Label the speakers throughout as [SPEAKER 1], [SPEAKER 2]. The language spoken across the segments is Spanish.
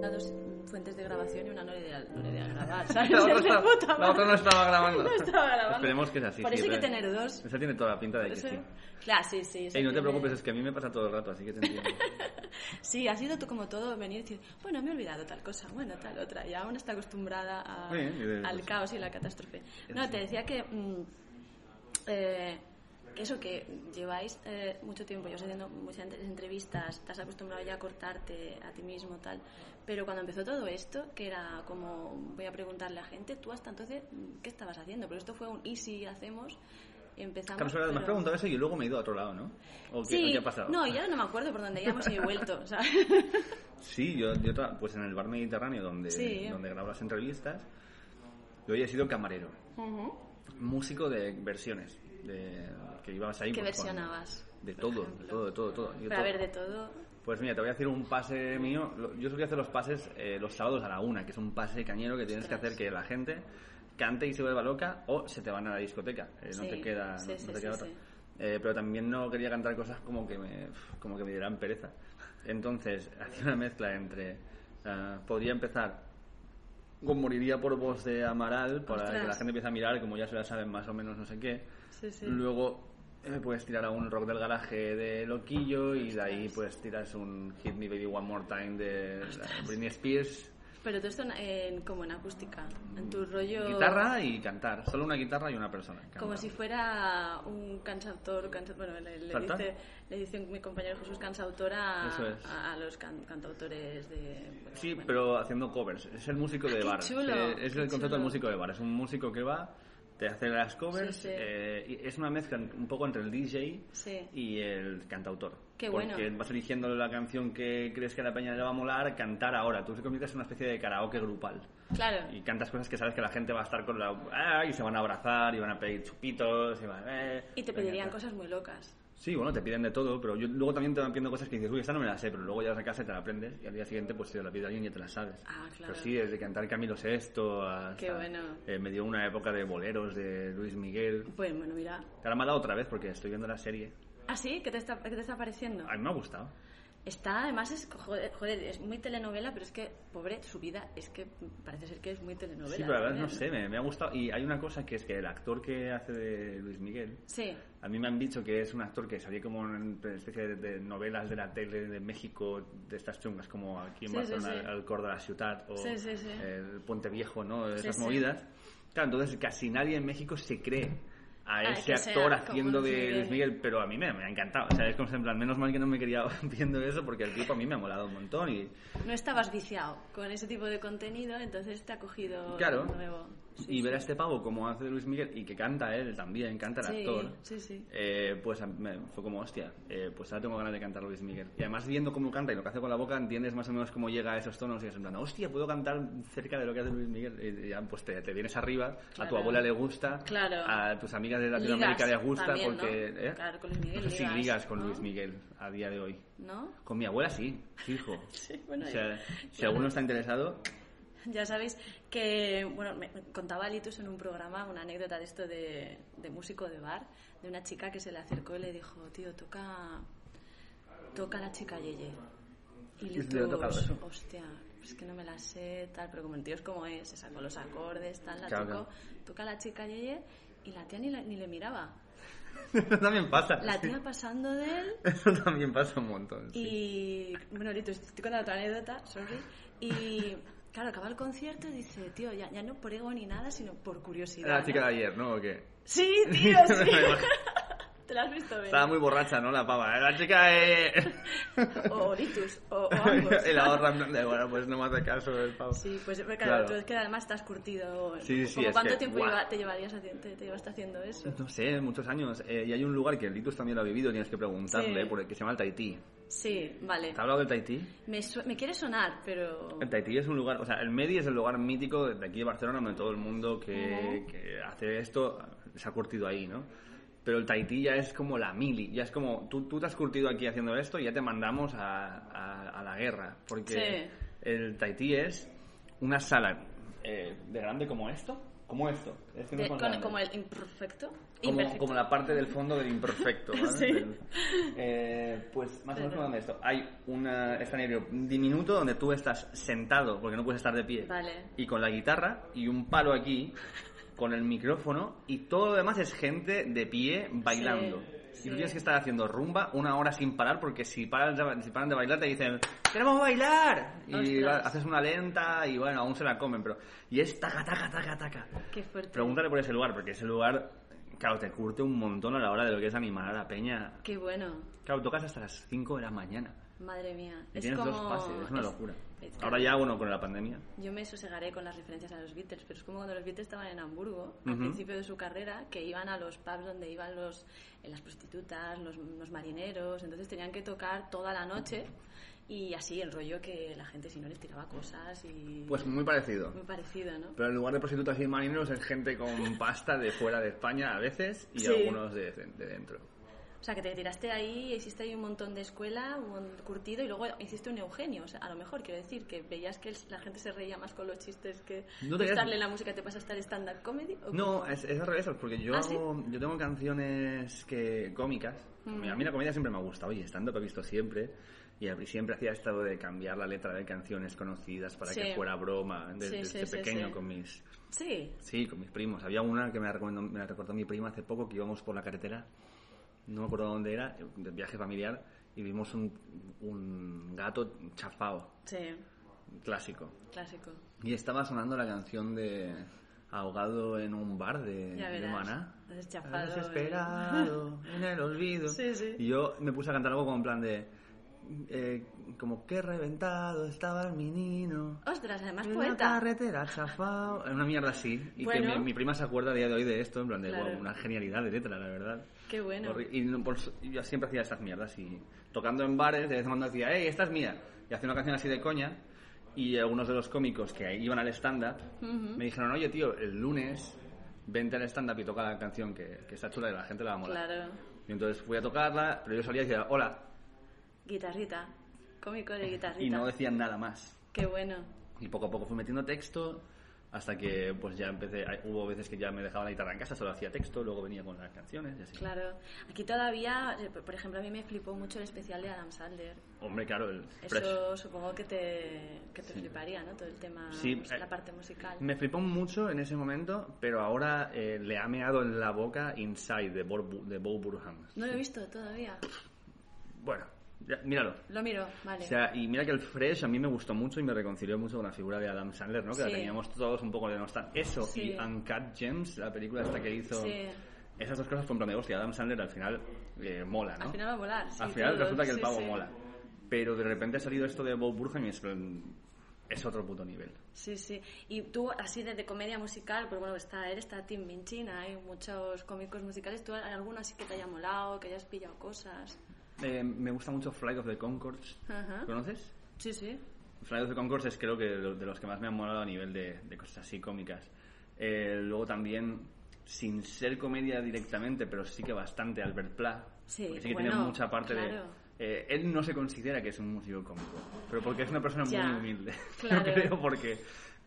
[SPEAKER 1] Da dos fuentes de grabación y una no le da, no le da a grabar, ¿sabes?
[SPEAKER 2] La otra,
[SPEAKER 1] Es de
[SPEAKER 2] estaba-
[SPEAKER 1] puta
[SPEAKER 2] la otra no
[SPEAKER 1] madre.
[SPEAKER 2] estaba grabando.
[SPEAKER 1] No estaba grabando.
[SPEAKER 2] Esperemos que es así.
[SPEAKER 1] Por eso
[SPEAKER 2] sí,
[SPEAKER 1] hay que
[SPEAKER 2] pero-
[SPEAKER 1] tener dos.
[SPEAKER 2] Esa tiene toda la pinta de que
[SPEAKER 1] Eso-
[SPEAKER 2] sí.
[SPEAKER 1] Claro, sí, sí. eso
[SPEAKER 2] Ey, no te
[SPEAKER 1] tiene-
[SPEAKER 2] preocupes, es que a mí me pasa todo el rato, así que te entiendo.
[SPEAKER 1] Sí, ha sido tú como todo venir y decir, bueno, me he olvidado tal cosa, bueno, tal otra, y aún está acostumbrada a-
[SPEAKER 2] Muy bien, y de-
[SPEAKER 1] al
[SPEAKER 2] pues-
[SPEAKER 1] caos y la catástrofe. No, te decía que, mm, eh, que eso que lleváis eh, mucho tiempo, yo os haciendo muchas ent- entrevistas, estás acostumbrado ya a cortarte a ti mismo, tal, pero cuando empezó todo esto, que era como voy a preguntarle a gente, tú hasta entonces, mm, ¿qué estabas haciendo? Pero esto fue un y si hacemos, empezamos...
[SPEAKER 2] Carlos, ahora me has
[SPEAKER 1] pero-
[SPEAKER 2] preguntado eso y luego me he ido a otro lado, ¿no? ¿O qué, o
[SPEAKER 1] Sí,
[SPEAKER 2] qué ha pasado?
[SPEAKER 1] no, ya no me acuerdo por dónde íbamos y he vuelto, ¿sabes?
[SPEAKER 2] Sí, yo, yo tra- pues en el bar mediterráneo donde,
[SPEAKER 1] Sí.
[SPEAKER 2] donde grabo las entrevistas, yo ya he sido camarero,
[SPEAKER 1] Ujú.
[SPEAKER 2] músico de versiones, de, que ibas ahí.
[SPEAKER 1] ¿Qué
[SPEAKER 2] pues, con-
[SPEAKER 1] versionabas?
[SPEAKER 2] De
[SPEAKER 1] por
[SPEAKER 2] todo, de
[SPEAKER 1] ejemplo?
[SPEAKER 2] todo, de todo, de todo. Yo
[SPEAKER 1] Pero a
[SPEAKER 2] todo-
[SPEAKER 1] ver, de todo.
[SPEAKER 2] Pues mira, te voy a hacer un pase mío. Lo- Yo solía hacer los pases eh, los sábados a la una, que es un pase cañero que tienes que
[SPEAKER 1] Ostras.
[SPEAKER 2] hacer que la gente cante y se vuelva loca o se te van a la discoteca. eh, no
[SPEAKER 1] Sí,
[SPEAKER 2] te queda,
[SPEAKER 1] sí,
[SPEAKER 2] no- no
[SPEAKER 1] sí,
[SPEAKER 2] te
[SPEAKER 1] sí,
[SPEAKER 2] queda
[SPEAKER 1] sí.
[SPEAKER 2] otra. Eh, pero también no quería cantar cosas como que me, como que me dieran pereza. Entonces, hacía una mezcla entre. ah, podría empezar con Moriría por voz de Amaral, para que la
[SPEAKER 1] Ostras.
[SPEAKER 2] gente empiece a mirar, como ya se la saben más o menos, no sé qué.
[SPEAKER 1] Sí, sí.
[SPEAKER 2] Luego eh, puedes tirar a un rock del garaje de Loquillo y de ahí pues tiras un Hit Me Baby One More Time de Britney Spears.
[SPEAKER 1] Pero todo esto en, en- como en acústica, en tu rollo.
[SPEAKER 2] Guitarra y cantar. Solo una guitarra y una persona.
[SPEAKER 1] Como
[SPEAKER 2] Canta.
[SPEAKER 1] si fuera un cantautor, canta- bueno, le, le
[SPEAKER 2] ¿Saltar?
[SPEAKER 1] dice, le dice mi compañero Jesús cantautor a,
[SPEAKER 2] Eso es.
[SPEAKER 1] a, a los can- cantautores de... bueno,
[SPEAKER 2] Sí,
[SPEAKER 1] bueno.
[SPEAKER 2] pero haciendo covers. Es el músico de
[SPEAKER 1] Ah, qué
[SPEAKER 2] bar.
[SPEAKER 1] chulo,
[SPEAKER 2] Eh, es
[SPEAKER 1] qué
[SPEAKER 2] el concepto
[SPEAKER 1] chulo.
[SPEAKER 2] del músico de bar. Es un músico que va, te hace las covers.
[SPEAKER 1] Sí, sí.
[SPEAKER 2] eh, y es una mezcla un poco entre el DJ
[SPEAKER 1] Sí.
[SPEAKER 2] y el cantautor.
[SPEAKER 1] Qué
[SPEAKER 2] Porque
[SPEAKER 1] bueno.
[SPEAKER 2] vas eligiendo la canción que crees que a la peña le va a molar, cantar ahora. Tú te conviertes en una especie de karaoke grupal.
[SPEAKER 1] Claro.
[SPEAKER 2] Y cantas cosas que sabes que la gente va a estar con la... ¡Ah! Y se van a abrazar, y van a pedir chupitos, y van... eh,
[SPEAKER 1] Y te
[SPEAKER 2] venga,
[SPEAKER 1] pedirían
[SPEAKER 2] tal.
[SPEAKER 1] cosas muy locas.
[SPEAKER 2] Sí, bueno, te piden de todo, pero yo, luego también te van pidiendo cosas que dices, uy, esta no me la sé, pero luego llegas a casa y te la aprendes, y al día siguiente pues te la pide alguien y te la sabes.
[SPEAKER 1] Ah, claro.
[SPEAKER 2] Pero sí, desde cantar Camilo Sexto hasta...
[SPEAKER 1] Qué bueno.
[SPEAKER 2] eh, me dio una época de boleros de Luis Miguel.
[SPEAKER 1] Pues bueno, mira.
[SPEAKER 2] Te la he mandado otra vez porque estoy viendo la serie.
[SPEAKER 1] ¿Ah, sí? ¿Qué te está, qué te está pareciendo?
[SPEAKER 2] A mí me ha gustado.
[SPEAKER 1] Está, además, es, joder, joder, es muy telenovela, pero es que, pobre, su vida es que parece ser que es muy telenovela.
[SPEAKER 2] Sí, pero la verdad no
[SPEAKER 1] también.
[SPEAKER 2] sé, me, me ha gustado. Y hay una cosa que es que el actor que hace de Luis Miguel,
[SPEAKER 1] Sí.
[SPEAKER 2] a mí me han dicho que es un actor que salía como en una especie de, de novelas de la tele de México, de estas chungas, como aquí en
[SPEAKER 1] Sí, sí,
[SPEAKER 2] Barcelona,
[SPEAKER 1] sí.
[SPEAKER 2] el Alcor de la Ciudad o
[SPEAKER 1] Sí, sí, sí.
[SPEAKER 2] el Puente Viejo, ¿no? Esas
[SPEAKER 1] sí.
[SPEAKER 2] movidas. Claro, entonces casi nadie en México se cree a
[SPEAKER 1] Ah,
[SPEAKER 2] ese
[SPEAKER 1] que sea
[SPEAKER 2] actor
[SPEAKER 1] como
[SPEAKER 2] haciendo
[SPEAKER 1] Luis
[SPEAKER 2] de
[SPEAKER 1] Miguel.
[SPEAKER 2] Luis Miguel, pero a mí me, me ha encantado. O sea, es como en plan, menos mal que no me quería viendo eso porque el tipo a mí me ha molado un montón y,
[SPEAKER 1] No estabas viciado con ese tipo de contenido, entonces te ha cogido
[SPEAKER 2] Claro.
[SPEAKER 1] de nuevo. Sí,
[SPEAKER 2] y ver a
[SPEAKER 1] sí.
[SPEAKER 2] este pavo como hace Luis Miguel y que canta él también, canta el
[SPEAKER 1] Sí,
[SPEAKER 2] actor.
[SPEAKER 1] sí, sí.
[SPEAKER 2] eh, pues a- me- fue como, hostia, eh, pues ahora tengo ganas de cantar Luis Miguel. Y además viendo cómo canta y lo que hace con la boca, entiendes más o menos cómo llega a esos tonos y es en plan, hostia, puedo cantar cerca de lo que hace Luis Miguel. Y ya pues te, te vienes arriba, a tu
[SPEAKER 1] Claro.
[SPEAKER 2] abuela le gusta,
[SPEAKER 1] Claro.
[SPEAKER 2] a tus amigas de Latinoamérica
[SPEAKER 1] Ligas
[SPEAKER 2] les gusta,
[SPEAKER 1] también, ¿no?
[SPEAKER 2] porque... ¿eh?
[SPEAKER 1] Claro, con Luis Miguel
[SPEAKER 2] No sé si
[SPEAKER 1] ligas,
[SPEAKER 2] ligas con
[SPEAKER 1] ¿no?
[SPEAKER 2] Luis Miguel a día de hoy.
[SPEAKER 1] ¿No?
[SPEAKER 2] Con mi abuela sí, fijo.
[SPEAKER 1] Sí, bueno,
[SPEAKER 2] o sea,
[SPEAKER 1] ya-
[SPEAKER 2] si alguno está interesado,
[SPEAKER 1] Ya sabéis que, bueno, me me contaba Litus en un programa una anécdota de esto de, de músico de bar, de una chica que se le acercó y le dijo, tío, toca, toca la chica Yeye. Y
[SPEAKER 2] Yo te he tocado eso.
[SPEAKER 1] hostia, es que no me la sé, tal, pero como el tío es como es, se sacó los acordes, tal, la
[SPEAKER 2] Claro,
[SPEAKER 1] tocó,
[SPEAKER 2] claro.
[SPEAKER 1] toca la chica Yeye y la tía ni, la- ni le miraba.
[SPEAKER 2] también pasa.
[SPEAKER 1] La tía pasando de él
[SPEAKER 2] Eso también pasa un montón. sí.
[SPEAKER 1] Y bueno, ahorita estoy contando otra anécdota, sorry. Y claro, acaba el concierto y dice, tío, ya, ya no por ego ni nada, sino por curiosidad. ¿no?".
[SPEAKER 2] Era Ah, la chica de ayer, ¿no? ¿O qué?
[SPEAKER 1] Sí, tío, sí. Te Te la has visto venir.
[SPEAKER 2] Estaba muy borracha, ¿no? La pava. ¿eh? La chica. Eh...
[SPEAKER 1] O Litus, o, o ambos.
[SPEAKER 2] el ahorra. en plan de, Bueno, pues no me hace caso el pavo.
[SPEAKER 1] Sí, pues claro,
[SPEAKER 2] Claro.
[SPEAKER 1] tú es que además estás curtido.
[SPEAKER 2] Sí, sí,
[SPEAKER 1] Como
[SPEAKER 2] es
[SPEAKER 1] ¿Cuánto
[SPEAKER 2] que,
[SPEAKER 1] tiempo
[SPEAKER 2] guau.
[SPEAKER 1] lleva- te llevarías haciendo, te, te llevaste haciendo eso?
[SPEAKER 2] No sé, muchos años. Eh, y hay un lugar que el Litus también lo ha vivido, tienes que preguntarle,
[SPEAKER 1] Sí.
[SPEAKER 2] porque se llama el Tahití.
[SPEAKER 1] Sí, vale.
[SPEAKER 2] ¿Te ha hablado del Tahití?
[SPEAKER 1] Me, su- me quiere sonar, pero...
[SPEAKER 2] El Tahití es un lugar, o sea, el Medi es el lugar mítico de aquí de Barcelona donde todo el mundo que, que hace esto ah, se ha curtido ahí, ¿no? Pero el Tahití ya es como la mili, ya es como tú, tú te has curtido aquí haciendo esto y ya te mandamos a, a- a la guerra. Porque
[SPEAKER 1] Sí.
[SPEAKER 2] el Tahití es una sala eh, de grande como esto, como esto. Es que no
[SPEAKER 1] de-
[SPEAKER 2] es más
[SPEAKER 1] con-
[SPEAKER 2] grande.
[SPEAKER 1] como el imperfecto.
[SPEAKER 2] Como,
[SPEAKER 1] imperfecto.
[SPEAKER 2] como la parte del fondo del imperfecto. ¿vale?
[SPEAKER 1] Sí.
[SPEAKER 2] Del- eh, pues más o menos como donde esto. Hay un escenario diminuto donde tú estás sentado, porque no puedes estar de pie.
[SPEAKER 1] Vale.
[SPEAKER 2] Y con la guitarra y un palo aquí, con el micrófono, y todo lo demás es gente de pie bailando.
[SPEAKER 1] Sí,
[SPEAKER 2] Y
[SPEAKER 1] sí.
[SPEAKER 2] tú tienes que estar haciendo rumba una hora sin parar, porque si paran, de- si paran de bailar te dicen ¡Queremos bailar! Y
[SPEAKER 1] Ostras.
[SPEAKER 2] va- haces una lenta y bueno, aún se la comen, pero... Y es taca, taca, taca, taca.
[SPEAKER 1] Qué fuerte.
[SPEAKER 2] Pregúntale por ese lugar, porque ese lugar, claro, te curte un montón a la hora de lo que es animar a la peña.
[SPEAKER 1] Qué bueno.
[SPEAKER 2] Claro, tocas hasta las 5 de la mañana.
[SPEAKER 1] Madre mía.
[SPEAKER 2] Y
[SPEAKER 1] es
[SPEAKER 2] tienes
[SPEAKER 1] como...
[SPEAKER 2] dos pases, es una
[SPEAKER 1] es-
[SPEAKER 2] locura.
[SPEAKER 1] es-
[SPEAKER 2] Ahora ya, bueno, con la pandemia.
[SPEAKER 1] Yo me sosegaré con las referencias a los Beatles, pero es como cuando los Beatles estaban en Hamburgo, al
[SPEAKER 2] Ujú.
[SPEAKER 1] principio de su carrera, que iban a los pubs donde iban los, eh, las prostitutas, los, los marineros, entonces tenían que tocar toda la noche y así el rollo que la gente si no les tiraba cosas y...
[SPEAKER 2] Pues muy parecido.
[SPEAKER 1] muy parecido, ¿no?
[SPEAKER 2] Pero en lugar de prostitutas y marineros es gente con pasta de fuera de España a veces y
[SPEAKER 1] Sí.
[SPEAKER 2] algunos de, de dentro.
[SPEAKER 1] O sea, que te tiraste ahí, hiciste ahí un montón de escuela, un mon- curtido y luego hiciste un Eugenio. O sea, a lo mejor quiero decir que veías que el- la gente se reía más con los chistes que
[SPEAKER 2] No te creas.
[SPEAKER 1] estarle la música. ¿Te pasaste al stand-up comedy? ¿O
[SPEAKER 2] No, es, es al revés, porque yo
[SPEAKER 1] ¿Ah,
[SPEAKER 2] hago- yo tengo canciones que cómicas. Mira,
[SPEAKER 1] Mm.
[SPEAKER 2] A mí la comedia siempre me ha gustado y estando up he visto siempre. Y a- y siempre hacía estado de cambiar la letra de canciones conocidas para
[SPEAKER 1] Sí.
[SPEAKER 2] que fuera broma
[SPEAKER 1] Sí,
[SPEAKER 2] desde,
[SPEAKER 1] sí,
[SPEAKER 2] desde
[SPEAKER 1] sí,
[SPEAKER 2] pequeño
[SPEAKER 1] sí.
[SPEAKER 2] con mis
[SPEAKER 1] Sí.
[SPEAKER 2] sí, con mis primos. Había una que me la, recomendó- me la recordó mi prima hace poco que íbamos por la carretera, no me acuerdo dónde era, de viaje familiar, y vimos un, un gato chafado,
[SPEAKER 1] Sí,
[SPEAKER 2] clásico.
[SPEAKER 1] clásico.
[SPEAKER 2] Y estaba sonando la canción de Ahogado en un bar de,
[SPEAKER 1] Ya
[SPEAKER 2] de
[SPEAKER 1] verás,
[SPEAKER 2] Maná.
[SPEAKER 1] deschafado,
[SPEAKER 2] Desesperado, en el olvido.
[SPEAKER 1] Sí, sí.
[SPEAKER 2] Y yo me puse a cantar algo como en plan de. eh, como que reventado estaba el menino.
[SPEAKER 1] Ostras, además
[SPEAKER 2] en la
[SPEAKER 1] poeta.
[SPEAKER 2] carretera, chafao. Una mierda así. Y
[SPEAKER 1] Bueno.
[SPEAKER 2] que mi, mi prima se acuerda a día de hoy de esto, en plan de
[SPEAKER 1] Claro.
[SPEAKER 2] "Guau, una genialidad de letra, la verdad.
[SPEAKER 1] Qué bueno.
[SPEAKER 2] Horri- Y no- por su- y yo siempre hacía estas mierdas y tocando en bares, de vez en cuando decía, hey, esta es mía. Y hacía una canción así de coña. Y algunos de los cómicos que iban al stand-up me dijeron, oye, tío, el lunes vente al stand-up y toca la canción que, que está chula y la gente la va a molar.
[SPEAKER 1] Claro.
[SPEAKER 2] Y entonces fui a tocarla, pero yo salía y decía, hola.
[SPEAKER 1] Guitarrita. Cómico de guitarrita.
[SPEAKER 2] Y no decían nada más.
[SPEAKER 1] Qué bueno.
[SPEAKER 2] Y poco a poco fui metiendo texto hasta que pues ya empecé, hay- hubo veces que ya me dejaba la guitarra en casa, solo hacía texto, luego venía con las canciones y así.
[SPEAKER 1] Claro. Aquí todavía, eh, por por ejemplo, a mí me flipó mucho el especial de Adam Sandler.
[SPEAKER 2] Hombre, claro, el fresh.
[SPEAKER 1] Eso supongo que te, que te fliparía, ¿no? Todo el tema,
[SPEAKER 2] Sí,
[SPEAKER 1] mus-
[SPEAKER 2] eh,
[SPEAKER 1] la parte musical.
[SPEAKER 2] Me flipó mucho en ese momento, pero ahora eh, le ha meado en la boca Inside de, Bo, de Bo Burnham.
[SPEAKER 1] No lo he visto todavía.
[SPEAKER 2] Bueno, ya- míralo.
[SPEAKER 1] Lo miro, vale.
[SPEAKER 2] O sea, y mira que el Fresh a mí me gustó mucho y me reconcilió mucho con la figura de Adam Sandler, ¿no? Que la
[SPEAKER 1] Sí.
[SPEAKER 2] teníamos todos un poco de nostalgia. Eso
[SPEAKER 1] Sí.
[SPEAKER 2] y Uncut Gems, la película esta que hizo.
[SPEAKER 1] Sí.
[SPEAKER 2] Esas dos cosas fueron plan de, hostia, Adam Sandler al final eh, mola, ¿no?
[SPEAKER 1] Al final va a volar. sí,
[SPEAKER 2] Al final
[SPEAKER 1] todo,
[SPEAKER 2] resulta que el
[SPEAKER 1] sí,
[SPEAKER 2] pavo
[SPEAKER 1] sí.
[SPEAKER 2] mola. Pero de repente ha salido esto de Bo Burnham y es, mm, es otro puto nivel.
[SPEAKER 1] Sí, sí. Y tú, así de, de comedia musical, pues bueno, está él, está Tim Minchina, hay muchos cómicos musicales. ¿Tú hay alguno así que te haya molado, que hayas pillado cosas?
[SPEAKER 2] Eh, me gusta mucho Flight of the Concords.
[SPEAKER 1] Ajá.
[SPEAKER 2] ¿Conoces?
[SPEAKER 1] Sí, sí.
[SPEAKER 2] Flight of the Concords es creo que lo- de los que más me han molado a nivel de, de cosas así cómicas. Eh, luego también, sin ser comedia directamente, pero sí que bastante, Albert Pla.
[SPEAKER 1] Sí,
[SPEAKER 2] porque sí que tiene
[SPEAKER 1] bueno,
[SPEAKER 2] mucha parte
[SPEAKER 1] claro.
[SPEAKER 2] de... eh, él no se considera que es un músico cómico, pero porque es una persona
[SPEAKER 1] Ya,
[SPEAKER 2] muy humilde.
[SPEAKER 1] claro.
[SPEAKER 2] Yo creo porque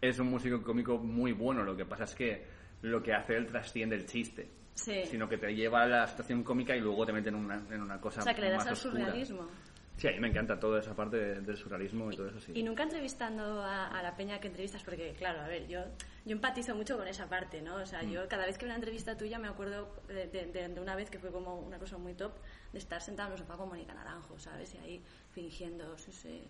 [SPEAKER 2] es un músico cómico muy bueno. Lo que pasa es que lo que hace él trasciende el chiste.
[SPEAKER 1] Sí.
[SPEAKER 2] Sino que te lleva a la situación cómica y luego te mete en una, en una cosa
[SPEAKER 1] o sea, que le das
[SPEAKER 2] más
[SPEAKER 1] al
[SPEAKER 2] oscura.
[SPEAKER 1] surrealismo.
[SPEAKER 2] Sí, a mí me encanta toda esa parte de- del surrealismo y todo eso, sí.
[SPEAKER 1] Y nunca entrevistando a, a la peña que entrevistas, porque claro, a ver, yo, yo empatizo mucho con esa parte, ¿no? O sea, yo cada vez que veo una entrevista tuya me acuerdo de, de- de- de una vez que fue como una cosa muy top, de estar sentado en el sofá con Mónica Naranjo, ¿sabes? Y ahí fingiendo, sí, sí,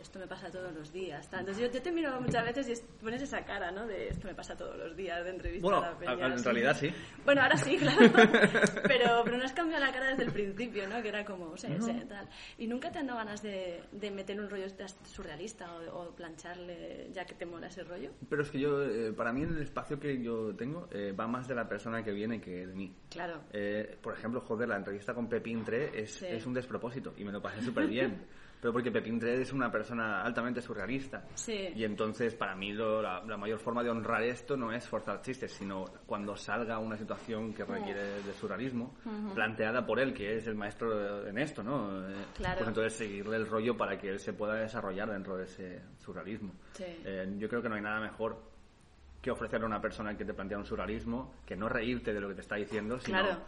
[SPEAKER 1] esto me pasa todos los días. tal. Entonces yo, yo te miro muchas veces y es- pones esa cara, ¿no? De esto me pasa todos los días de entrevista
[SPEAKER 2] Bueno,
[SPEAKER 1] a la peña,
[SPEAKER 2] a- en realidad sí.
[SPEAKER 1] Bueno, ahora sí, claro. pero, pero no has cambiado la cara desde el principio, ¿no? Que era como, sé, sé, tal. Y nunca te han dado ganas de, de meter un rollo este surrealista o, o plancharle, ya que te mola ese rollo.
[SPEAKER 2] Pero es que yo, eh, para mí el espacio que yo tengo eh, va más de la persona que viene que de mí.
[SPEAKER 1] Claro.
[SPEAKER 2] Eh, por ejemplo, joder, la entrevista con Pepín Tre es,
[SPEAKER 1] Sí.
[SPEAKER 2] es un despropósito y me lo pasé súper bien. Pero porque Pepín Tre es una persona altamente surrealista.
[SPEAKER 1] Sí.
[SPEAKER 2] Y entonces, para mí, lo- la, la mayor forma de honrar esto no es forzar chistes, sino cuando salga una situación que requiere
[SPEAKER 1] Mm.
[SPEAKER 2] de surrealismo, planteada por él, que es el maestro en esto, ¿no? Eh,
[SPEAKER 1] Claro.
[SPEAKER 2] Pues entonces seguirle el rollo para que él se pueda desarrollar dentro de ese surrealismo.
[SPEAKER 1] Sí.
[SPEAKER 2] Eh, yo creo que no hay nada mejor que ofrecerle a una persona que te plantea un surrealismo, que no reírte de lo que te está diciendo, sino
[SPEAKER 1] Claro.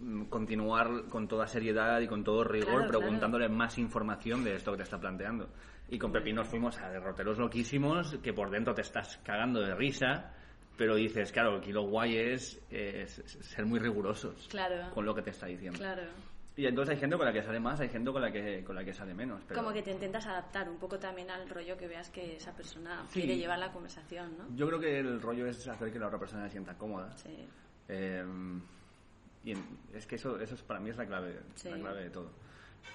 [SPEAKER 2] mm, continuar con toda seriedad y con todo rigor
[SPEAKER 1] Claro,
[SPEAKER 2] preguntándole más información de esto que te está planteando. Y con Pepín nos fuimos a derroteros loquísimos que por dentro te estás cagando de risa, pero dices, claro, aquí lo guay es, eh, es- es ser muy rigurosos
[SPEAKER 1] Claro.
[SPEAKER 2] con lo que te está diciendo.
[SPEAKER 1] Claro.
[SPEAKER 2] Y entonces hay gente con la que sale más, hay gente con la que, con la que sale menos. Pero...
[SPEAKER 1] Como que te intentas adaptar un poco también al rollo que veas que esa persona
[SPEAKER 2] Sí.
[SPEAKER 1] quiere llevar la conversación, ¿no?
[SPEAKER 2] Yo creo que el rollo es hacer que la otra persona se sienta cómoda.
[SPEAKER 1] Sí.
[SPEAKER 2] Eh, y en- es que eso, eso es, para mí es la clave,
[SPEAKER 1] Sí.
[SPEAKER 2] la clave de todo.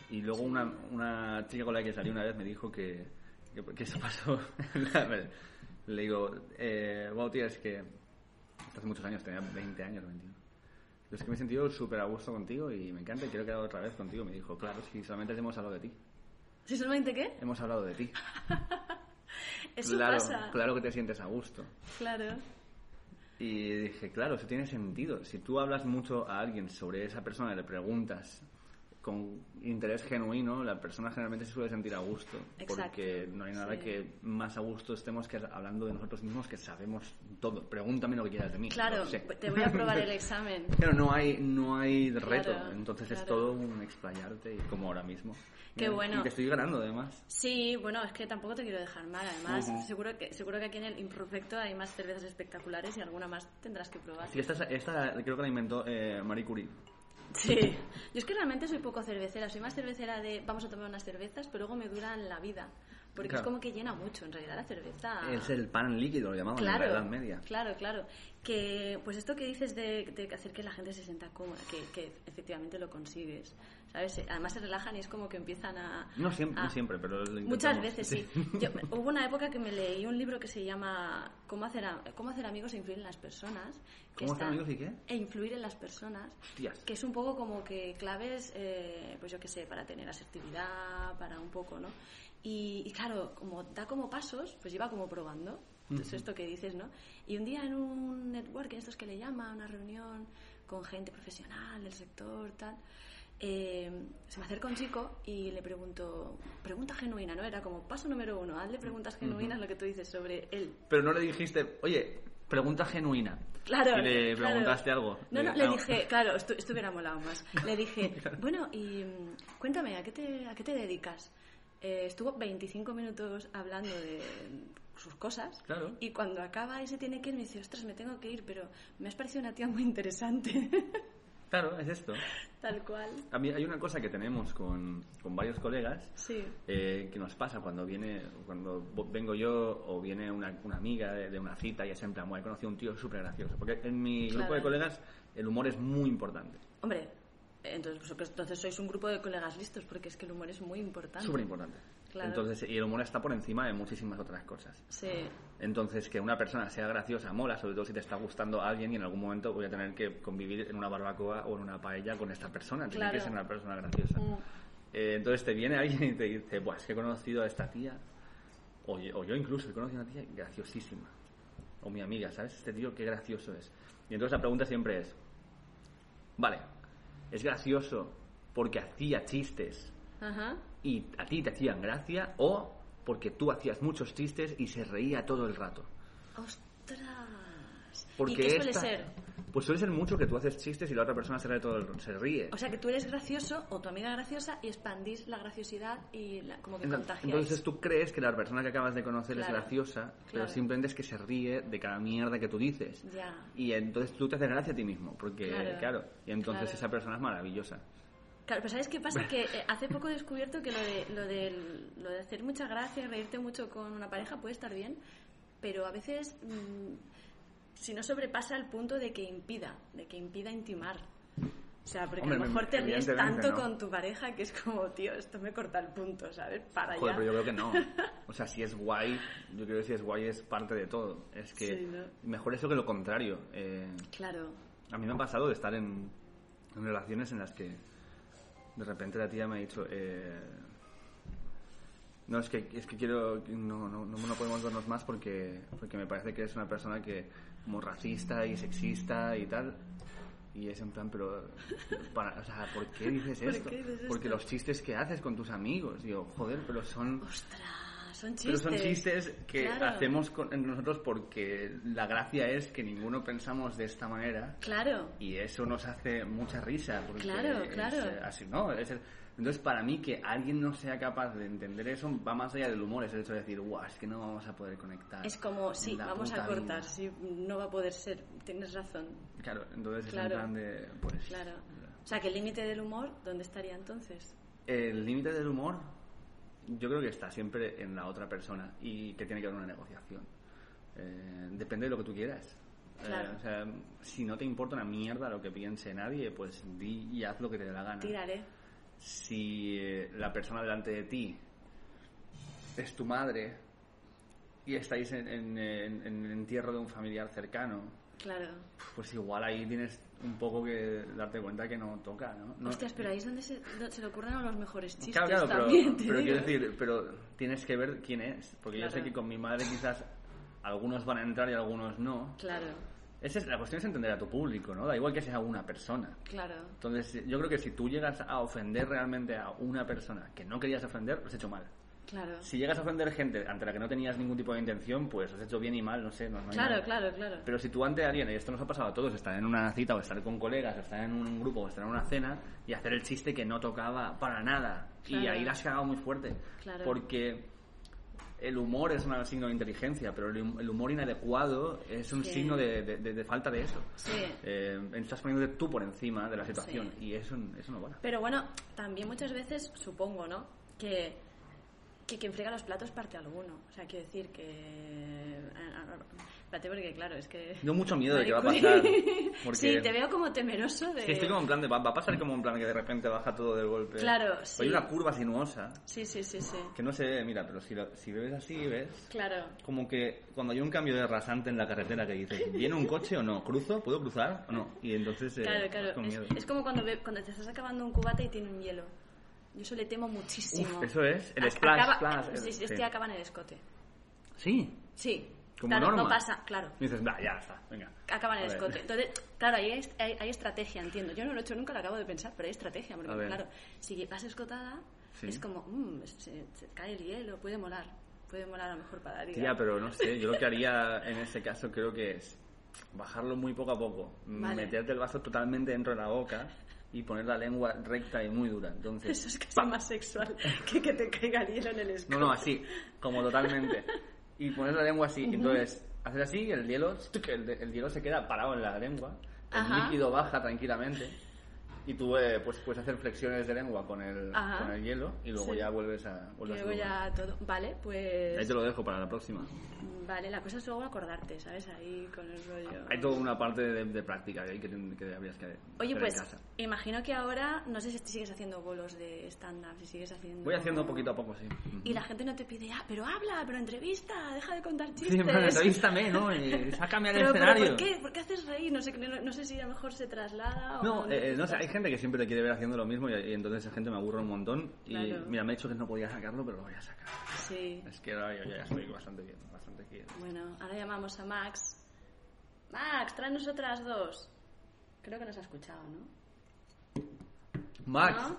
[SPEAKER 2] Y luego una, una chica con la que salí una vez me dijo que, que, que eso pasó. Le digo, eh, wow, tío, es que esto hace muchos años, tenía 20 años, 21. Es que me he sentido súper a gusto contigo y me encanta y quiero quedar otra vez contigo. Me dijo, claro, si solamente hemos hablado de ti.
[SPEAKER 1] ¿Sí solamente qué?
[SPEAKER 2] Hemos hablado de ti.
[SPEAKER 1] Eso
[SPEAKER 2] claro,
[SPEAKER 1] pasa.
[SPEAKER 2] claro que te sientes a gusto.
[SPEAKER 1] Claro.
[SPEAKER 2] Y dije, claro, eso tiene sentido. Si tú hablas mucho a alguien sobre esa persona y le preguntas con interés genuino, la persona generalmente se suele sentir a gusto.
[SPEAKER 1] Exacto,
[SPEAKER 2] Porque no hay nada
[SPEAKER 1] sí.
[SPEAKER 2] que más a gusto estemos que hablando de nosotros mismos que sabemos todo. Pregúntame lo que quieras de mí.
[SPEAKER 1] Claro,
[SPEAKER 2] lo sé.
[SPEAKER 1] te voy a probar el examen.
[SPEAKER 2] Claro, no hay, no hay reto.
[SPEAKER 1] Claro,
[SPEAKER 2] Entonces es
[SPEAKER 1] claro.
[SPEAKER 2] todo un explayarte y como ahora mismo.
[SPEAKER 1] Qué bueno.
[SPEAKER 2] Y te estoy ganando además.
[SPEAKER 1] Sí, bueno, es que tampoco te quiero dejar mal. Además,
[SPEAKER 2] Ujú.
[SPEAKER 1] seguro que seguro que aquí en el Imperfecto hay más cervezas espectaculares y alguna más tendrás que probar.
[SPEAKER 2] Sí, esta, es- esta creo que la inventó eh, Marie Curie.
[SPEAKER 1] Sí. Yo es que realmente soy poco cervecera. Soy más cervecera de vamos a tomar unas cervezas, pero luego me duran la vida. Porque
[SPEAKER 2] Claro.
[SPEAKER 1] es como que llena mucho. En realidad la cerveza...
[SPEAKER 2] Es el pan líquido, lo llamaban en la Edad Media.
[SPEAKER 1] Ah. Claro, claro. Que, pues esto que dices de, de hacer que la gente se sienta cómoda, que, que efectivamente lo consigues. ¿Sabes? Además se relajan y es como que empiezan a.
[SPEAKER 2] No siempre,
[SPEAKER 1] a-
[SPEAKER 2] no siempre, pero lo
[SPEAKER 1] Ah. Muchas
[SPEAKER 2] intentamos.
[SPEAKER 1] veces sí. Yo- hubo una época que me leí un libro que se llama Cómo hacer, a- cómo hacer amigos e influir en las personas. que
[SPEAKER 2] ¿Cómo hacer amigos y qué?
[SPEAKER 1] E influir en las personas.
[SPEAKER 2] Hostias.
[SPEAKER 1] Que es un poco como que claves, eh, pues yo qué sé, para tener asertividad, para un poco, ¿no? Y, y claro, como da como pasos, pues lleva como probando. Entonces, esto que dices, ¿no? Y un día en un networking, estos que le llama, una reunión con gente profesional del sector, tal, eh, se me acerca un chico y le pregunto, pregunta genuina, ¿no? Era como paso número uno, hazle preguntas genuinas, lo que tú dices sobre él,
[SPEAKER 2] Pero no le dijiste, oye, pregunta genuina.
[SPEAKER 1] Claro.
[SPEAKER 2] Y le
[SPEAKER 1] claro.
[SPEAKER 2] preguntaste algo.
[SPEAKER 1] No, no,
[SPEAKER 2] Eh,
[SPEAKER 1] le
[SPEAKER 2] ah,
[SPEAKER 1] dije, claro, esto, esto hubiera molado más. Le dije, bueno, y mm, cuéntame, ¿a qué te, a qué te dedicas? Eh, estuvo 25 minutos hablando de sus cosas
[SPEAKER 2] Claro.
[SPEAKER 1] y cuando acaba y se tiene que ir me dice, ostras, me tengo que ir, pero me has parecido una tía muy interesante,
[SPEAKER 2] Claro, es esto.
[SPEAKER 1] tal cual.
[SPEAKER 2] A mí hay una cosa que tenemos con, con varios colegas
[SPEAKER 1] Sí,
[SPEAKER 2] eh, que nos pasa cuando viene, cuando vo- vengo yo o viene una, una amiga de, de una cita y es en plan, "Buah, he conocido a un tío súper gracioso. Porque en mi grupo
[SPEAKER 1] Claro.
[SPEAKER 2] de colegas el humor es muy importante.
[SPEAKER 1] hombre, entonces, vosotros- entonces sois un grupo de colegas listos porque es que el humor es muy importante.
[SPEAKER 2] Súper importante.
[SPEAKER 1] Claro.
[SPEAKER 2] Entonces, y el humor está por encima de muchísimas otras cosas.
[SPEAKER 1] Sí,
[SPEAKER 2] Entonces, que una persona sea graciosa mola, sobre todo si te está gustando a alguien y en algún momento voy a tener que convivir en una barbacoa o en una paella con esta persona. Tiene
[SPEAKER 1] Claro.
[SPEAKER 2] que ser una persona graciosa. Eh, entonces te viene alguien y te dice, Buah, es que he conocido a esta tía, o, yo- o yo incluso he conocido a una tía graciosísima, o mi amiga, ¿sabes? Este tío qué gracioso es. Y entonces la pregunta siempre es, vale, ¿es gracioso porque hacía chistes
[SPEAKER 1] ajá.
[SPEAKER 2] y a ti te hacían gracia o porque tú hacías muchos chistes y se reía todo el rato?
[SPEAKER 1] Ostras.
[SPEAKER 2] Porque
[SPEAKER 1] ¿Y qué suele
[SPEAKER 2] esta-
[SPEAKER 1] ser?
[SPEAKER 2] Pues suele ser mucho que tú haces chistes y la otra persona se ríe. Todo el- se ríe.
[SPEAKER 1] O sea, que tú eres gracioso o tu amiga graciosa y expandís la graciosidad y la- como que
[SPEAKER 2] entonces,
[SPEAKER 1] contagiáis.
[SPEAKER 2] entonces tú crees que la persona que acabas de conocer es
[SPEAKER 1] Claro,
[SPEAKER 2] graciosa, pero
[SPEAKER 1] claro.
[SPEAKER 2] simplemente es que se ríe de cada mierda que tú dices.
[SPEAKER 1] Ya.
[SPEAKER 2] Y entonces tú te haces gracia a ti mismo, porque
[SPEAKER 1] Claro,
[SPEAKER 2] claro, y entonces
[SPEAKER 1] claro.
[SPEAKER 2] esa persona es maravillosa.
[SPEAKER 1] Claro, pero ¿sabes qué pasa? Que eh, hace poco he descubierto que lo de, lo, del- lo de hacer mucha gracia y reírte mucho con una pareja puede estar bien, pero a veces mm, si no sobrepasa el punto de que impida, de que impida intimar. O sea, porque a
[SPEAKER 2] Hombre,
[SPEAKER 1] lo mejor te ríes
[SPEAKER 2] evidentemente
[SPEAKER 1] tanto
[SPEAKER 2] no.
[SPEAKER 1] con tu pareja que es como, tío, esto me corta el punto, ¿sabes? Para
[SPEAKER 2] Joder,
[SPEAKER 1] ya.
[SPEAKER 2] pero yo creo que no. O sea, si es guay, yo creo que si es guay es parte de todo. Es que
[SPEAKER 1] Sí, ¿no?
[SPEAKER 2] mejor eso que lo contrario. Eh,
[SPEAKER 1] Claro,
[SPEAKER 2] a mí me ha pasado de estar en, en relaciones en las que de repente la tía me ha dicho, eh, no, es que, es que quiero, no, no, no, no podemos vernos más porque, porque me parece que es una persona que como racista y sexista y tal. Y es en plan, pero, para, o sea, ¿por qué dices
[SPEAKER 1] ¿Por
[SPEAKER 2] esto?
[SPEAKER 1] qué dices esto?
[SPEAKER 2] Porque los chistes que haces con tus amigos, digo, joder, pero son...
[SPEAKER 1] ostras, son
[SPEAKER 2] Pero
[SPEAKER 1] chistes.
[SPEAKER 2] son chistes que
[SPEAKER 1] Claro.
[SPEAKER 2] hacemos con- nosotros porque la gracia es que ninguno pensamos de esta manera
[SPEAKER 1] Claro,
[SPEAKER 2] y eso nos hace mucha risa. Porque
[SPEAKER 1] Claro,
[SPEAKER 2] es,
[SPEAKER 1] claro.
[SPEAKER 2] eh, así, ¿no? Es el- entonces, para mí, que alguien no sea capaz de entender eso va más allá del humor, es el hecho de decir, guau, es que no vamos a poder conectar.
[SPEAKER 1] es como, sí,
[SPEAKER 2] La
[SPEAKER 1] vamos a
[SPEAKER 2] puta vida".
[SPEAKER 1] cortar, sí, no va a poder ser, tienes razón.
[SPEAKER 2] Claro, entonces
[SPEAKER 1] Claro.
[SPEAKER 2] es en plan de, pues,
[SPEAKER 1] Claro. O sea, que el límite del humor, ¿dónde estaría entonces?
[SPEAKER 2] El límite del humor, yo creo que está siempre en la otra persona y que tiene que haber una negociación. Eh, depende de lo que tú quieras. Eh,
[SPEAKER 1] Claro.
[SPEAKER 2] o sea, si no te importa una mierda lo que piense nadie, pues di y haz lo que te dé la gana.
[SPEAKER 1] Tiraré.
[SPEAKER 2] Si eh, la persona delante de ti es tu madre y estáis en, en- en- en el entierro de un familiar cercano,
[SPEAKER 1] Claro.
[SPEAKER 2] pues igual ahí tienes un poco que darte cuenta que no toca, ¿no? No-
[SPEAKER 1] Hostias, pero ahí es donde se, do- se le ocurren a los mejores chistes
[SPEAKER 2] Claro, claro, pero,
[SPEAKER 1] también. te
[SPEAKER 2] pero
[SPEAKER 1] digo.
[SPEAKER 2] quiero decir, pero tienes que ver quién es, porque yo sé
[SPEAKER 1] ¿eh? Claro.
[SPEAKER 2] que con mi madre quizás algunos van a entrar y algunos no.
[SPEAKER 1] Claro,
[SPEAKER 2] Esa es, la cuestión es entender a tu público, ¿no? Da igual que sea una persona.
[SPEAKER 1] claro.
[SPEAKER 2] Entonces, yo creo que si tú llegas a ofender realmente a una persona que no querías ofender, lo has hecho mal.
[SPEAKER 1] Claro.
[SPEAKER 2] Si llegas a ofender gente ante la que no tenías ningún tipo de intención, pues lo has hecho bien y mal, no sé. No, no hay
[SPEAKER 1] Claro,
[SPEAKER 2] nada.
[SPEAKER 1] claro, claro.
[SPEAKER 2] Pero si tú ante alguien, y esto nos ha pasado a todos, estar en una cita o estar con colegas, o estar en un grupo o estar en una cena y hacer el chiste que no tocaba para nada. Y
[SPEAKER 1] Claro.
[SPEAKER 2] ahí la has cagado muy fuerte.
[SPEAKER 1] Claro.
[SPEAKER 2] Porque el humor es un signo de inteligencia, pero el hum- el humor inadecuado es un
[SPEAKER 1] Sí.
[SPEAKER 2] signo de, de- de- de falta de eso.
[SPEAKER 1] Sí.
[SPEAKER 2] Eh, estás poniéndote tú por encima de la situación y eso, eso no vale.
[SPEAKER 1] Pero bueno, también muchas veces supongo, ¿no? Que, que quien frega los platos parte alguno. O sea, quiero decir que... a- a- a- Espérate porque, claro, es que...
[SPEAKER 2] Tengo mucho miedo de que va
[SPEAKER 1] Maricu-
[SPEAKER 2] a pasar. Porque
[SPEAKER 1] Sí, te veo como temeroso de...
[SPEAKER 2] es que estoy como en plan de. Va, va a pasar como en plan que de repente baja todo del golpe. Pues
[SPEAKER 1] Claro,
[SPEAKER 2] Hay
[SPEAKER 1] sí.
[SPEAKER 2] una curva sinuosa.
[SPEAKER 1] Sí, sí, sí, sí.
[SPEAKER 2] Que no se ve, mira, pero si, lo- si bebes así, ves.
[SPEAKER 1] Claro.
[SPEAKER 2] Como que cuando hay un cambio de rasante en la carretera que dices, ¿viene un coche o no? ¿Cruzo? ¿Puedo cruzar o no? Y entonces. eh,
[SPEAKER 1] Claro,
[SPEAKER 2] vas
[SPEAKER 1] claro.
[SPEAKER 2] con
[SPEAKER 1] Es,
[SPEAKER 2] miedo.
[SPEAKER 1] es como cuando, ve- cuando te estás acabando un cubata y tiene un hielo. Yo eso le temo muchísimo.
[SPEAKER 2] Uf, eso es, el
[SPEAKER 1] Ac-
[SPEAKER 2] splash,
[SPEAKER 1] acaba-
[SPEAKER 2] splash, el-
[SPEAKER 1] Sí, sí,
[SPEAKER 2] sí.
[SPEAKER 1] este acaba en el escote.
[SPEAKER 2] Sí.
[SPEAKER 1] Sí.
[SPEAKER 2] Como
[SPEAKER 1] claro,
[SPEAKER 2] norma.
[SPEAKER 1] no pasa, claro.
[SPEAKER 2] Y dices, va, ya está, venga.
[SPEAKER 1] Acaba en el
[SPEAKER 2] A ver.
[SPEAKER 1] escote. Entonces, claro, ahí hay, hay- hay estrategia, entiendo. Yo no lo he hecho nunca, lo acabo de pensar, pero hay estrategia.
[SPEAKER 2] A
[SPEAKER 1] Porque,
[SPEAKER 2] ver.
[SPEAKER 1] claro, si vas escotada,
[SPEAKER 2] Sí.
[SPEAKER 1] es como, mm, se, se cae el hielo, puede molar. Puede molar a lo mejor para dar
[SPEAKER 2] Tía, pero no sé, yo lo que haría en ese caso creo que es bajarlo muy poco a poco,
[SPEAKER 1] Vale.
[SPEAKER 2] meterte el vaso totalmente dentro de la boca y poner la lengua recta y muy dura. Entonces,
[SPEAKER 1] Eso es casi más sexual que que te caiga el hielo en el escote.
[SPEAKER 2] No, no, así, como totalmente. Y poner la lengua así, entonces hacer así y el hielo, ¡tuc! el, el hielo se queda parado en la lengua, el
[SPEAKER 1] Ajá.
[SPEAKER 2] líquido baja tranquilamente y tú eh, pues puedes hacer flexiones de lengua con el,
[SPEAKER 1] Ajá.
[SPEAKER 2] con el hielo y luego
[SPEAKER 1] Sí.
[SPEAKER 2] ya vuelves a...
[SPEAKER 1] Y
[SPEAKER 2] vuelves a
[SPEAKER 1] luego
[SPEAKER 2] lugar.
[SPEAKER 1] ya todo. Vale, pues.
[SPEAKER 2] Ahí te lo dejo para la próxima.
[SPEAKER 1] Vale, la cosa es luego acordarte, ¿sabes? Ahí con el rollo.
[SPEAKER 2] Hay toda una parte de, de práctica que, hay que, ten- que habrías que
[SPEAKER 1] Oye,
[SPEAKER 2] hacer
[SPEAKER 1] pues
[SPEAKER 2] en casa.
[SPEAKER 1] imagino que ahora, no sé si te sigues haciendo bolos de stand-up, si sigues haciendo...
[SPEAKER 2] Voy haciendo poquito a poco, sí.
[SPEAKER 1] Y la gente no te pide, ah, pero habla, pero entrevista, deja de contar chistes.
[SPEAKER 2] Sí, pero entrevístame, ¿no? Eh, sácame al
[SPEAKER 1] Pero, pero
[SPEAKER 2] escenario.
[SPEAKER 1] ¿por qué? ¿Por qué haces reír? No sé, qué- no, no sé si a lo mejor se traslada o...
[SPEAKER 2] No, eh, eh, no sé, hay gente que siempre te quiere ver haciendo lo mismo y, y entonces esa gente me aburre un montón. Y
[SPEAKER 1] Claro.
[SPEAKER 2] mira, me he dicho que no podía sacarlo, pero lo voy a sacar.
[SPEAKER 1] Sí.
[SPEAKER 2] Es que ahora yo ya estoy bastante bien, bastante bien.
[SPEAKER 1] Bueno, ahora llamamos a Max. Max, tráenos otras dos. Creo que nos ha escuchado, ¿no?
[SPEAKER 2] Max,
[SPEAKER 1] ¿No?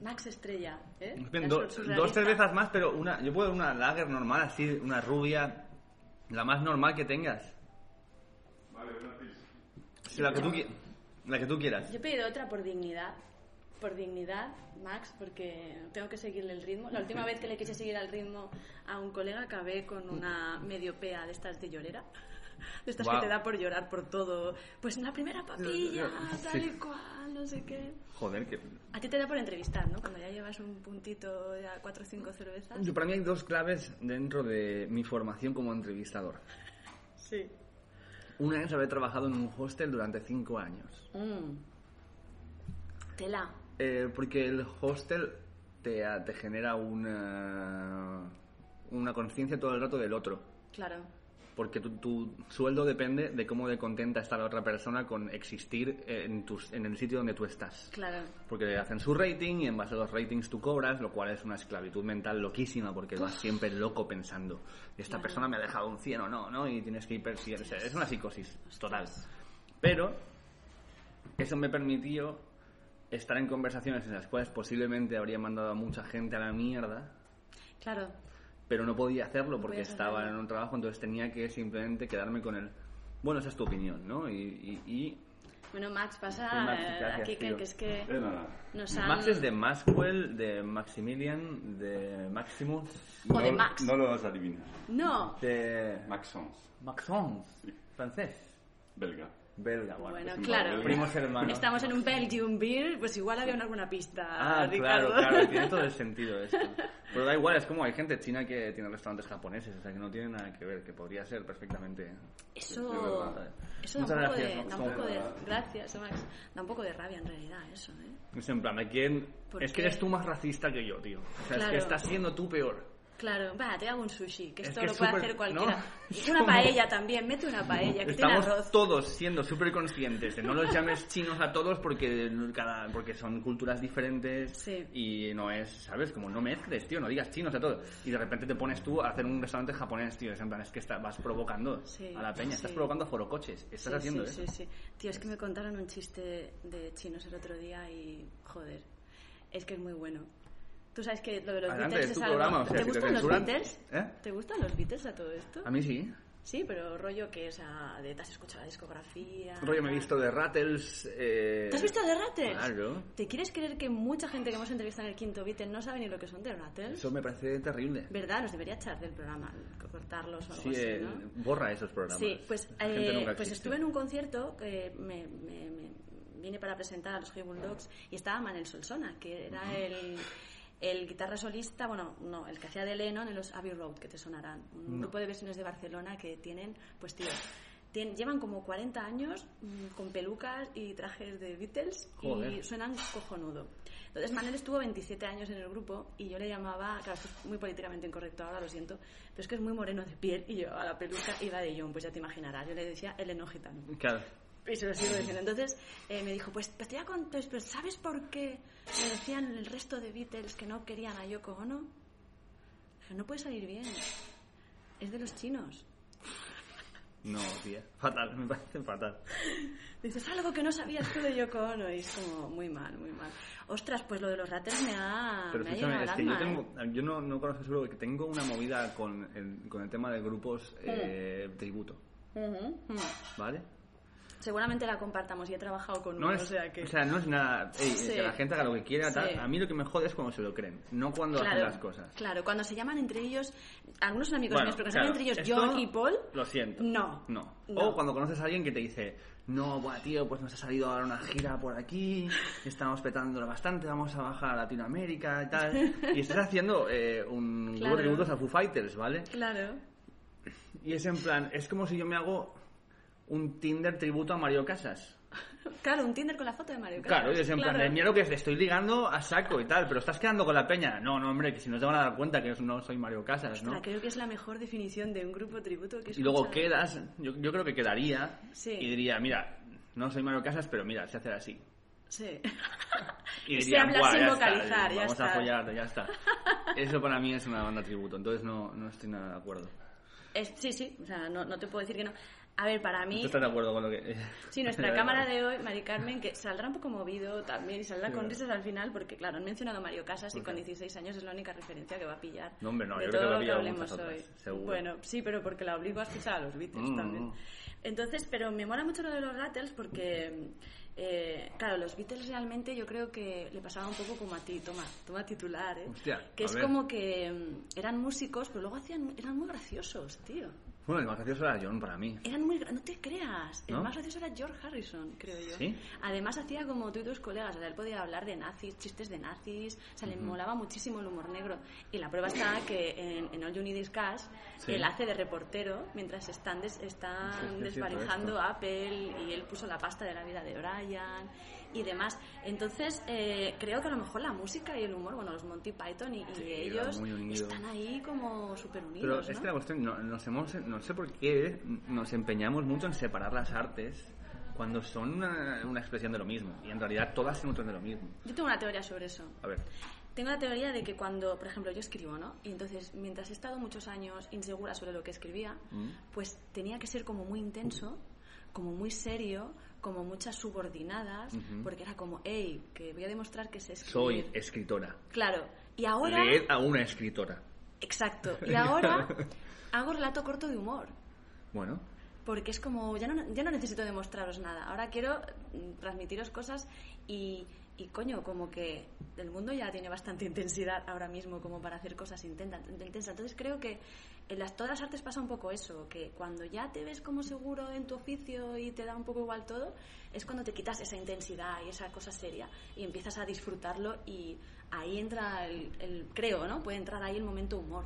[SPEAKER 1] Max Estrella, ¿eh?
[SPEAKER 2] en fin,
[SPEAKER 1] La
[SPEAKER 2] do-
[SPEAKER 1] sur-
[SPEAKER 2] dos
[SPEAKER 1] surrealista.
[SPEAKER 2] cervezas más, pero una. Yo puedo una lager normal, así, una rubia, la más normal que tengas. Sí, la que tú qui- La que tú quieras.
[SPEAKER 1] Yo he pedido otra por dignidad. por dignidad, Max, porque tengo que seguirle el ritmo. La última vez que le quise seguir al ritmo a un colega acabé con una mediopea de estas de llorera. De estas
[SPEAKER 2] Guau.
[SPEAKER 1] que te da por llorar por todo. Pues la primera papilla,
[SPEAKER 2] Sí.
[SPEAKER 1] tal y cual, no sé qué.
[SPEAKER 2] Joder, que...
[SPEAKER 1] A ti te da por entrevistar, ¿no? Cuando ya llevas un puntito, ya cuatro o cinco cervezas.
[SPEAKER 2] Yo, para mí hay dos claves dentro de mi formación como entrevistador.
[SPEAKER 1] Sí.
[SPEAKER 2] Una es haber trabajado en un hostel durante cinco años.
[SPEAKER 1] Mm. Tela.
[SPEAKER 2] Eh, porque el hostel te, ah, te genera una, una conciencia todo el rato del otro.
[SPEAKER 1] Claro.
[SPEAKER 2] Porque tu, tu sueldo depende de cómo de contenta está la otra persona con existir en, tus, en el sitio donde tú estás.
[SPEAKER 1] Claro.
[SPEAKER 2] Porque hacen su rating y en base a los ratings tú cobras, lo cual es una esclavitud mental loquísima porque vas siempre loco pensando, esta persona me ha dejado un 100 o no, ¿no? Y tienes que ir persiguiendo. O sea, Es una psicosis total. Pero eso me permitió estar en conversaciones en las cuales posiblemente habría mandado a mucha gente a la mierda,
[SPEAKER 1] Claro.
[SPEAKER 2] pero no podía hacerlo porque
[SPEAKER 1] podías
[SPEAKER 2] estaba
[SPEAKER 1] hacerlo.
[SPEAKER 2] en un trabajo, entonces tenía que simplemente quedarme con el, bueno, esa es tu opinión, ¿no? Y... y, y-
[SPEAKER 1] Bueno, Max, pasa
[SPEAKER 2] Max,
[SPEAKER 1] eh,
[SPEAKER 2] gracias,
[SPEAKER 1] aquí que,
[SPEAKER 2] tío. Eh,
[SPEAKER 1] que es que
[SPEAKER 3] Eh,
[SPEAKER 1] nos han...
[SPEAKER 2] Max es de Maxwell, de Maximilian, de Maximus,
[SPEAKER 1] O de Max.
[SPEAKER 3] No lo vas a adivinar.
[SPEAKER 1] No.
[SPEAKER 2] de
[SPEAKER 3] Maxons,
[SPEAKER 2] Maxons, francés,
[SPEAKER 3] belga.
[SPEAKER 2] belga, bueno.
[SPEAKER 1] Bueno,
[SPEAKER 3] es un
[SPEAKER 1] claro.
[SPEAKER 3] Belgium.
[SPEAKER 2] Primos hermanos.
[SPEAKER 1] Estamos en un Belgium Beer, pues igual había alguna pista.
[SPEAKER 2] Ah,
[SPEAKER 1] Ricardo.
[SPEAKER 2] claro, claro, tiene todo el sentido esto. Pero da igual, es como hay gente china que tiene restaurantes japoneses, o sea que no tiene nada que ver, que podría ser perfectamente.
[SPEAKER 3] Es
[SPEAKER 1] Eso,
[SPEAKER 3] verdad.
[SPEAKER 1] eso da un
[SPEAKER 2] eh. Muchas
[SPEAKER 1] poco de, da un
[SPEAKER 2] gracias, Max.
[SPEAKER 1] poco de,
[SPEAKER 3] Muchas
[SPEAKER 1] gracias, Max, da un poco de rabia en realidad eso, ¿eh?
[SPEAKER 2] Es en plan, ¿a quién?
[SPEAKER 1] ¿Por
[SPEAKER 2] Es que
[SPEAKER 1] qué?
[SPEAKER 2] eres tú más racista que yo, tío. O sea, es
[SPEAKER 1] Claro.
[SPEAKER 2] que estás siendo tú peor.
[SPEAKER 1] Claro, va, te hago un sushi, que
[SPEAKER 2] Es
[SPEAKER 1] esto
[SPEAKER 2] que
[SPEAKER 1] lo
[SPEAKER 2] es
[SPEAKER 1] puede
[SPEAKER 2] súper-
[SPEAKER 1] hacer
[SPEAKER 2] ¿no?
[SPEAKER 1] cualquiera.
[SPEAKER 2] Es
[SPEAKER 1] Y una
[SPEAKER 2] como-
[SPEAKER 1] paella también, mete una paella, que tiene
[SPEAKER 2] Estamos
[SPEAKER 1] arroz.
[SPEAKER 2] todos siendo súper conscientes de no los llames chinos a todos porque, cada, porque son culturas diferentes
[SPEAKER 1] Sí.
[SPEAKER 2] y no es, ¿sabes? Como no mezcles, tío, no digas chinos a todos. Y de repente te pones tú a hacer un restaurante japonés, tío. Es en plan, es que está- vas provocando
[SPEAKER 1] Sí,
[SPEAKER 2] a la peña, estás
[SPEAKER 1] sí.
[SPEAKER 2] provocando forocoches,
[SPEAKER 1] sí,
[SPEAKER 2] estás haciendo
[SPEAKER 1] sí,
[SPEAKER 2] eso.
[SPEAKER 1] sí, sí. Tío, es que me contaron un chiste de chinos el otro día y, joder, es que es muy bueno. Tú sabes que lo de los
[SPEAKER 2] Adelante,
[SPEAKER 1] Beatles
[SPEAKER 2] es
[SPEAKER 1] es
[SPEAKER 2] tu
[SPEAKER 1] algo...
[SPEAKER 2] programa, o sea,
[SPEAKER 1] ¿Te
[SPEAKER 2] si te
[SPEAKER 1] gustan los
[SPEAKER 2] censuran-
[SPEAKER 1] Beatles?
[SPEAKER 2] ¿Eh?
[SPEAKER 1] ¿Te gustan los Beatles a todo esto?
[SPEAKER 2] A mí sí.
[SPEAKER 1] Sí, pero rollo que es a... de te has escuchado la discografía...
[SPEAKER 2] Rollo me he
[SPEAKER 1] tal.
[SPEAKER 2] visto de Rattles. eh,
[SPEAKER 1] ¿Te has visto de Rattles?
[SPEAKER 2] Claro.
[SPEAKER 1] ¿Te quieres creer que mucha gente que hemos entrevistado en el quinto Beatle no sabe ni lo que son de Rattles?
[SPEAKER 2] Eso me parece terrible.
[SPEAKER 1] ¿Verdad? Nos debería echar del programa, cortarlos o algo
[SPEAKER 2] Sí,
[SPEAKER 1] así,
[SPEAKER 2] eh,
[SPEAKER 1] pues, ¿no?
[SPEAKER 2] borra esos programas.
[SPEAKER 1] Sí, pues,
[SPEAKER 2] Esa gente
[SPEAKER 1] eh,
[SPEAKER 2] nunca
[SPEAKER 1] pues
[SPEAKER 2] existió.
[SPEAKER 1] estuve en un concierto que me, me- me vine para presentar a los Hey Bulldogs y estaba Manel Solsona, que era el, el guitarra solista, bueno, no, el que hacía de Lennon en los Abbey Road, que te sonarán. Un grupo de versiones de Barcelona que tienen, pues tío, tien- llevan como 40 años mm, con pelucas y trajes de Beatles y
[SPEAKER 2] Joder.
[SPEAKER 1] suenan cojonudo. Entonces Manel estuvo 27 años en el grupo y yo le llamaba, claro, esto es muy políticamente incorrecto ahora, lo siento, pero es que es muy moreno de piel y llevaba la peluca y la de John, pues ya te imaginarás, yo le decía el enojitano.
[SPEAKER 2] Claro.
[SPEAKER 1] Y se lo sigo diciendo. Entonces eh, me dijo, pues, pues te voy a contar, pero ¿sabes por qué me decían el resto de Beatles que no querían a Yoko Ono? Dije, No puede salir bien, es de los chinos.
[SPEAKER 2] No, tía. Fatal, me parece fatal.
[SPEAKER 1] Dices algo que no sabías tú de Yoko Ono y es como muy mal, muy mal. Ostras, pues lo de los ratters me ha, Ah,
[SPEAKER 2] Pero
[SPEAKER 1] me ha llegado
[SPEAKER 2] escúchame,
[SPEAKER 1] al
[SPEAKER 2] es que
[SPEAKER 1] alma.
[SPEAKER 2] yo,
[SPEAKER 1] ¿eh?
[SPEAKER 2] tengo, yo no, no conozco seguro que tengo una movida con el, con el tema de grupos eh, tributo,
[SPEAKER 1] Ujú, ujú.
[SPEAKER 2] ¿vale?
[SPEAKER 1] Hmm. Seguramente la compartamos y he trabajado con
[SPEAKER 2] No
[SPEAKER 1] uno,
[SPEAKER 2] es,
[SPEAKER 1] o sea que...
[SPEAKER 2] no es nada, ey, eh,
[SPEAKER 1] Sí.
[SPEAKER 2] que la gente haga lo que quiera, tal.
[SPEAKER 1] Sí.
[SPEAKER 2] A mí lo que me jode es cuando se lo creen, no cuando hacen las cosas.
[SPEAKER 1] claro, cuando se llaman entre ellos, algunos son amigos
[SPEAKER 2] Bueno,
[SPEAKER 1] míos, pero
[SPEAKER 2] claro,
[SPEAKER 1] cuando se llaman entre
[SPEAKER 2] esto
[SPEAKER 1] ellos John y Paul,
[SPEAKER 2] Lo siento.
[SPEAKER 1] No.
[SPEAKER 2] No.
[SPEAKER 1] No.
[SPEAKER 2] O cuando conoces a alguien que te dice, no, buah, tío, pues nos ha salido ahora una gira por aquí, estamos petándola bastante, vamos a bajar a Latinoamérica y tal. Y estás haciendo eh, un grupo
[SPEAKER 1] Claro.
[SPEAKER 2] de tributos a Foo Fighters, ¿vale?
[SPEAKER 1] claro,
[SPEAKER 2] Y es en plan, es como si yo me hago un Tinder tributo a Mario Casas.
[SPEAKER 1] claro, un Tinder con la foto de Mario Casas.
[SPEAKER 2] Claro, y es en plan,
[SPEAKER 1] claro.
[SPEAKER 2] el miedo que es, estoy ligando a saco y tal, pero estás quedando con la peña. No, no, hombre, que si no te van a dar cuenta que no soy Mario Casas, ¿no?
[SPEAKER 1] Ostras, Creo que es la mejor definición de un grupo tributo que
[SPEAKER 2] Y luego
[SPEAKER 1] escuchado.
[SPEAKER 2] quedas, yo, yo creo que quedaría
[SPEAKER 1] Sí.
[SPEAKER 2] y diría, mira, no soy Mario Casas, pero mira, se hace así.
[SPEAKER 1] Sí.
[SPEAKER 2] Y
[SPEAKER 1] Se
[SPEAKER 2] diría,
[SPEAKER 1] habla
[SPEAKER 2] "Buah,
[SPEAKER 1] sin
[SPEAKER 2] ya
[SPEAKER 1] vocalizar, ya
[SPEAKER 2] vamos
[SPEAKER 1] está".
[SPEAKER 2] a follar, ya está. Eso para mí es una banda tributo, entonces no, no estoy nada de acuerdo.
[SPEAKER 1] Es- sí, sí, o sea, no, no te puedo decir que no. A ver, para
[SPEAKER 2] ¿Tú
[SPEAKER 1] mí,
[SPEAKER 2] estás de acuerdo con lo que...?
[SPEAKER 1] sí, nuestra cámara de hoy, Mari Carmen, que saldrá un poco movido también y saldrá con risas al final, porque claro, han mencionado a Mario Casas y con 16 años es la única referencia que va a pillar.
[SPEAKER 2] No, hombre, no,
[SPEAKER 1] de
[SPEAKER 2] yo creo
[SPEAKER 1] todo
[SPEAKER 2] que va
[SPEAKER 1] lo que
[SPEAKER 2] a pillar
[SPEAKER 1] hablemos
[SPEAKER 2] muchas
[SPEAKER 1] hoy.
[SPEAKER 2] otras, seguro.
[SPEAKER 1] Bueno, sí, pero porque la obligo a escuchar a los Beatles
[SPEAKER 2] Mm.
[SPEAKER 1] también. Entonces, pero me mola mucho lo de los Rattles porque Eh, claro, los Beatles realmente yo creo que le pasaba un poco como a ti, toma, toma titular, ¿eh?
[SPEAKER 2] Hostia,
[SPEAKER 1] que
[SPEAKER 2] a
[SPEAKER 1] es
[SPEAKER 2] ver.
[SPEAKER 1] como que mm, eran músicos, pero luego hacían, eran muy graciosos, tío.
[SPEAKER 2] Bueno, el más gracioso era John para mí.
[SPEAKER 1] Eran muy... gra- No te creas. El
[SPEAKER 2] ¿No?
[SPEAKER 1] más gracioso era George Harrison, creo yo.
[SPEAKER 2] ¿Sí?
[SPEAKER 1] Además hacía como tú y tus colegas. O sea, él podía hablar de nazis, chistes de nazis. O sea, le molaba muchísimo el humor negro. Y la prueba está que en, en All You Need Is Cash
[SPEAKER 2] Sí.
[SPEAKER 1] él hace de reportero mientras están, des- están
[SPEAKER 2] Sí, es que es cierto
[SPEAKER 1] desvarijando
[SPEAKER 2] esto.
[SPEAKER 1] Apple y él puso la pasta de la vida de Brian y demás. Entonces, eh, creo que a lo mejor la música y el humor, bueno, los Monty Python y, y
[SPEAKER 2] Sí, eran
[SPEAKER 1] ellos
[SPEAKER 2] muy unidos.
[SPEAKER 1] están ahí como súper
[SPEAKER 2] Pero
[SPEAKER 1] unidos,
[SPEAKER 2] es
[SPEAKER 1] ¿no?
[SPEAKER 2] que la cuestión, no, nos hemos, no sé por qué nos empeñamos mucho en separar las artes cuando son una, una expresión de lo mismo. Y en realidad todas se nutren de lo mismo.
[SPEAKER 1] Yo tengo una teoría sobre eso.
[SPEAKER 2] A ver,
[SPEAKER 1] Tengo la teoría de que cuando, por ejemplo, yo escribo, ¿no? Y entonces, mientras he estado muchos años insegura sobre lo que escribía, pues tenía que ser como muy intenso, como muy serio, como muchas subordinadas, porque era como, hey, que voy a demostrar que sé
[SPEAKER 2] soy
[SPEAKER 1] escribir.
[SPEAKER 2] escritora.
[SPEAKER 1] Claro. Y ahora...
[SPEAKER 2] Leed a una escritora.
[SPEAKER 1] Exacto. Y ahora hago relato corto de humor.
[SPEAKER 2] Bueno,
[SPEAKER 1] Porque es como, ya no, ya no necesito demostraros nada, ahora quiero mm, transmitiros cosas y, y, coño, como que el mundo ya tiene bastante intensidad ahora mismo como para hacer cosas intenta- intensas. Entonces creo que en las, todas las artes pasa un poco eso, que cuando ya te ves como seguro en tu oficio y te da un poco igual todo, es cuando te quitas esa intensidad y esa cosa seria y empiezas a disfrutarlo y ahí entra el, el creo, ¿no? Puede entrar ahí el momento humor.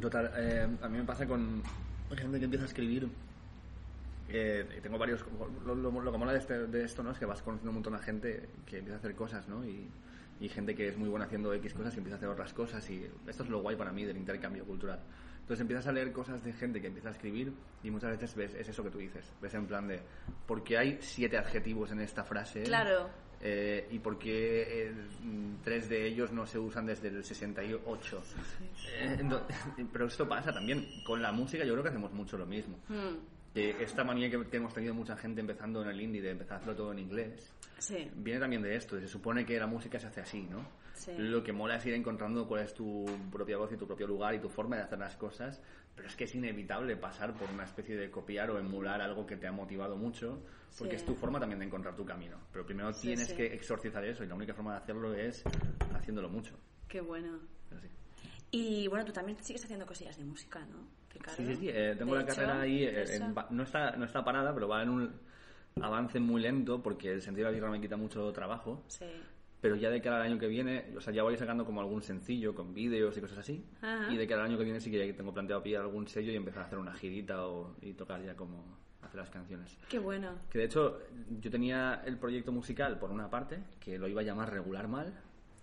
[SPEAKER 2] Total, eh, a mí me pasa con gente que empieza a escribir. eh, y tengo varios. Lo, lo- lo que mola de, este- de esto, ¿no? Es que vas conociendo un montón de gente que empieza a hacer cosas, ¿no? Y, y gente que es muy buena haciendo X cosas y empieza a hacer otras cosas. Y esto es lo guay para mí del intercambio cultural. Entonces empiezas a leer cosas de gente que empieza a escribir y muchas veces ves, es eso que tú dices. Ves en plan de. Porque hay siete adjetivos en esta frase.
[SPEAKER 1] Claro.
[SPEAKER 2] Eh, y por qué eh, mm, tres de ellos no se usan desde el 68. Eh, ento- pero esto pasa también. Con la música yo creo que hacemos mucho lo mismo.
[SPEAKER 1] Mm.
[SPEAKER 2] Eh, esta manía que, que hemos tenido mucha gente empezando en el indie de empezar a hacerlo todo en inglés,
[SPEAKER 1] Sí.
[SPEAKER 2] viene también de esto. Se supone que la música se hace así, ¿no?
[SPEAKER 1] Sí.
[SPEAKER 2] Lo que mola es ir encontrando cuál es tu propia voz y tu propio lugar y tu forma de hacer las cosas, pero es que es inevitable pasar por una especie de copiar o emular algo que te ha motivado mucho, porque
[SPEAKER 1] Sí.
[SPEAKER 2] es tu forma también de encontrar tu camino. Pero primero
[SPEAKER 1] Sí,
[SPEAKER 2] tienes
[SPEAKER 1] sí.
[SPEAKER 2] que exorcizar eso y la única forma de hacerlo es haciéndolo mucho.
[SPEAKER 1] Qué bueno.
[SPEAKER 2] Pero sí.
[SPEAKER 1] Y bueno, tú también sigues haciendo cosillas de música, ¿no? Ricardo?
[SPEAKER 2] Sí, sí, sí. eh, tengo
[SPEAKER 1] De
[SPEAKER 2] la
[SPEAKER 1] hecho,
[SPEAKER 2] carrera ahí. eh,
[SPEAKER 1] eso.
[SPEAKER 2] en- va- no, está, no está parada, pero va en un avance muy lento porque el sentido de la guitarra me quita mucho trabajo.
[SPEAKER 1] Sí.
[SPEAKER 2] Pero ya de cara al año que viene, o sea, ya voy sacando como algún sencillo con vídeos y cosas así.
[SPEAKER 1] Ajá.
[SPEAKER 2] Y de cara al año que viene sí que ya tengo planteado pillar algún sello y empezar a hacer una girita o, y tocar ya como hacer las canciones.
[SPEAKER 1] Qué bueno.
[SPEAKER 2] Que de hecho, yo tenía el proyecto musical por una parte, que lo iba a llamar Regular Mal.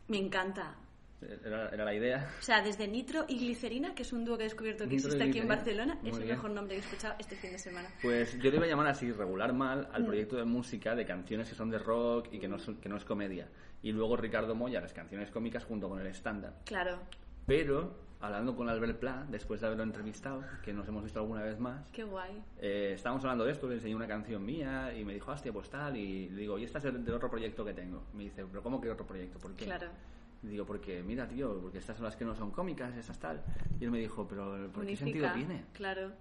[SPEAKER 1] Me encanta.
[SPEAKER 2] Era, era la idea.
[SPEAKER 1] O sea, desde Nitro y Glicerina, que es un dúo que he descubierto que
[SPEAKER 2] Nitro y
[SPEAKER 1] existe aquí en
[SPEAKER 2] Glicerina.
[SPEAKER 1] Barcelona,
[SPEAKER 2] Muy
[SPEAKER 1] es el
[SPEAKER 2] bien.
[SPEAKER 1] mejor nombre que he escuchado este fin de semana.
[SPEAKER 2] Pues yo le iba a llamar así regular mal al proyecto de música de canciones que son de rock y que no, son- que no es comedia. Y luego Ricardo Moya, las canciones cómicas junto con el estándar.
[SPEAKER 1] Claro,
[SPEAKER 2] Pero, hablando con Albert Pla, después de haberlo entrevistado, que nos hemos visto alguna vez más,
[SPEAKER 1] qué guay.
[SPEAKER 2] eh, estábamos hablando de esto, le enseñé una canción mía y me dijo, hostia, pues tal, y le digo, y esta es del del otro proyecto que tengo. Me dice, pero ¿cómo que otro proyecto? ¿Por qué?
[SPEAKER 1] Claro.
[SPEAKER 2] Y Digo, porque mira, tío, porque estas son las que no son cómicas, estas tal. Y él me dijo, pero ¿por qué sentido
[SPEAKER 1] Unifica.
[SPEAKER 2] tiene?
[SPEAKER 1] Claro,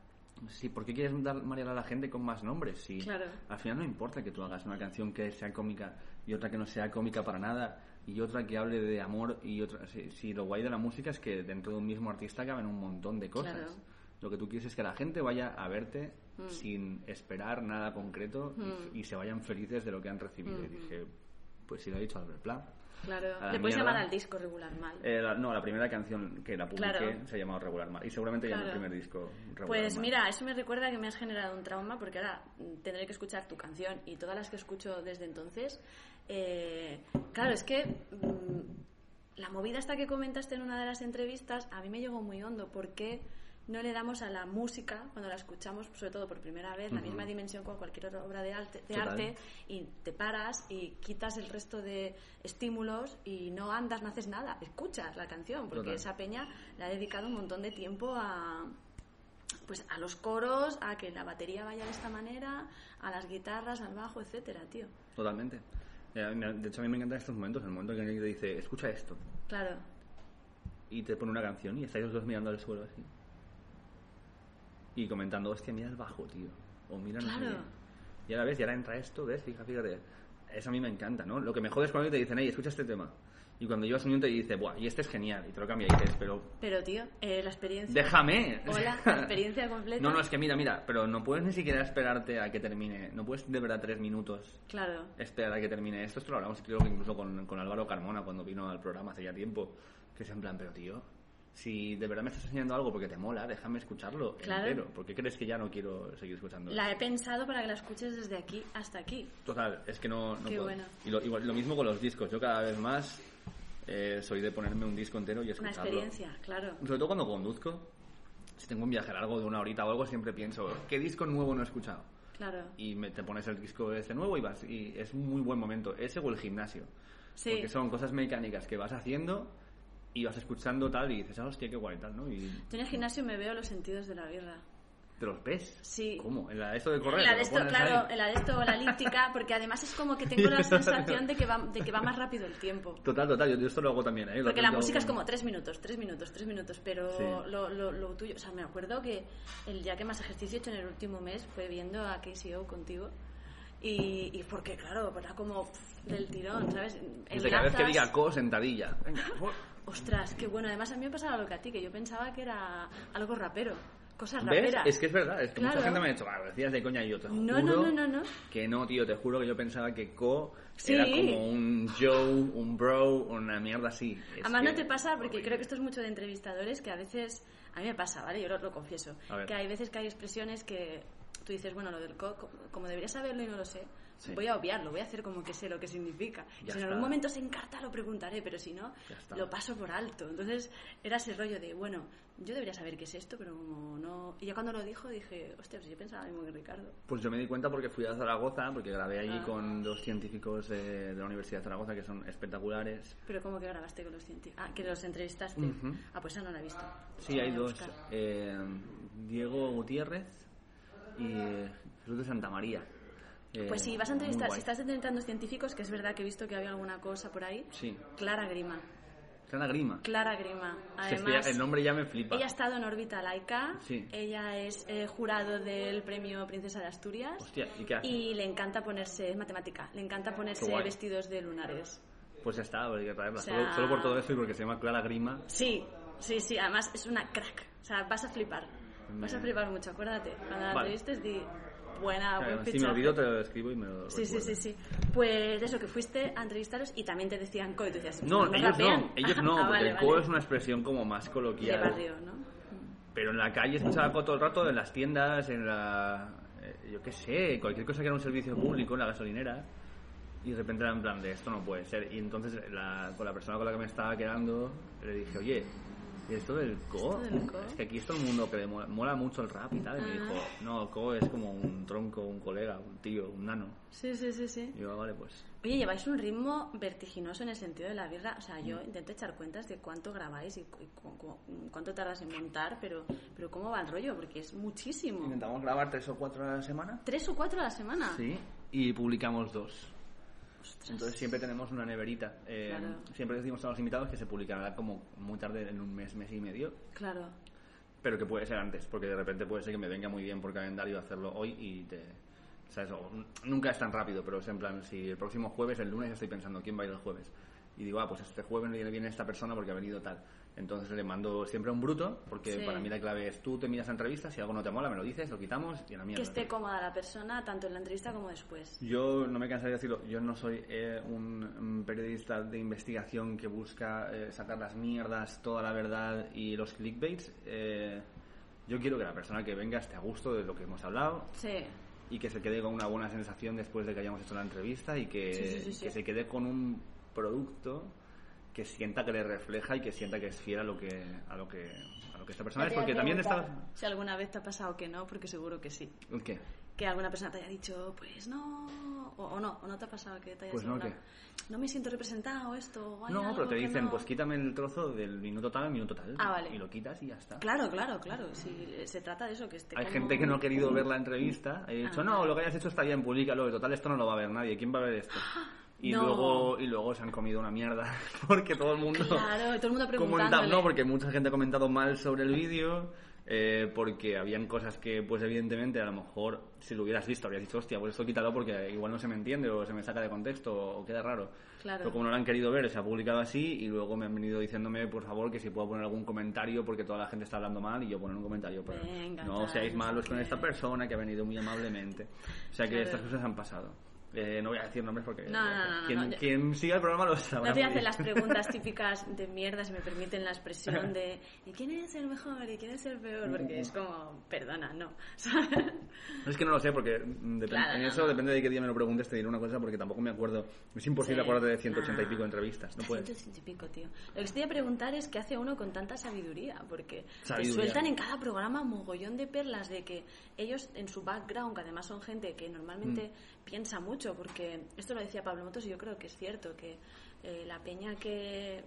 [SPEAKER 2] Sí, ¿por qué quieres dar marear a la gente con más nombres? Si
[SPEAKER 1] Claro.
[SPEAKER 2] Al final no importa que tú hagas una canción que sea cómica y otra que no sea cómica para nada y otra que hable de amor y otra... Si, si lo guay de la música es que dentro de un mismo artista caben un montón de cosas.
[SPEAKER 1] Claro. Mm.
[SPEAKER 2] Lo que tú quieres es que la gente vaya a verte sin esperar nada concreto y- y, se vayan felices de lo que han recibido.
[SPEAKER 1] Mm-hmm.
[SPEAKER 2] Y dije, pues sí lo ha dicho Albert Pla.
[SPEAKER 1] claro.
[SPEAKER 2] A la
[SPEAKER 1] Le puedes
[SPEAKER 2] mierda.
[SPEAKER 1] llamar al disco regular mal.
[SPEAKER 2] Eh, la- no, la primera canción que la publiqué
[SPEAKER 1] Claro.
[SPEAKER 2] se ha llamado Regular Mal. Y seguramente ya en el
[SPEAKER 1] Claro.
[SPEAKER 2] primer disco Regular
[SPEAKER 1] Pues
[SPEAKER 2] Mal.
[SPEAKER 1] mira, eso me recuerda que me has generado un trauma porque ahora mm, tendré que escuchar tu canción y todas las que escucho desde entonces. Eh, claro, es que mm, la movida esta que comentaste en una de las entrevistas a mí me llegó muy hondo porque no le damos a la música cuando la escuchamos, sobre todo por primera vez, la misma dimensión con cualquier otra obra de arte, de
[SPEAKER 2] Total.
[SPEAKER 1] arte y te paras y quitas el resto de estímulos y no andas, no haces nada, escuchas la canción porque
[SPEAKER 2] Total.
[SPEAKER 1] esa peña le ha dedicado un montón de tiempo a, pues a los coros, a que la batería vaya de esta manera, a las guitarras, al bajo, etcétera, tío.
[SPEAKER 2] Totalmente. Eh, a mí me- De hecho, a mí me encantan estos momentos, el momento que alguien te dice, escucha esto,
[SPEAKER 1] Claro,
[SPEAKER 2] y te pone una canción y estáis los dos mirando al suelo así. Y comentando, hostia, mira el bajo, tío. O mira no sé
[SPEAKER 1] Claro.
[SPEAKER 2] qué. Y ahora ves, y ahora entra esto, ves, fija, fíjate. Eso a mí me encanta, ¿no? Lo que me jode es cuando te dicen, hey, escucha este tema. Y cuando llevas un minuto y dices, buah, y este es genial, y te lo cambia y dices, pero
[SPEAKER 1] Pero, tío, eh, la experiencia.
[SPEAKER 2] déjame.
[SPEAKER 1] Hola, la experiencia completa.
[SPEAKER 2] No, no, es que mira, mira, pero no puedes ni siquiera esperarte a que termine. No puedes de verdad tres minutos
[SPEAKER 1] Claro.
[SPEAKER 2] esperar a Este, que termine esto. Esto lo hablamos creo que incluso con, con Álvaro Carmona cuando vino al programa hace ya tiempo. Que es en plan, pero tío, si de verdad me estás enseñando algo porque te mola, déjame escucharlo
[SPEAKER 1] Claro.
[SPEAKER 2] entero. ¿Por qué crees que ya no quiero seguir escuchando?
[SPEAKER 1] La he pensado para que la escuches desde aquí hasta aquí.
[SPEAKER 2] Total, es que no, no
[SPEAKER 1] Qué
[SPEAKER 2] puedo.
[SPEAKER 1] bueno.
[SPEAKER 2] Y lo, igual- lo mismo con los discos. Yo cada vez más eh, soy de ponerme un disco entero y
[SPEAKER 1] Una
[SPEAKER 2] escucharlo.
[SPEAKER 1] experiencia, claro.
[SPEAKER 2] Sobre todo cuando conduzco, si tengo un viaje largo de una horita o algo, siempre pienso, ¿qué disco nuevo no he escuchado?
[SPEAKER 1] Claro.
[SPEAKER 2] Y me- te pones el disco ese nuevo y vas. Y es un muy buen momento. Ese o el gimnasio.
[SPEAKER 1] Sí.
[SPEAKER 2] Porque son cosas mecánicas que vas haciendo y vas escuchando tal y dices, ah, hostia, qué guay tal, ¿no? Y
[SPEAKER 1] Yo en el gimnasio me veo los sentidos de la birra.
[SPEAKER 2] te los ves.
[SPEAKER 1] Sí.
[SPEAKER 2] ¿Cómo? En la de esto de correr.
[SPEAKER 1] El
[SPEAKER 2] te lo
[SPEAKER 1] aresto,
[SPEAKER 2] pones
[SPEAKER 1] claro,
[SPEAKER 2] ahí.
[SPEAKER 1] el aresto o la elíptica, porque además es como que tengo la sensación de que va, de que va más rápido el tiempo.
[SPEAKER 2] Total, total. Yo, yo esto lo hago también, ¿eh? Lo
[SPEAKER 1] Porque la
[SPEAKER 2] aplico-
[SPEAKER 1] música es como tres minutos, tres minutos, tres minutos, pero
[SPEAKER 2] Sí.
[SPEAKER 1] lo, lo- lo tuyo, o sea, me acuerdo que el día que más ejercicio he hecho en el último mes fue viendo a KCO contigo. Y, y porque, claro, era como pff, del tirón, ¿sabes?
[SPEAKER 2] Dice, Cada vez que
[SPEAKER 1] Enlazas-
[SPEAKER 2] diga co, sentadilla. Venga, por-
[SPEAKER 1] Ostras, qué bueno. Además, a mí me pasaba lo que a ti, que yo pensaba que era algo rapero. Cosas
[SPEAKER 2] ¿Ves?
[SPEAKER 1] raperas.
[SPEAKER 2] Es que es verdad, es que
[SPEAKER 1] Claro.
[SPEAKER 2] mucha gente me ha dicho, ah, lo decías de coña y yo te
[SPEAKER 1] No,
[SPEAKER 2] juro
[SPEAKER 1] no, no, no, no.
[SPEAKER 2] que no, tío, te juro que yo pensaba que co
[SPEAKER 1] Sí.
[SPEAKER 2] era como un Joe, un bro, una mierda así. Es
[SPEAKER 1] Además,
[SPEAKER 2] que-
[SPEAKER 1] no te pasa, porque creo que esto es mucho de entrevistadores, que a veces, a mí me pasa, ¿vale? Yo lo, lo confieso,
[SPEAKER 2] A ver.
[SPEAKER 1] que hay veces que hay expresiones que tú dices, bueno, lo del co, co- como debería saberlo y no lo sé,
[SPEAKER 2] Sí.
[SPEAKER 1] voy a obviarlo, voy a hacer como que sé lo que significa. Y
[SPEAKER 2] Ya
[SPEAKER 1] si en
[SPEAKER 2] está.
[SPEAKER 1] algún momento se encarta, lo preguntaré, pero si no,
[SPEAKER 2] Ya está.
[SPEAKER 1] lo paso por alto. Entonces, era ese rollo de, bueno, yo debería saber qué es esto, pero como no... Y ya cuando lo dijo, dije, hostia, pues yo pensaba lo mismo que Ricardo.
[SPEAKER 2] Pues yo me di cuenta porque fui a Zaragoza, porque grabé allí
[SPEAKER 1] Ah.
[SPEAKER 2] con dos científicos de, de la Universidad de Zaragoza que son espectaculares.
[SPEAKER 1] Pero como que grabaste con los científicos. Ah, que los entrevistaste.
[SPEAKER 2] Ujú.
[SPEAKER 1] Ah, pues esa no la he visto.
[SPEAKER 2] Sí, hay
[SPEAKER 1] Voy a
[SPEAKER 2] dos.
[SPEAKER 1] buscar.
[SPEAKER 2] eh, Diego Gutiérrez y eh, Jesús de Santa María. Eh,
[SPEAKER 1] Pues si vas a
[SPEAKER 2] muy
[SPEAKER 1] entrevistar,
[SPEAKER 2] guay.
[SPEAKER 1] si estás entrevistando científicos, que es verdad que he visto que había alguna cosa por ahí.
[SPEAKER 2] Sí.
[SPEAKER 1] Clara Grima.
[SPEAKER 2] Clara Grima.
[SPEAKER 1] Clara Grima.
[SPEAKER 2] Si estoy-
[SPEAKER 1] Además,
[SPEAKER 2] el nombre ya me flipa.
[SPEAKER 1] ella ha estado en órbita laica.
[SPEAKER 2] Sí.
[SPEAKER 1] Ella es eh, jurado del premio Princesa de Asturias.
[SPEAKER 2] Hostia, ¿y qué hace?
[SPEAKER 1] Y le encanta ponerse, es matemática, le encanta ponerse
[SPEAKER 2] guay.
[SPEAKER 1] vestidos de lunares.
[SPEAKER 2] Pues ya está, habría que traerla.
[SPEAKER 1] O sea-
[SPEAKER 2] Solo, solo por todo esto y porque se llama Clara Grima.
[SPEAKER 1] Sí, sí, sí, además es una crack. O sea, vas a flipar. Vas a
[SPEAKER 2] Me-
[SPEAKER 1] flipar mucho, acuérdate. Cuando la
[SPEAKER 2] Vale.
[SPEAKER 1] entrevistes, di buena, buen
[SPEAKER 2] Claro, si me
[SPEAKER 1] fichaje.
[SPEAKER 2] olvido, te lo escribo y me lo.
[SPEAKER 1] Sí, sí,
[SPEAKER 2] recuerdo.
[SPEAKER 1] sí, sí. Pues eso, que fuiste a entrevistaros y también te decían co y tú decías, "Pues
[SPEAKER 2] No, ellos
[SPEAKER 1] rapean".
[SPEAKER 2] no, ellos no,
[SPEAKER 1] Ah,
[SPEAKER 2] porque
[SPEAKER 1] vale,
[SPEAKER 2] el
[SPEAKER 1] vale.
[SPEAKER 2] co es una expresión como más
[SPEAKER 1] De
[SPEAKER 2] coloquial.
[SPEAKER 1] barrio, ¿no?
[SPEAKER 2] Pero en la calle escuchaba co todo el rato, en las tiendas, en la. eh, Yo qué sé, cualquier cosa que era un servicio público, en la gasolinera. Y de repente era en plan de esto no puede ser. Y entonces la- con la persona con la que me estaba quedando, le dije, oye, ¿y esto del co?
[SPEAKER 1] ¿Esto del co?
[SPEAKER 2] Es que aquí es todo el mundo que le mola, mola mucho el rap y tal. Y me
[SPEAKER 1] Ah.
[SPEAKER 2] dijo, no, co es como un tronco, un colega, un tío, un nano.
[SPEAKER 1] Sí, sí, sí, sí.
[SPEAKER 2] Y yo, "Ah, vale, pues.
[SPEAKER 1] Oye, lleváis un ritmo vertiginoso en el sentido de la birra. O sea, yo intento echar cuentas de cuánto grabáis y cu- cu- cu- cuánto tardas en montar, pero, pero cómo va el rollo, porque es muchísimo.
[SPEAKER 2] Intentamos grabar tres o cuatro a la semana.
[SPEAKER 1] ¿Tres o cuatro a la semana?
[SPEAKER 2] Sí. Y publicamos dos.
[SPEAKER 1] Ah. Ostras.
[SPEAKER 2] Entonces siempre tenemos una neverita. Eh,
[SPEAKER 1] Claro.
[SPEAKER 2] Siempre decimos a los invitados que se publicará como muy tarde en un mes, mes y medio.
[SPEAKER 1] Claro.
[SPEAKER 2] Pero que puede ser antes, porque de repente puede ser que me venga muy bien por calendario hacerlo hoy y te... ¿Sabes? O n- nunca es tan rápido, pero es en plan, si el próximo jueves, el lunes, estoy pensando, ¿quién va a ir el jueves? Y digo, ah, pues este jueves le viene bien esta persona porque ha venido tal. Entonces le mando siempre a un bruto, porque
[SPEAKER 1] Sí.
[SPEAKER 2] para mí la clave es tú te miras la entrevista, si algo no te mola, me lo dices, lo quitamos y a la mierda.
[SPEAKER 1] Que esté cómoda la persona, tanto en la entrevista como después.
[SPEAKER 2] Yo no me cansaré de decirlo, yo no soy eh, un un periodista de investigación que busca eh, sacar las mierdas, toda la verdad y los clickbaits. Eh, yo quiero que la persona que venga esté a gusto de lo que hemos hablado
[SPEAKER 1] Sí.
[SPEAKER 2] y que se quede con una buena sensación después de que hayamos hecho la entrevista y que,
[SPEAKER 1] Sí, sí, sí, sí.
[SPEAKER 2] que se quede con un producto que sienta que le refleja y que sienta que es fiel a lo que, a lo que, a lo que esta persona es. Porque también está...
[SPEAKER 1] Si alguna vez te ha pasado que no, porque seguro que sí.
[SPEAKER 2] ¿El qué?
[SPEAKER 1] que alguna persona te haya dicho, pues no, o, o no, o no te ha pasado que te haya
[SPEAKER 2] Pues no,
[SPEAKER 1] no me siento representado esto, o hay
[SPEAKER 2] No,
[SPEAKER 1] algo
[SPEAKER 2] pero te
[SPEAKER 1] que
[SPEAKER 2] dicen,
[SPEAKER 1] no".
[SPEAKER 2] pues quítame el trozo del minuto tal al minuto tal.
[SPEAKER 1] Ah, vale.
[SPEAKER 2] Y lo quitas y ya está.
[SPEAKER 1] Claro, claro, claro, si se trata de eso, que esté
[SPEAKER 2] Hay
[SPEAKER 1] como-
[SPEAKER 2] gente que no ha querido ver la entrevista. y Ha dicho,
[SPEAKER 1] Ah.
[SPEAKER 2] no, lo que hayas hecho está bien, públicalo. De total, esto no lo va a ver nadie. ¿Quién va a ver esto? Y,
[SPEAKER 1] No.
[SPEAKER 2] luego, y luego se han comido una mierda. Porque todo el mundo.
[SPEAKER 1] Claro, y todo el mundo
[SPEAKER 2] comenta-
[SPEAKER 1] preguntándole.
[SPEAKER 2] No, porque mucha gente ha comentado mal sobre el vídeo. eh, porque habían cosas que, pues evidentemente, a lo mejor si lo hubieras visto, habrías dicho, hostia, pues esto quítalo porque igual no se me entiende o se me saca de contexto o queda raro.
[SPEAKER 1] Claro.
[SPEAKER 2] Pero como no lo han querido ver, se ha publicado así y luego me han venido diciéndome, por favor, que si puedo poner algún comentario porque toda la gente está hablando mal y yo poner un comentario, pero
[SPEAKER 1] Venga,
[SPEAKER 2] no
[SPEAKER 1] tal,
[SPEAKER 2] seáis
[SPEAKER 1] no
[SPEAKER 2] malos
[SPEAKER 1] sé
[SPEAKER 2] con
[SPEAKER 1] qué.
[SPEAKER 2] esta persona que ha venido muy amablemente. O sea que
[SPEAKER 1] Claro.
[SPEAKER 2] estas cosas han pasado. Eh, no voy a decir nombres porque
[SPEAKER 1] No, no, no, no,
[SPEAKER 2] quien,
[SPEAKER 1] no, yo-
[SPEAKER 2] quien siga el programa lo sabrá.
[SPEAKER 1] No te
[SPEAKER 2] muy
[SPEAKER 1] hacen
[SPEAKER 2] bien.
[SPEAKER 1] las preguntas típicas de mierda, si me permiten la expresión de ¿y quién es el mejor y quién es el peor? Porque es como, perdona, no. ¿sabes?
[SPEAKER 2] No, Es que no lo sé, porque mm, depen-
[SPEAKER 1] Claro,
[SPEAKER 2] en
[SPEAKER 1] no,
[SPEAKER 2] eso
[SPEAKER 1] no.
[SPEAKER 2] depende de qué día me lo preguntes, te diré una cosa porque tampoco me acuerdo. Es
[SPEAKER 1] Sí.
[SPEAKER 2] imposible acordarte de 180 y
[SPEAKER 1] Ah.
[SPEAKER 2] pico entrevistas, no puedes.
[SPEAKER 1] 300 y pico, tío. Lo que te voy a preguntar es qué hace uno con tanta sabiduría, porque
[SPEAKER 2] Sabiduría.
[SPEAKER 1] te sueltan en cada programa mogollón de perlas de que ellos en su background, que además son gente que normalmente piensa mucho, porque esto lo decía Pablo Motos y yo creo que es cierto, que eh, la peña que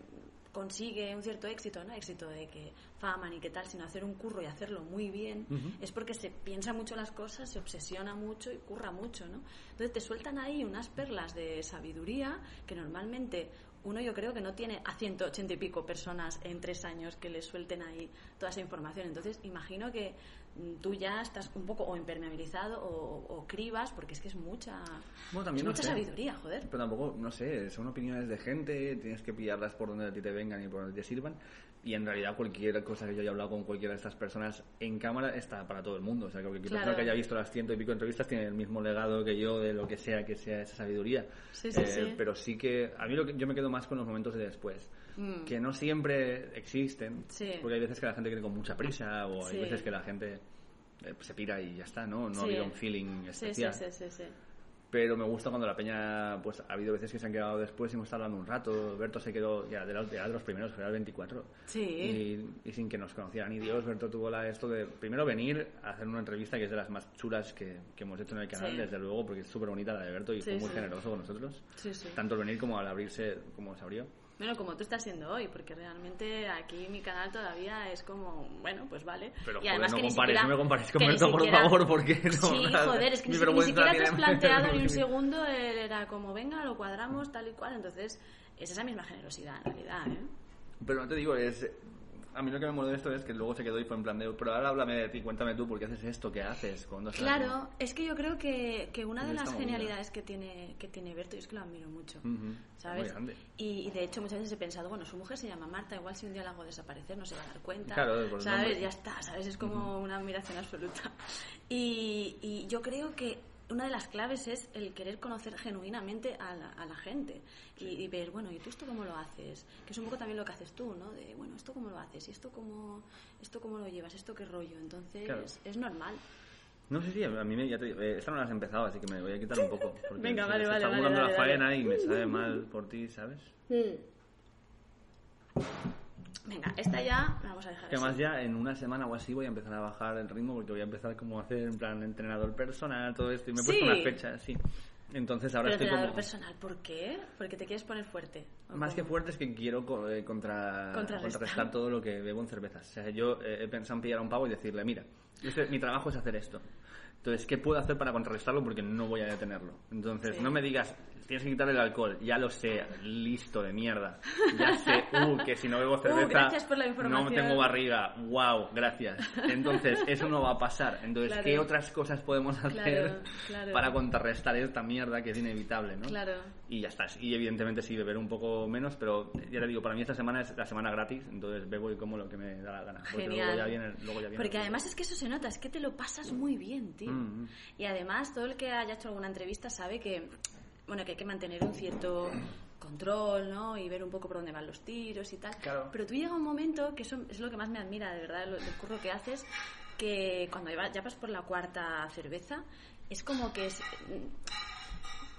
[SPEAKER 1] consigue un cierto éxito, no éxito de que fama ni qué tal, sino hacer un curro y hacerlo muy bien, es porque se piensa mucho las cosas, se obsesiona mucho y curra mucho, ¿no? Entonces te sueltan ahí unas perlas de sabiduría que normalmente uno yo creo que no tiene a 180 y pico personas en tres años que le suelten ahí toda esa información. Entonces imagino que mm, tú ya estás un poco o impermeabilizado o, o cribas porque es que es mucha,
[SPEAKER 2] Bueno,
[SPEAKER 1] es
[SPEAKER 2] también no
[SPEAKER 1] mucha
[SPEAKER 2] sé.
[SPEAKER 1] sabiduría, joder.
[SPEAKER 2] Pero tampoco, no sé, son opiniones de gente, tienes que pillarlas por donde a ti te vengan y por donde te sirvan. Y en realidad cualquier cosa que yo haya hablado con cualquiera de estas personas en cámara está para todo el mundo. O sea, que cualquier
[SPEAKER 1] Claro.
[SPEAKER 2] persona que haya visto las ciento y pico entrevistas tiene el mismo legado que yo de lo que sea que sea esa sabiduría. Eh,
[SPEAKER 1] Sí, sí, sí.
[SPEAKER 2] Pero sí que a mí lo que, yo me quedo más con los momentos de después,
[SPEAKER 1] Mm.
[SPEAKER 2] que no siempre existen,
[SPEAKER 1] Sí.
[SPEAKER 2] porque hay veces que la gente viene con mucha prisa o hay
[SPEAKER 1] Sí.
[SPEAKER 2] veces que la gente eh, se pira y ya está, ¿no? No ha
[SPEAKER 1] Sí.
[SPEAKER 2] habido un feeling
[SPEAKER 1] Sí,
[SPEAKER 2] especial
[SPEAKER 1] sí, sí, sí, sí.
[SPEAKER 2] pero me gusta cuando la peña, pues ha habido veces que se han quedado después y hemos estado hablando un rato. Berto se quedó ya de, la- de los primeros, que era el 24.
[SPEAKER 1] Sí.
[SPEAKER 2] Y, y sin que nos conociera ni Dios, Berto tuvo la, esto de primero venir a hacer una entrevista que es de las más chulas que, que hemos hecho en el canal,
[SPEAKER 1] Sí.
[SPEAKER 2] desde luego, porque es súper bonita la de Berto y
[SPEAKER 1] Sí,
[SPEAKER 2] fue muy
[SPEAKER 1] sí.
[SPEAKER 2] generoso con nosotros.
[SPEAKER 1] Sí, sí.
[SPEAKER 2] Tanto al venir como al abrirse, como se abrió.
[SPEAKER 1] Bueno, como tú estás siendo hoy, porque realmente aquí mi canal todavía es como, bueno, pues vale.
[SPEAKER 2] Pero
[SPEAKER 1] y
[SPEAKER 2] joder,
[SPEAKER 1] además
[SPEAKER 2] no
[SPEAKER 1] que ni
[SPEAKER 2] compares,
[SPEAKER 1] siquiera-
[SPEAKER 2] no me compares con
[SPEAKER 1] que ni
[SPEAKER 2] Berto, por
[SPEAKER 1] siquiera-
[SPEAKER 2] favor, porque no.
[SPEAKER 1] Sí, joder, es que
[SPEAKER 2] Mi
[SPEAKER 1] ni, si- ni
[SPEAKER 2] vergüenza
[SPEAKER 1] siquiera te has
[SPEAKER 2] tiene-
[SPEAKER 1] planteado ni un segundo, él era como, venga, lo cuadramos, tal y cual. Entonces, es esa misma generosidad, en realidad, ¿eh?
[SPEAKER 2] Pero no te digo, es. A mí lo que me molesta de esto es que luego se quedó y fue en plan de. Pero ahora háblame de ti, cuéntame tú, ¿por qué haces esto? ¿Qué haces? ¿Cuándo haces
[SPEAKER 1] Claro, es que yo creo que, que una de
[SPEAKER 2] Está
[SPEAKER 1] las
[SPEAKER 2] muy bien.
[SPEAKER 1] genialidades que tiene, que tiene Berto, y es que lo admiro mucho,
[SPEAKER 2] Ujú, muy
[SPEAKER 1] ¿sabes?
[SPEAKER 2] grande.
[SPEAKER 1] Y, y de hecho muchas veces he pensado, bueno, su mujer se llama Marta, igual si un día la hago desaparecer no se va a dar cuenta,
[SPEAKER 2] Claro, por el nombre.
[SPEAKER 1] ¿sabes? Ya está, ¿sabes? Es como una admiración absoluta. Y, y yo creo que una de las claves es el querer conocer genuinamente a la, a la gente y, y ver, bueno, ¿y tú esto cómo lo haces? Que es un poco también lo que haces tú, ¿no? De, bueno, ¿esto cómo lo haces? ¿Y esto cómo, esto cómo lo llevas? ¿Esto qué rollo? Entonces,
[SPEAKER 2] Claro.
[SPEAKER 1] es normal.
[SPEAKER 2] No sé sí, sí, a mí me, ya te digo, eh, esta no la has empezado, así que me voy a quitar un poco. porque
[SPEAKER 1] Venga,
[SPEAKER 2] se
[SPEAKER 1] vale, vale,
[SPEAKER 2] me Está
[SPEAKER 1] vale,
[SPEAKER 2] acumulando
[SPEAKER 1] dale,
[SPEAKER 2] la
[SPEAKER 1] dale.
[SPEAKER 2] faena y me sabe mal por ti, ¿sabes?
[SPEAKER 1] Venga, esta ya la vamos a dejar
[SPEAKER 2] Que
[SPEAKER 1] así.
[SPEAKER 2] además ya en una semana o así voy a empezar a bajar el ritmo porque voy a empezar como a hacer en plan entrenador personal, todo esto. Y me he puesto
[SPEAKER 1] Sí.
[SPEAKER 2] una fecha, sí. Entonces ahora
[SPEAKER 1] Pero
[SPEAKER 2] estoy
[SPEAKER 1] entrenador
[SPEAKER 2] como...
[SPEAKER 1] personal, ¿por qué? Porque te quieres poner fuerte. ¿o
[SPEAKER 2] Más que
[SPEAKER 1] cómo?
[SPEAKER 2] fuerte es que quiero co- eh, contra,
[SPEAKER 1] Contrarrestar.
[SPEAKER 2] contrarrestar todo lo que bebo en cervezas. O sea, yo eh, he pensado en pillar a un pavo y decirle, mira, este- mi trabajo es hacer esto. Entonces, ¿qué puedo hacer para contrarrestarlo? Porque no voy a detenerlo. Entonces,
[SPEAKER 1] Sí.
[SPEAKER 2] no me digas, tienes que quitar el alcohol. Ya lo sé, listo de mierda. Ya sé, uh, que si no bebo cerveza,
[SPEAKER 1] gracias por la
[SPEAKER 2] no
[SPEAKER 1] información.
[SPEAKER 2] tengo barriga. Wow, gracias. Entonces, eso no va a pasar. Entonces,
[SPEAKER 1] Claro.
[SPEAKER 2] ¿qué otras cosas podemos hacer
[SPEAKER 1] claro.
[SPEAKER 2] para contrarrestar esta mierda que es inevitable? ¿no?
[SPEAKER 1] Claro.
[SPEAKER 2] Y ya está. Y evidentemente sí, beber un poco menos, pero ya te digo, para mí esta semana es la semana gratis, entonces bebo y como lo que me da la gana. Porque
[SPEAKER 1] Genial.
[SPEAKER 2] luego ya viene, luego ya viene
[SPEAKER 1] Porque
[SPEAKER 2] el-
[SPEAKER 1] además es que eso se nota, es que te lo pasas muy bien, tío.
[SPEAKER 2] Mm, mm.
[SPEAKER 1] Y además todo el que haya hecho alguna entrevista sabe que, bueno, que hay que mantener un cierto control, ¿no? Y ver un poco por dónde van los tiros y tal.
[SPEAKER 2] Claro.
[SPEAKER 1] Pero tú llega un momento, que eso es lo que más me admira, de verdad, lo, del curro que haces, que cuando ya vas- ya vas por la cuarta cerveza, es como que es,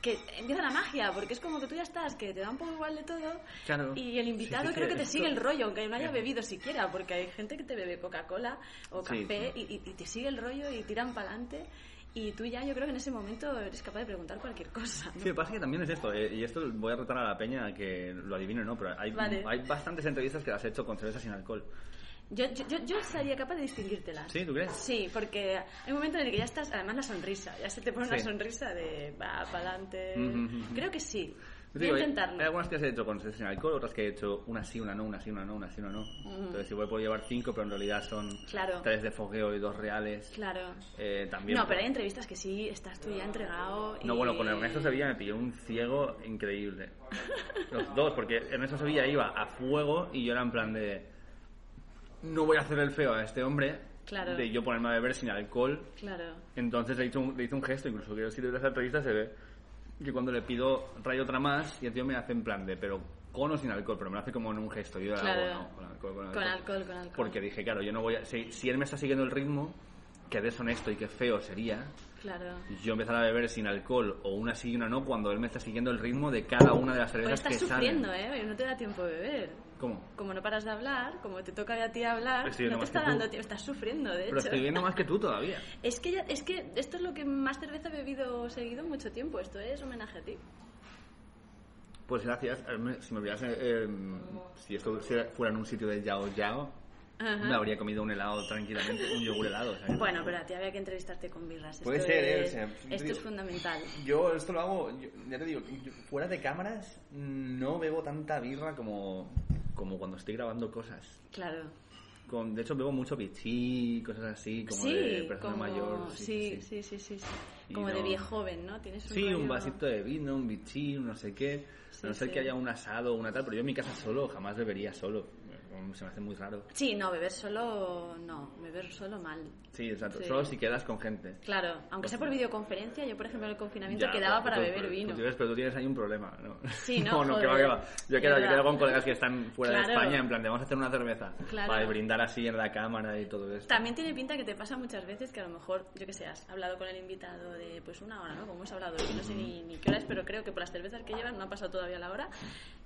[SPEAKER 1] que empieza la magia, porque es como que tú ya estás, que te da un poco igual de todo.
[SPEAKER 2] Claro.
[SPEAKER 1] Y el invitado
[SPEAKER 2] Sí, sí, sí,
[SPEAKER 1] creo que te
[SPEAKER 2] esto-
[SPEAKER 1] sigue el rollo, aunque no haya bebido siquiera, porque hay gente que te bebe Coca-Cola o
[SPEAKER 2] Sí,
[SPEAKER 1] café y- Y, y te sigue el rollo y tiran para adelante. Y tú ya, yo creo que en ese momento eres capaz de preguntar cualquier cosa. ¿no?
[SPEAKER 2] Sí, lo que pasa es que también es esto, eh, y esto voy a retar a la peña a que lo adivine, ¿no? Pero hay,
[SPEAKER 1] Vale.
[SPEAKER 2] hay bastantes entrevistas que las he hecho con cerveza sin alcohol.
[SPEAKER 1] Yo, yo, yo- yo sería capaz de distinguírtelas.
[SPEAKER 2] ¿Sí? ¿Tú crees?
[SPEAKER 1] Sí, porque hay un momento en el que ya estás, además la sonrisa, ya se te pone
[SPEAKER 2] Sí.
[SPEAKER 1] una sonrisa de va para adelante.
[SPEAKER 2] Mm, mm, mm, mm.
[SPEAKER 1] Creo que sí.
[SPEAKER 2] Yo digo,
[SPEAKER 1] Voy
[SPEAKER 2] hay-
[SPEAKER 1] a intentarlo.
[SPEAKER 2] Hay algunas que he hecho con sin alcohol, otras que he hecho una sí, una no, una sí, una no, una sí, una no. Entonces, igual puedo llevar cinco, pero en realidad son
[SPEAKER 1] Claro.
[SPEAKER 2] tres de fogueo y dos reales.
[SPEAKER 1] Claro.
[SPEAKER 2] Eh, también.
[SPEAKER 1] No, pero hay entrevistas que sí, estás tú ya entregado.
[SPEAKER 2] No,
[SPEAKER 1] y-
[SPEAKER 2] bueno, con Ernesto Sevilla me pilló un ciego increíble. Los dos, porque Ernesto Sevilla iba a fuego y yo era en plan de. No voy a hacer el feo a este hombre.
[SPEAKER 1] Claro.
[SPEAKER 2] De yo ponerme a beber sin alcohol.
[SPEAKER 1] Claro.
[SPEAKER 2] Entonces le hizo un, le hizo un gesto, incluso que si de las entrevistas se ve que cuando le pido rayo otra más, y el tío me hace en plan de, pero con o sin alcohol, pero me lo hace como en un gesto. Yo
[SPEAKER 1] Claro.
[SPEAKER 2] hago, no, con alcohol, con alcohol.
[SPEAKER 1] Con alcohol, con alcohol.
[SPEAKER 2] Porque dije, claro, yo no voy a. Si, si él me está siguiendo el ritmo, que deshonesto y que feo sería
[SPEAKER 1] Claro.
[SPEAKER 2] yo empezar a beber sin alcohol o una sí y una no cuando él me está siguiendo el ritmo de cada una de las
[SPEAKER 1] Pues
[SPEAKER 2] cervezas
[SPEAKER 1] estás
[SPEAKER 2] que salen.
[SPEAKER 1] sufriendo, ¿eh? No te da tiempo de beber.
[SPEAKER 2] ¿Cómo?
[SPEAKER 1] Como no paras de hablar, como te toca a ti hablar,
[SPEAKER 2] Estoy
[SPEAKER 1] no
[SPEAKER 2] viendo
[SPEAKER 1] te
[SPEAKER 2] más
[SPEAKER 1] está
[SPEAKER 2] que tú.
[SPEAKER 1] dando tiempo, estás sufriendo, de
[SPEAKER 2] Pero
[SPEAKER 1] hecho.
[SPEAKER 2] estoy viendo más que tú todavía.
[SPEAKER 1] Es que, ya- es que esto es lo que más cerveza he bebido seguido en mucho tiempo. Esto es homenaje a ti.
[SPEAKER 2] Pues gracias. Eh, me- Si me olvidase, eh, si esto se- fuera en un sitio de Yao Yao,
[SPEAKER 1] Ajá.
[SPEAKER 2] me habría comido un helado tranquilamente, un yogur helado. ¿sabes?
[SPEAKER 1] Bueno, pero a ti había que entrevistarte con birras.
[SPEAKER 2] Puede
[SPEAKER 1] esto
[SPEAKER 2] ser, ¿eh?
[SPEAKER 1] es-
[SPEAKER 2] O sea,
[SPEAKER 1] esto
[SPEAKER 2] digo-
[SPEAKER 1] es fundamental.
[SPEAKER 2] Yo esto lo hago, yo- ya te digo, yo- fuera de cámaras no bebo tanta birra como, como cuando estoy grabando cosas.
[SPEAKER 1] Claro.
[SPEAKER 2] Con, de hecho, bebo mucho pichí, cosas así, como de persona mayor.
[SPEAKER 1] Sí, sí, sí, sí. sí.
[SPEAKER 2] Y
[SPEAKER 1] Como de
[SPEAKER 2] no-
[SPEAKER 1] viejo joven, ¿no? Tienes
[SPEAKER 2] Sí, un
[SPEAKER 1] rollo-
[SPEAKER 2] vasito de vino, un bichín, no sé qué.
[SPEAKER 1] Sí,
[SPEAKER 2] a no ser
[SPEAKER 1] sí.
[SPEAKER 2] que haya un asado o una tal, pero yo en mi casa solo jamás bebería solo. Mm, Se me hace muy raro.
[SPEAKER 1] Sí, no, beber solo no, beber solo mal.
[SPEAKER 2] Sí, exacto.
[SPEAKER 1] Sí.
[SPEAKER 2] Solo si quedas con gente.
[SPEAKER 1] Claro, aunque sea por videoconferencia, yo por ejemplo en el confinamiento
[SPEAKER 2] Ya,
[SPEAKER 1] quedaba
[SPEAKER 2] claro,
[SPEAKER 1] para
[SPEAKER 2] tú-
[SPEAKER 1] beber
[SPEAKER 2] pero-
[SPEAKER 1] vino.
[SPEAKER 2] Tú tienes, pero tú tienes ahí un problema, ¿no?
[SPEAKER 1] Sí, no,
[SPEAKER 2] no, que va,
[SPEAKER 1] joder.
[SPEAKER 2] que va. Yo
[SPEAKER 1] Es
[SPEAKER 2] quedo, yo
[SPEAKER 1] verdad.
[SPEAKER 2] quedo con colegas que están fuera de
[SPEAKER 1] Claro.
[SPEAKER 2] España, en plan, de vamos a hacer una cerveza.
[SPEAKER 1] Claro.
[SPEAKER 2] Para brindar así en la cámara y todo esto.
[SPEAKER 1] También tiene pinta que te pasa muchas veces que a lo mejor, yo que sé, has hablado con el invitado de pues una hora, ¿no? Como hemos hablado, hoy, no sé ni, ni qué hora es, pero creo que por las cervezas que llevan no ha pasado todavía la hora.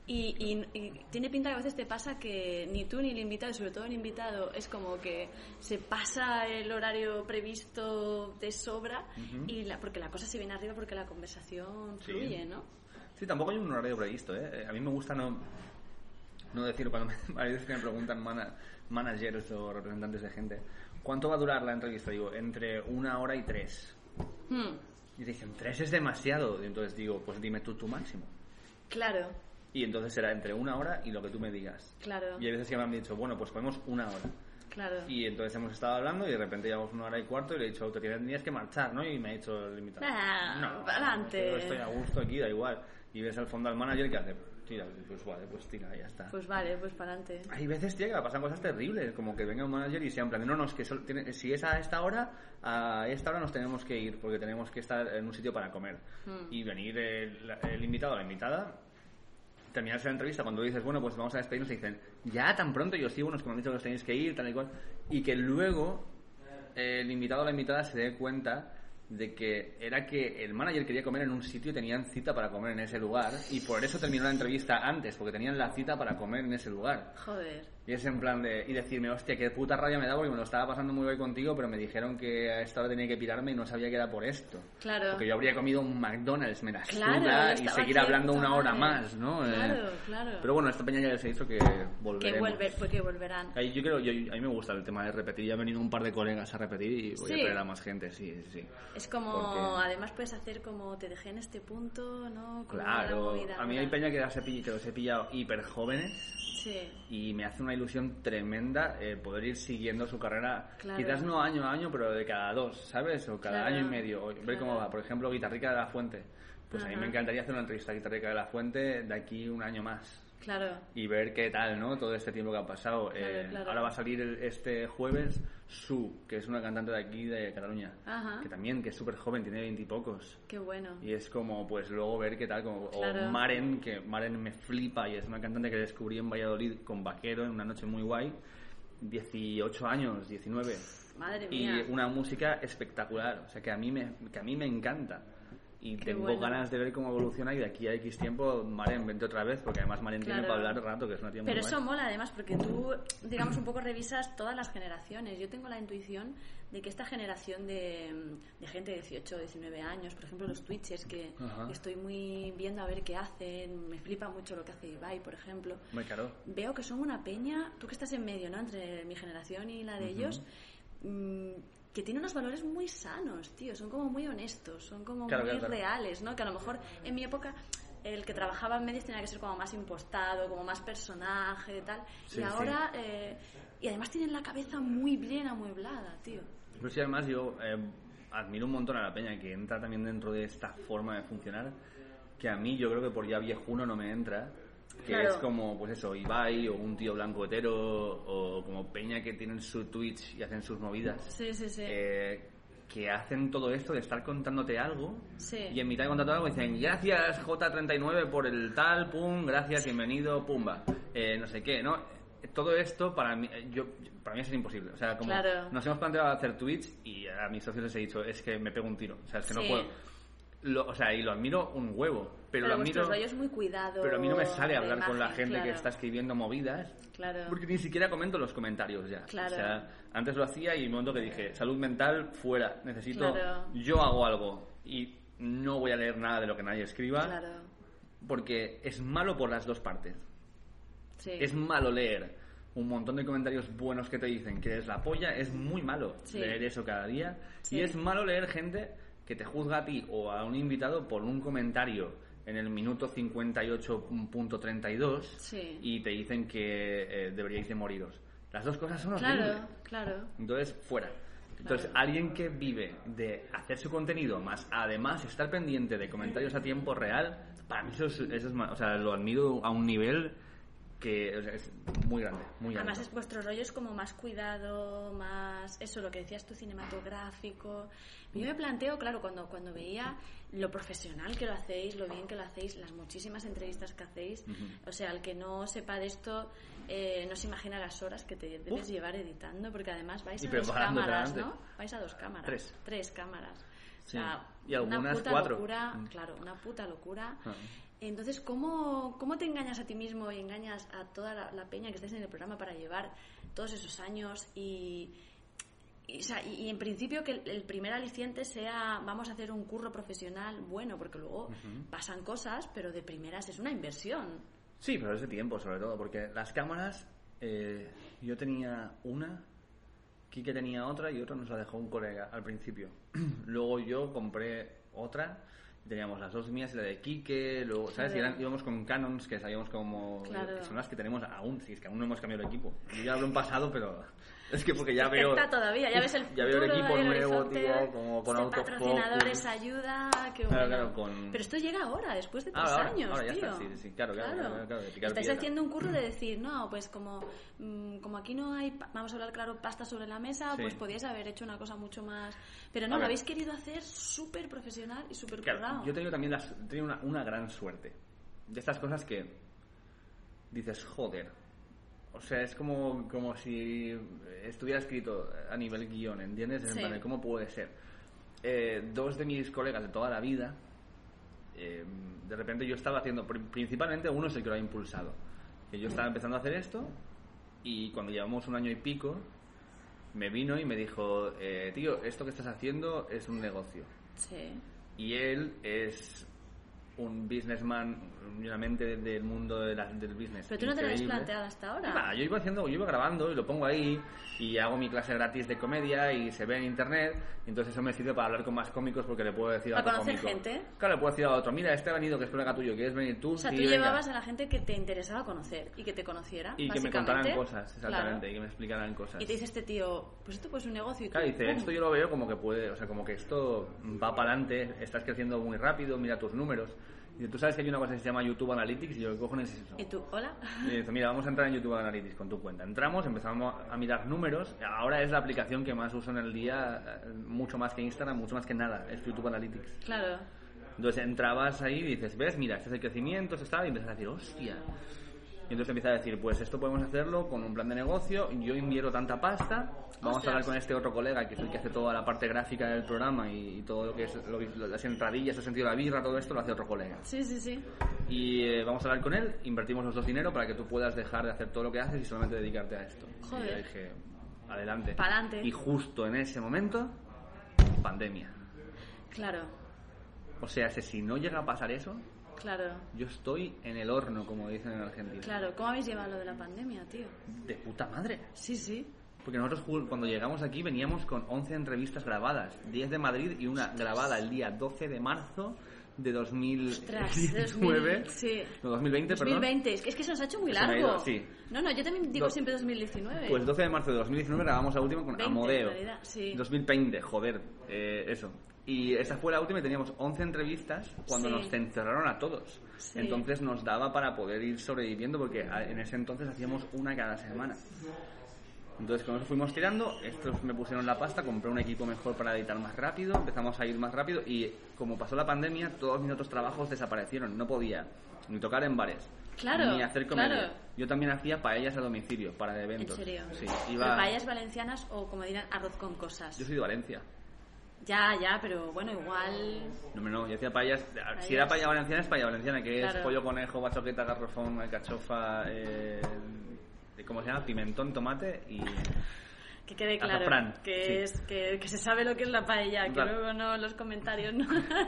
[SPEAKER 1] Y, y- y tiene pinta que a veces te pasa que ni tú ni el invitado, sobre todo el invitado, es como que se pasa el horario previsto de sobra y la- porque la cosa se viene arriba porque la conversación
[SPEAKER 2] Sí.
[SPEAKER 1] fluye, ¿no?
[SPEAKER 2] Sí, tampoco hay un horario previsto, ¿eh? Eh, A mí me gusta no, no decir, cuando me, a veces que me preguntan mana- managers o representantes de gente, ¿cuánto va a durar la entrevista? Digo, entre una hora y tres.
[SPEAKER 1] Hmm,
[SPEAKER 2] Y dicen, tres es demasiado. Y entonces digo, pues dime tú tu máximo.
[SPEAKER 1] claro,
[SPEAKER 2] Y entonces será entre una hora y lo que tú me digas.
[SPEAKER 1] claro,
[SPEAKER 2] Y hay veces que me han dicho, bueno, pues ponemos una hora.
[SPEAKER 1] claro.
[SPEAKER 2] Y entonces hemos estado hablando y de repente llevamos una hora y cuarto y le he dicho, te tenías que marchar, ¿no? Y me ha dicho el invitado.
[SPEAKER 1] Nah, pa'lante".
[SPEAKER 2] yo estoy a gusto aquí, da igual. Y ves al fondo al manager que hace, tira, pues vale, pues tira, ya está.
[SPEAKER 1] Pues vale, pues para adelante.
[SPEAKER 2] Hay veces, tío, que pasan cosas terribles, como que venga un manager y sea en plan, de, no, no, es que solo tiene- si es a esta hora, a esta hora nos tenemos que ir, porque tenemos que estar en un sitio para comer. Y venir el, el invitado o la invitada, terminarse la entrevista, cuando dices, bueno, pues vamos a despedirnos, y dicen, ya tan pronto, y yo sí, bueno, es que me han dicho que os tenéis que ir, tal y cual, y que luego el invitado o la invitada se dé cuenta de que era que el manager quería comer en un sitio y tenían cita para comer en ese lugar y por eso terminó la entrevista antes porque tenían la cita para comer en ese lugar
[SPEAKER 1] Joder.
[SPEAKER 2] y es en plan de. Y decirme, hostia, qué puta rabia me da porque me lo estaba pasando muy bien contigo, pero me dijeron que a esta hora tenía que pirarme y no sabía que era por esto.
[SPEAKER 1] Claro.
[SPEAKER 2] Porque yo habría comido un McDonald's, me la
[SPEAKER 1] Claro,
[SPEAKER 2] suda,
[SPEAKER 1] yo
[SPEAKER 2] y
[SPEAKER 1] estaba
[SPEAKER 2] seguir
[SPEAKER 1] aquí de
[SPEAKER 2] hablando
[SPEAKER 1] puta
[SPEAKER 2] una hora
[SPEAKER 1] madre.
[SPEAKER 2] más, ¿no? Eh,
[SPEAKER 1] Claro, claro.
[SPEAKER 2] Pero bueno, esta peña ya les he dicho que volveremos.
[SPEAKER 1] Que vuelve, porque volverán.
[SPEAKER 2] Ahí yo creo, yo, a mí me gusta el tema de repetir. Ya han venido un par de colegas a repetir y voy a
[SPEAKER 1] Sí.
[SPEAKER 2] traer a más gente, sí, sí, sí.
[SPEAKER 1] Es como,
[SPEAKER 2] Porque-
[SPEAKER 1] además puedes hacer como te dejé en este punto, ¿no? Como la
[SPEAKER 2] Claro,
[SPEAKER 1] movida,
[SPEAKER 2] a mí
[SPEAKER 1] ¿verdad?
[SPEAKER 2] hay peña que, las he pillado, que los he pillado hiper jóvenes.
[SPEAKER 1] Sí,
[SPEAKER 2] y me hace una ilusión tremenda eh, poder ir siguiendo su carrera,
[SPEAKER 1] Claro.
[SPEAKER 2] quizás no año a año, pero de cada dos, ¿sabes? O cada
[SPEAKER 1] Claro,
[SPEAKER 2] año y medio, o ver cómo
[SPEAKER 1] claro.
[SPEAKER 2] va. Por ejemplo, Guitarrica de la Fuente. Pues a mí
[SPEAKER 1] Ajá.
[SPEAKER 2] me encantaría hacer una entrevista a Guitarrica de la Fuente de aquí un año más
[SPEAKER 1] claro.
[SPEAKER 2] y ver qué tal, ¿no? Todo este tiempo que ha pasado.
[SPEAKER 1] Claro,
[SPEAKER 2] Eh,
[SPEAKER 1] claro.
[SPEAKER 2] Ahora va a salir el- este jueves Su, que es una cantante de aquí, de Cataluña,
[SPEAKER 1] Ajá.
[SPEAKER 2] que también, que es súper joven, tiene veintipocos.
[SPEAKER 1] Qué bueno.
[SPEAKER 2] Y es como, pues luego ver qué tal. Como,
[SPEAKER 1] Claro.
[SPEAKER 2] O Maren, que Maren me flipa y es una cantante que descubrí en Valladolid con Vaquero en una noche muy guay. 18 años, 19.
[SPEAKER 1] Madre
[SPEAKER 2] Y
[SPEAKER 1] mía.
[SPEAKER 2] una música espectacular, o sea, que a mí me, que a mí me encanta. Y
[SPEAKER 1] Qué
[SPEAKER 2] tengo
[SPEAKER 1] bueno.
[SPEAKER 2] ganas de ver cómo evoluciona y de aquí a X tiempo Maren vente otra vez, porque además Maren tiene
[SPEAKER 1] Claro.
[SPEAKER 2] para hablar rato, que es una tía muy
[SPEAKER 1] Pero
[SPEAKER 2] guay.
[SPEAKER 1] eso mola además porque tú, digamos, un poco revisas todas las generaciones. Yo tengo la intuición de que esta generación de, de gente de 18, 19 años, por ejemplo, los Twitchers, que
[SPEAKER 2] Ajá.
[SPEAKER 1] estoy muy viendo a ver qué hacen, me flipa mucho lo que hace Ibai, por ejemplo.
[SPEAKER 2] Muy caro.
[SPEAKER 1] veo que son una peña, tú que estás en medio, ¿no? Entre mi generación y la de ellos, mm, que tiene unos valores muy sanos, tío. Son como muy honestos, son como
[SPEAKER 2] Claro,
[SPEAKER 1] muy
[SPEAKER 2] claro, claro.
[SPEAKER 1] reales, ¿no? Que a lo mejor en mi época el que trabajaba en medias tenía que ser como más impostado, como más personaje y tal.
[SPEAKER 2] Sí,
[SPEAKER 1] y
[SPEAKER 2] sí.
[SPEAKER 1] ahora... eh, y además tienen la cabeza muy bien amueblada, tío.
[SPEAKER 2] Pero sí, además yo eh, admiro un montón a la peña que entra también dentro de esta forma de funcionar, que a mí yo creo que por ya viejuno no me entra, que
[SPEAKER 1] Claro.
[SPEAKER 2] es como, pues eso, Ibai o un tío blanco hetero o como peña que tienen su Twitch y hacen sus movidas.
[SPEAKER 1] Sí, sí, sí.
[SPEAKER 2] eh, que hacen todo esto de estar contándote algo
[SPEAKER 1] Sí.
[SPEAKER 2] y en mitad de contarte algo dicen gracias J39 por el tal, pum, gracias, bienvenido, pumba, eh, no sé qué, ¿no? Todo esto para mí, eh, yo, para mí es imposible. O sea, como
[SPEAKER 1] Claro.
[SPEAKER 2] nos hemos planteado hacer tweets y a mis socios les he dicho, es que me pego un tiro, o sea, es que no
[SPEAKER 1] Sí.
[SPEAKER 2] puedo. Lo- o sea, y lo admiro un huevo, pero, lo
[SPEAKER 1] vuestro
[SPEAKER 2] admiro...
[SPEAKER 1] rollo es muy cuidado.
[SPEAKER 2] Pero a mí no me sale
[SPEAKER 1] de
[SPEAKER 2] hablar con la
[SPEAKER 1] imagen,
[SPEAKER 2] gente que
[SPEAKER 1] claro.
[SPEAKER 2] está escribiendo movidas
[SPEAKER 1] Claro.
[SPEAKER 2] porque ni siquiera comento los comentarios ya.
[SPEAKER 1] Claro.
[SPEAKER 2] O sea, antes lo hacía y un momento que dije, salud mental, fuera, necesito,
[SPEAKER 1] Claro.
[SPEAKER 2] yo hago algo y no voy a leer nada de lo que nadie escriba,
[SPEAKER 1] Claro.
[SPEAKER 2] porque es malo por las dos partes.
[SPEAKER 1] Sí.
[SPEAKER 2] Es malo leer un montón de comentarios buenos que te dicen que es la polla, es muy malo
[SPEAKER 1] Sí.
[SPEAKER 2] leer eso cada día.
[SPEAKER 1] Sí.
[SPEAKER 2] Y es malo leer gente que te juzga a ti o a un invitado por un comentario en el minuto 58.32
[SPEAKER 1] Sí.
[SPEAKER 2] y te dicen que eh, deberíais de moriros. Las dos cosas son horribles.
[SPEAKER 1] Claro, claro.
[SPEAKER 2] Entonces, fuera. Entonces, alguien que vive de hacer su contenido, más además estar pendiente de comentarios a tiempo real, para mí eso es, eso es ma- o sea, lo admiro a un nivel que o sea, es muy grande, muy grande.
[SPEAKER 1] Además, es, vuestro rollo es como más cuidado, más. Eso, lo que decías tú, cinematográfico. Yo me planteo, claro, cuando, cuando veía lo profesional que lo hacéis, lo bien que lo hacéis, las muchísimas entrevistas que hacéis. O sea, el que no sepa de esto, eh, no se imagina las horas que te debes
[SPEAKER 2] Uf.
[SPEAKER 1] llevar editando, porque además vais
[SPEAKER 2] Y
[SPEAKER 1] a dos
[SPEAKER 2] preparándote
[SPEAKER 1] cámaras,
[SPEAKER 2] antes.
[SPEAKER 1] ¿no? Vais a dos cámaras.
[SPEAKER 2] Tres.
[SPEAKER 1] cámaras.
[SPEAKER 2] Sí.
[SPEAKER 1] O sea,
[SPEAKER 2] Y algunas
[SPEAKER 1] una puta
[SPEAKER 2] cuatro.
[SPEAKER 1] locura,
[SPEAKER 2] Mm.
[SPEAKER 1] claro, una puta locura.
[SPEAKER 2] Ah.
[SPEAKER 1] Entonces, ¿cómo, ¿cómo te engañas a ti mismo y engañas a toda la, la peña que estés en el programa para llevar todos esos años y, y, o sea, y- y en principio que el, el primer aliciente sea vamos a hacer un curro profesional bueno, porque luego pasan cosas, pero de primeras es una inversión.
[SPEAKER 2] Sí, pero es de tiempo, sobre todo, porque las cámaras, eh, yo tenía una, Quique tenía otra y otra nos la dejó un colega al principio. Luego yo compré otra, y teníamos las dos mías y la de Quique, luego, ¿sabes? Y
[SPEAKER 1] Claro.
[SPEAKER 2] eran- íbamos con Canons, que sabíamos como...
[SPEAKER 1] Claro.
[SPEAKER 2] que son las que tenemos aún, si es que aún no hemos cambiado de equipo. Yo ya hablo en pasado, pero es que porque ya
[SPEAKER 1] Es que
[SPEAKER 2] veo...
[SPEAKER 1] Está todavía, ya ves el
[SPEAKER 2] Ya veo el
[SPEAKER 1] futuro,
[SPEAKER 2] equipo
[SPEAKER 1] el
[SPEAKER 2] nuevo,
[SPEAKER 1] horizonte,
[SPEAKER 2] tío, como con
[SPEAKER 1] este
[SPEAKER 2] autofocus.
[SPEAKER 1] patrocinadores ayuda, qué
[SPEAKER 2] Claro,
[SPEAKER 1] bueno.
[SPEAKER 2] claro, con-
[SPEAKER 1] Pero esto llega ahora, después de
[SPEAKER 2] Ah,
[SPEAKER 1] tres
[SPEAKER 2] ahora,
[SPEAKER 1] años,
[SPEAKER 2] ahora ya
[SPEAKER 1] tío.
[SPEAKER 2] está, sí, sí, claro, claro, claro, claro, de picar
[SPEAKER 1] Estáis
[SPEAKER 2] piedra.
[SPEAKER 1] haciendo un curro de decir, no, pues como, mm, como aquí no hay, pa- vamos a hablar claro, pasta sobre la mesa,
[SPEAKER 2] Sí.
[SPEAKER 1] pues podíais haber hecho una cosa mucho más... Pero
[SPEAKER 2] A
[SPEAKER 1] no, lo
[SPEAKER 2] ver.
[SPEAKER 1] habéis querido hacer súper profesional y súper
[SPEAKER 2] Claro,
[SPEAKER 1] currado.
[SPEAKER 2] yo he tenido también las, he tenido una, una gran suerte. De estas cosas que dices, joder. O sea, es como, como si estuviera escrito a nivel guión, ¿entiendes? En
[SPEAKER 1] Sí.
[SPEAKER 2] plan de ¿Cómo puede ser? Eh, dos de mis colegas de toda la vida, eh, de repente yo estaba haciendo, pri- principalmente uno es el que lo ha impulsado. Que yo estaba empezando a hacer esto y cuando llevamos un año y pico, me vino y me dijo, eh, tío, esto que estás haciendo es un negocio.
[SPEAKER 1] Sí,
[SPEAKER 2] Y él es un businessman, una mente del mundo de la- del business.
[SPEAKER 1] pero tú no te lo habías
[SPEAKER 2] increíble.
[SPEAKER 1] planteado hasta ahora.
[SPEAKER 2] Nah, yo iba haciendo, yo iba grabando y lo pongo ahí y hago mi clase gratis de comedia y se ve en internet. Y entonces eso me sirve para hablar con más cómicos porque le puedo decir a
[SPEAKER 1] Para
[SPEAKER 2] otro
[SPEAKER 1] conocer
[SPEAKER 2] cómico.
[SPEAKER 1] gente.
[SPEAKER 2] Claro, le puedo decir a otro, mira, este ha venido que es colega tuyo, ¿quieres venir tú?
[SPEAKER 1] O sea,
[SPEAKER 2] Sí,
[SPEAKER 1] tú
[SPEAKER 2] venga.
[SPEAKER 1] llevabas a la gente que te interesaba conocer y que te conociera,
[SPEAKER 2] y que me
[SPEAKER 1] básicamente.
[SPEAKER 2] contaran cosas, exactamente,
[SPEAKER 1] Claro.
[SPEAKER 2] y que me explicaran cosas.
[SPEAKER 1] Y te dice este tío, pues esto pues es un negocio. Y tú,
[SPEAKER 2] Claro, dice,
[SPEAKER 1] ¡pum!
[SPEAKER 2] esto yo lo veo como que puede, o sea, como que esto va para adelante, estás creciendo muy rápido, mira tus números. Y tú sabes que hay una cosa que se llama YouTube Analytics y yo cojo en eso.
[SPEAKER 1] Y tú, hola.
[SPEAKER 2] Y dice, mira, vamos a entrar en YouTube Analytics con tu cuenta. Entramos, empezamos a mirar números. Ahora es la aplicación que más uso en el día, eh, mucho más que Instagram, mucho más que nada, es YouTube Analytics.
[SPEAKER 1] Claro.
[SPEAKER 2] Entonces entrabas ahí y dices, ves, mira, este es el crecimiento, esto está, y empiezas a decir, hostia. Y entonces empiezas a decir, pues esto podemos hacerlo con un plan de negocio, yo invierto tanta pasta, vamos
[SPEAKER 1] Ostras.
[SPEAKER 2] a hablar con este otro colega que es el que hace toda la parte gráfica del programa y, y todo lo que es lo que- las entradillas, el sentido de la birra, todo esto lo hace otro colega.
[SPEAKER 1] Sí, sí, sí.
[SPEAKER 2] Y eh, vamos a hablar con él, invertimos los dos dinero para que tú puedas dejar de hacer todo lo que haces y solamente dedicarte a esto.
[SPEAKER 1] Joder.
[SPEAKER 2] Y yo dije, adelante.
[SPEAKER 1] Pa'lante.
[SPEAKER 2] Y justo en ese momento, pandemia.
[SPEAKER 1] Claro,
[SPEAKER 2] O sea, si no llega a pasar eso,
[SPEAKER 1] claro,
[SPEAKER 2] yo estoy en el horno, como dicen en Argentina.
[SPEAKER 1] claro. ¿Cómo habéis llevado lo de la pandemia, tío?
[SPEAKER 2] De puta madre.
[SPEAKER 1] Sí, sí.
[SPEAKER 2] Porque nosotros ju- cuando llegamos aquí veníamos con 11 entrevistas grabadas, 10 de Madrid y una grabada el día 12 de marzo de 2000
[SPEAKER 1] Ostras,
[SPEAKER 2] 2019.
[SPEAKER 1] 2000, sí.
[SPEAKER 2] No, 2020, perdón.
[SPEAKER 1] 2020, es que, es que se nos ha hecho muy
[SPEAKER 2] Se me ha ido,
[SPEAKER 1] largo.
[SPEAKER 2] sí.
[SPEAKER 1] No, no, yo también digo
[SPEAKER 2] Do-
[SPEAKER 1] siempre 2019.
[SPEAKER 2] Pues 12 de marzo de 2019 grabamos la última con
[SPEAKER 1] 20,
[SPEAKER 2] Amodeo.
[SPEAKER 1] en realidad, sí.
[SPEAKER 2] 2020, joder, eh, eso. Y esa fue la última y teníamos 11 entrevistas cuando
[SPEAKER 1] Sí.
[SPEAKER 2] nos encerraron a todos.
[SPEAKER 1] Sí.
[SPEAKER 2] Entonces nos daba para poder ir sobreviviendo porque a- en ese entonces hacíamos una cada semana. Entonces con eso fuimos tirando, estos me pusieron la pasta, compré un equipo mejor para editar más rápido, empezamos a ir más rápido y como pasó la pandemia, todos mis otros trabajos desaparecieron, no podía ni tocar en bares,
[SPEAKER 1] Claro,
[SPEAKER 2] ni hacer comedia.
[SPEAKER 1] claro.
[SPEAKER 2] Yo también hacía paellas a domicilio para
[SPEAKER 1] en
[SPEAKER 2] eventos.
[SPEAKER 1] serio.
[SPEAKER 2] Sí,
[SPEAKER 1] Pero
[SPEAKER 2] iba...
[SPEAKER 1] paellas valencianas o como dirán arroz con cosas.
[SPEAKER 2] Yo soy de Valencia.
[SPEAKER 1] Ya, ya, pero bueno, igual
[SPEAKER 2] No, hombre, no, yo hacía paellas... Si era paella valenciana, es paella valenciana, que es
[SPEAKER 1] Claro.
[SPEAKER 2] pollo, conejo, bachoqueta, garrofón, alcachofa... Eh... ¿Cómo se llama? Pimentón, tomate y...
[SPEAKER 1] que quede claro
[SPEAKER 2] Azafrán,
[SPEAKER 1] que
[SPEAKER 2] sí.
[SPEAKER 1] es que, que se sabe lo que es la paella, que
[SPEAKER 2] Vale.
[SPEAKER 1] luego no los comentarios no.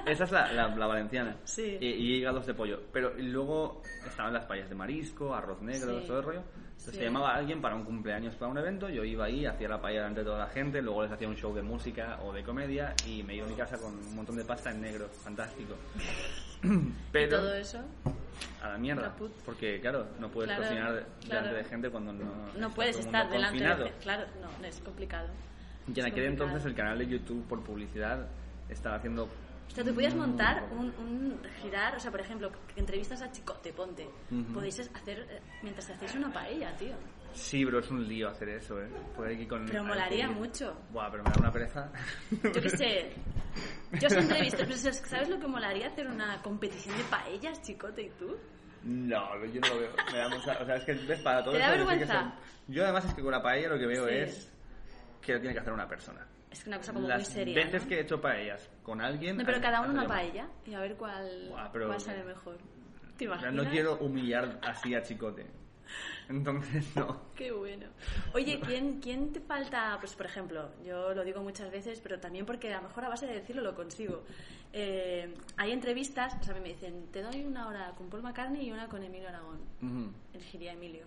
[SPEAKER 2] Esa es la, la- la valenciana.
[SPEAKER 1] Sí.
[SPEAKER 2] Y, y hígados de pollo. Pero luego estaban las paellas de marisco, arroz negro,
[SPEAKER 1] Sí.
[SPEAKER 2] todo el rollo. Entonces
[SPEAKER 1] Sí.
[SPEAKER 2] te llamaba alguien para un cumpleaños, para un evento. Yo iba ahí, hacía la paella delante de toda la gente. Luego les hacía un show de música o de comedia. Y me iba a mi casa con un montón de pasta en negro. Fantástico.
[SPEAKER 1] Y
[SPEAKER 2] Pero
[SPEAKER 1] todo eso
[SPEAKER 2] a la mierda.
[SPEAKER 1] la put-
[SPEAKER 2] Porque, claro, no puedes
[SPEAKER 1] Claro,
[SPEAKER 2] cocinar
[SPEAKER 1] claro.
[SPEAKER 2] delante de gente cuando no.
[SPEAKER 1] no
[SPEAKER 2] está
[SPEAKER 1] puedes
[SPEAKER 2] todo el mundo
[SPEAKER 1] estar delante
[SPEAKER 2] confinado.
[SPEAKER 1] de claro, no, es complicado.
[SPEAKER 2] Y en
[SPEAKER 1] Es
[SPEAKER 2] aquel
[SPEAKER 1] complicado.
[SPEAKER 2] entonces el canal de YouTube por publicidad estaba haciendo.
[SPEAKER 1] O sea, tú
[SPEAKER 2] Mm.
[SPEAKER 1] podías montar un, un girar, o sea, por ejemplo, que entrevistas a Chicote, ponte. Podéis hacer, eh, mientras hacéis una paella, tío.
[SPEAKER 2] Sí, pero es un lío hacer eso, ¿eh? Poder ir con
[SPEAKER 1] Pero
[SPEAKER 2] al
[SPEAKER 1] molaría
[SPEAKER 2] público.
[SPEAKER 1] mucho.
[SPEAKER 2] Buah, pero me da una pereza.
[SPEAKER 1] Yo qué sé. Yo os entrevistas, pero ¿sabes- pues, ¿sabes lo que molaría hacer una competición de paellas, Chicote y tú?
[SPEAKER 2] No, yo no lo veo. Me da mucha... O sea, es que ves para todo
[SPEAKER 1] ¿Te da
[SPEAKER 2] eso, decir que
[SPEAKER 1] vergüenza?
[SPEAKER 2] son- Yo además es que con la paella lo que veo
[SPEAKER 1] Sí.
[SPEAKER 2] es que lo tiene que hacer una persona.
[SPEAKER 1] Es una cosa como
[SPEAKER 2] Las
[SPEAKER 1] muy seria.
[SPEAKER 2] veces
[SPEAKER 1] ¿no?
[SPEAKER 2] que he hecho paellas con alguien...
[SPEAKER 1] No, pero cada uno una
[SPEAKER 2] hace-
[SPEAKER 1] paella y a ver cuál,
[SPEAKER 2] Buah, pero-
[SPEAKER 1] cuál sale mejor. ¿Te
[SPEAKER 2] O sea,
[SPEAKER 1] imaginas?
[SPEAKER 2] No quiero humillar así a Chicote. Entonces, no.
[SPEAKER 1] Qué bueno. Oye, ¿quién, ¿quién te falta? Pues, por ejemplo, yo lo digo muchas veces, pero también porque a lo mejor a base de decirlo lo consigo. Eh, hay entrevistas, o sea, a mí me dicen, te doy una hora con Paul McCartney y una con Emilio Aragón.
[SPEAKER 2] Ujú.
[SPEAKER 1] Elegiría a Emilio,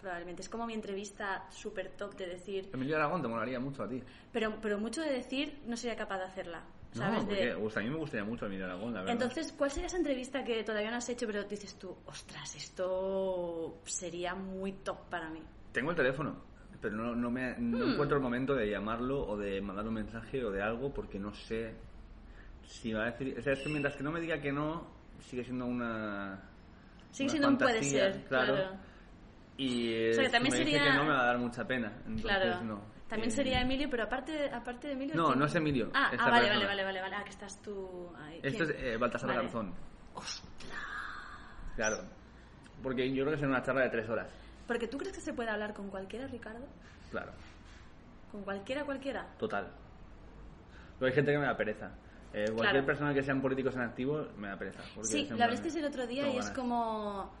[SPEAKER 1] probablemente. Es como mi entrevista súper top de decir,
[SPEAKER 2] Emilio Aragón te molaría mucho a ti.
[SPEAKER 1] pero, pero mucho de decir no sería capaz de hacerla. ¿Sabes?
[SPEAKER 2] No,
[SPEAKER 1] De-
[SPEAKER 2] porque o sea, a mí me gustaría mucho Emilio Aragón, la verdad.
[SPEAKER 1] Entonces, ¿cuál sería esa entrevista que todavía no has hecho, pero dices tú, ostras, esto sería muy top para mí?
[SPEAKER 2] Tengo el teléfono, pero no, no me,
[SPEAKER 1] Hmm.
[SPEAKER 2] no encuentro el momento de llamarlo o de mandar un mensaje o de algo porque no sé si va a decir... O sea, es que mientras que no me diga que no, sigue siendo una...
[SPEAKER 1] Sigue
[SPEAKER 2] una
[SPEAKER 1] siendo un puede
[SPEAKER 2] fantasía,
[SPEAKER 1] ser,
[SPEAKER 2] claro.
[SPEAKER 1] claro.
[SPEAKER 2] Y eh,
[SPEAKER 1] sea, que
[SPEAKER 2] si
[SPEAKER 1] también
[SPEAKER 2] me dice
[SPEAKER 1] sería-
[SPEAKER 2] que no me va a dar mucha pena. Entonces,
[SPEAKER 1] Claro.
[SPEAKER 2] no.
[SPEAKER 1] También
[SPEAKER 2] Eh,
[SPEAKER 1] sería Emilio, pero aparte, aparte de Emilio.
[SPEAKER 2] No,
[SPEAKER 1] ¿quién?
[SPEAKER 2] no es Emilio,
[SPEAKER 1] Ah,
[SPEAKER 2] esta
[SPEAKER 1] ah, vale, vale,
[SPEAKER 2] persona.
[SPEAKER 1] vale, vale, vale. Ah, que estás tú. ahí.
[SPEAKER 2] Esto es
[SPEAKER 1] ¿Quién?
[SPEAKER 2] eh, Baltasar
[SPEAKER 1] Vale.
[SPEAKER 2] Garzón. Claro. Porque yo creo que será una charla de tres horas.
[SPEAKER 1] Porque tú crees que se puede hablar con cualquiera, Ricardo.
[SPEAKER 2] Claro.
[SPEAKER 1] Con cualquiera, cualquiera.
[SPEAKER 2] Total. Pero hay gente que me da pereza. Eh, cualquier
[SPEAKER 1] Claro.
[SPEAKER 2] persona que sean políticos en activo me da pereza. porque
[SPEAKER 1] Sí,
[SPEAKER 2] siempre
[SPEAKER 1] lo hablasteis
[SPEAKER 2] me-
[SPEAKER 1] el otro día
[SPEAKER 2] tengo
[SPEAKER 1] y es
[SPEAKER 2] ganas.
[SPEAKER 1] como.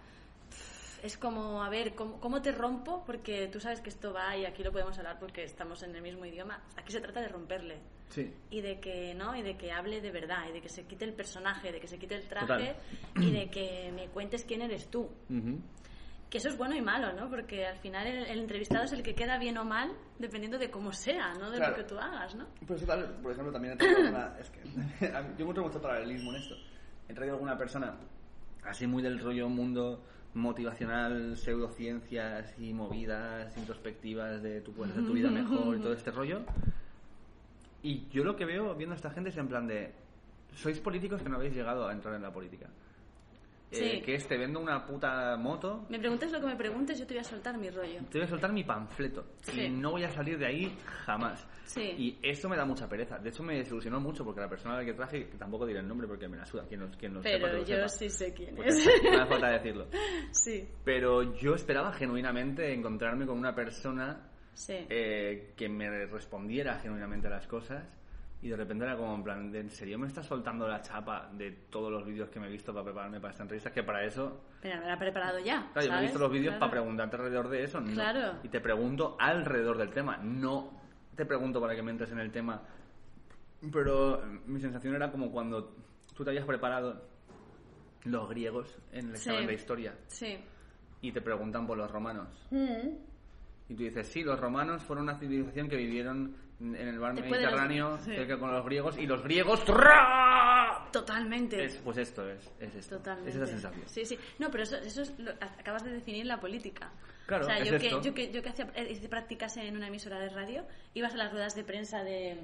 [SPEAKER 1] Es como, a ver, ¿cómo, cómo te rompo? Porque tú sabes que esto va y aquí lo podemos hablar porque estamos en el mismo idioma. Aquí se trata de romperle.
[SPEAKER 2] Sí.
[SPEAKER 1] Y de que, ¿no? Y de que hable de verdad, y de que se quite el personaje, de que se quite el traje
[SPEAKER 2] Total.
[SPEAKER 1] y de que me cuentes quién eres tú.
[SPEAKER 2] Ujú.
[SPEAKER 1] Que eso es bueno y malo, ¿no? Porque al final el, el entrevistado es el que queda bien o mal dependiendo de cómo sea, ¿no? De
[SPEAKER 2] Claro.
[SPEAKER 1] lo que tú hagas, ¿no?
[SPEAKER 2] Pero eso tal, por ejemplo, también he traído alguna... Es que a mí- yo encuentro mucho paralelismo en esto. He traído alguna persona así muy del rollo mundo motivacional, pseudociencias y movidas introspectivas de tú puedes hacer tu vida mejor y todo este rollo. Y yo lo que veo viendo a esta gente es en plan de... Sois políticos que no habéis llegado a entrar en la política. Eh,
[SPEAKER 1] Sí.
[SPEAKER 2] que es, te vendo una puta moto,
[SPEAKER 1] Me preguntes lo que me preguntes, yo te voy a soltar mi rollo.
[SPEAKER 2] te voy a soltar mi panfleto
[SPEAKER 1] Sí.
[SPEAKER 2] y no voy a salir de ahí jamás.
[SPEAKER 1] Sí.
[SPEAKER 2] Y eso me da mucha pereza. De hecho, me desilusionó mucho porque la persona a la que traje, que tampoco diré el nombre porque me la suda, quien lo, quien lo sepa, que
[SPEAKER 1] Pero
[SPEAKER 2] lo
[SPEAKER 1] yo
[SPEAKER 2] sepa.
[SPEAKER 1] sí sé quién
[SPEAKER 2] Pues
[SPEAKER 1] es.
[SPEAKER 2] no hace falta decirlo.
[SPEAKER 1] sí,
[SPEAKER 2] Pero yo esperaba genuinamente encontrarme con una persona
[SPEAKER 1] sí.
[SPEAKER 2] eh, que me respondiera genuinamente a las cosas y de repente era como en plan, ¿en serio me estás soltando la chapa de todos los vídeos que me he visto para prepararme para esta entrevista? Que para eso
[SPEAKER 1] Pero me lo ha preparado ya.
[SPEAKER 2] Claro, yo me he
[SPEAKER 1] ¿sabes?
[SPEAKER 2] visto los vídeos
[SPEAKER 1] Claro.
[SPEAKER 2] para preguntarte alrededor de eso. no.
[SPEAKER 1] Claro.
[SPEAKER 2] Y te pregunto alrededor del tema. No te pregunto para que me entres en el tema. Pero eh, mi sensación era como cuando tú te habías preparado los griegos en el
[SPEAKER 1] Sí.
[SPEAKER 2] examen de historia
[SPEAKER 1] Sí.
[SPEAKER 2] y te preguntan por los romanos.
[SPEAKER 1] Mm.
[SPEAKER 2] Y tú dices, sí, los romanos fueron una civilización que vivieron en el mar
[SPEAKER 1] Después de los-
[SPEAKER 2] Mediterráneo,
[SPEAKER 1] sí.
[SPEAKER 2] cerca con los griegos, y los griegos ¡tra!
[SPEAKER 1] Totalmente.
[SPEAKER 2] Es, pues esto es, es esto.
[SPEAKER 1] Totalmente.
[SPEAKER 2] Es esa sensación.
[SPEAKER 1] Sí, sí. No, pero eso, eso es lo- acabas de definir la política.
[SPEAKER 2] Claro,
[SPEAKER 1] o sea,
[SPEAKER 2] es
[SPEAKER 1] yo, que,
[SPEAKER 2] esto.
[SPEAKER 1] yo, que, yo que hacía eh, hice prácticas en una emisora de radio, ibas a las ruedas de prensa de,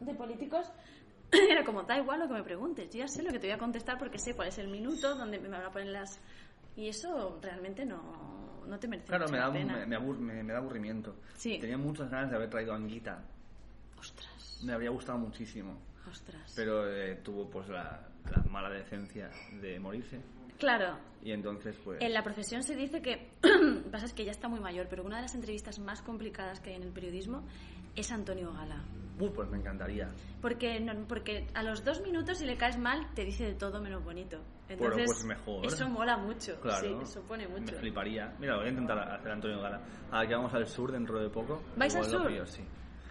[SPEAKER 1] de políticos, era como, da igual lo que me preguntes, yo ya sé lo que te voy a contestar porque sé cuál es el minuto, donde me van a poner las... Y eso realmente no, no te merece
[SPEAKER 2] Claro,
[SPEAKER 1] mucha
[SPEAKER 2] me da,
[SPEAKER 1] pena.
[SPEAKER 2] me, me abur- me- me da aburrimiento.
[SPEAKER 1] Sí.
[SPEAKER 2] Tenía muchas ganas de haber traído a Anguita.
[SPEAKER 1] Ostras,
[SPEAKER 2] Me habría gustado muchísimo.
[SPEAKER 1] ostras.
[SPEAKER 2] Pero eh, tuvo pues la, la mala decencia de morirse.
[SPEAKER 1] Claro,
[SPEAKER 2] Y entonces pues...
[SPEAKER 1] En la profesión se dice que, pasa es que ya está muy mayor, pero una de las entrevistas más complicadas que hay en el periodismo es Antonio Gala.
[SPEAKER 2] Uy, pues me encantaría.
[SPEAKER 1] Porque, no- porque a los dos minutos, si le caes mal, te dice de todo menos bonito. Entonces,
[SPEAKER 2] Bueno, pues mejor.
[SPEAKER 1] Eso mola mucho.
[SPEAKER 2] Claro.
[SPEAKER 1] Sí, eso pone
[SPEAKER 2] Me
[SPEAKER 1] mucho.
[SPEAKER 2] fliparía. Mira, voy a intentar hacer Antonio Gala. Ahora que vamos al sur dentro de poco.
[SPEAKER 1] ¿Vais
[SPEAKER 2] igual
[SPEAKER 1] al
[SPEAKER 2] lo
[SPEAKER 1] sur?
[SPEAKER 2] pillo, sí.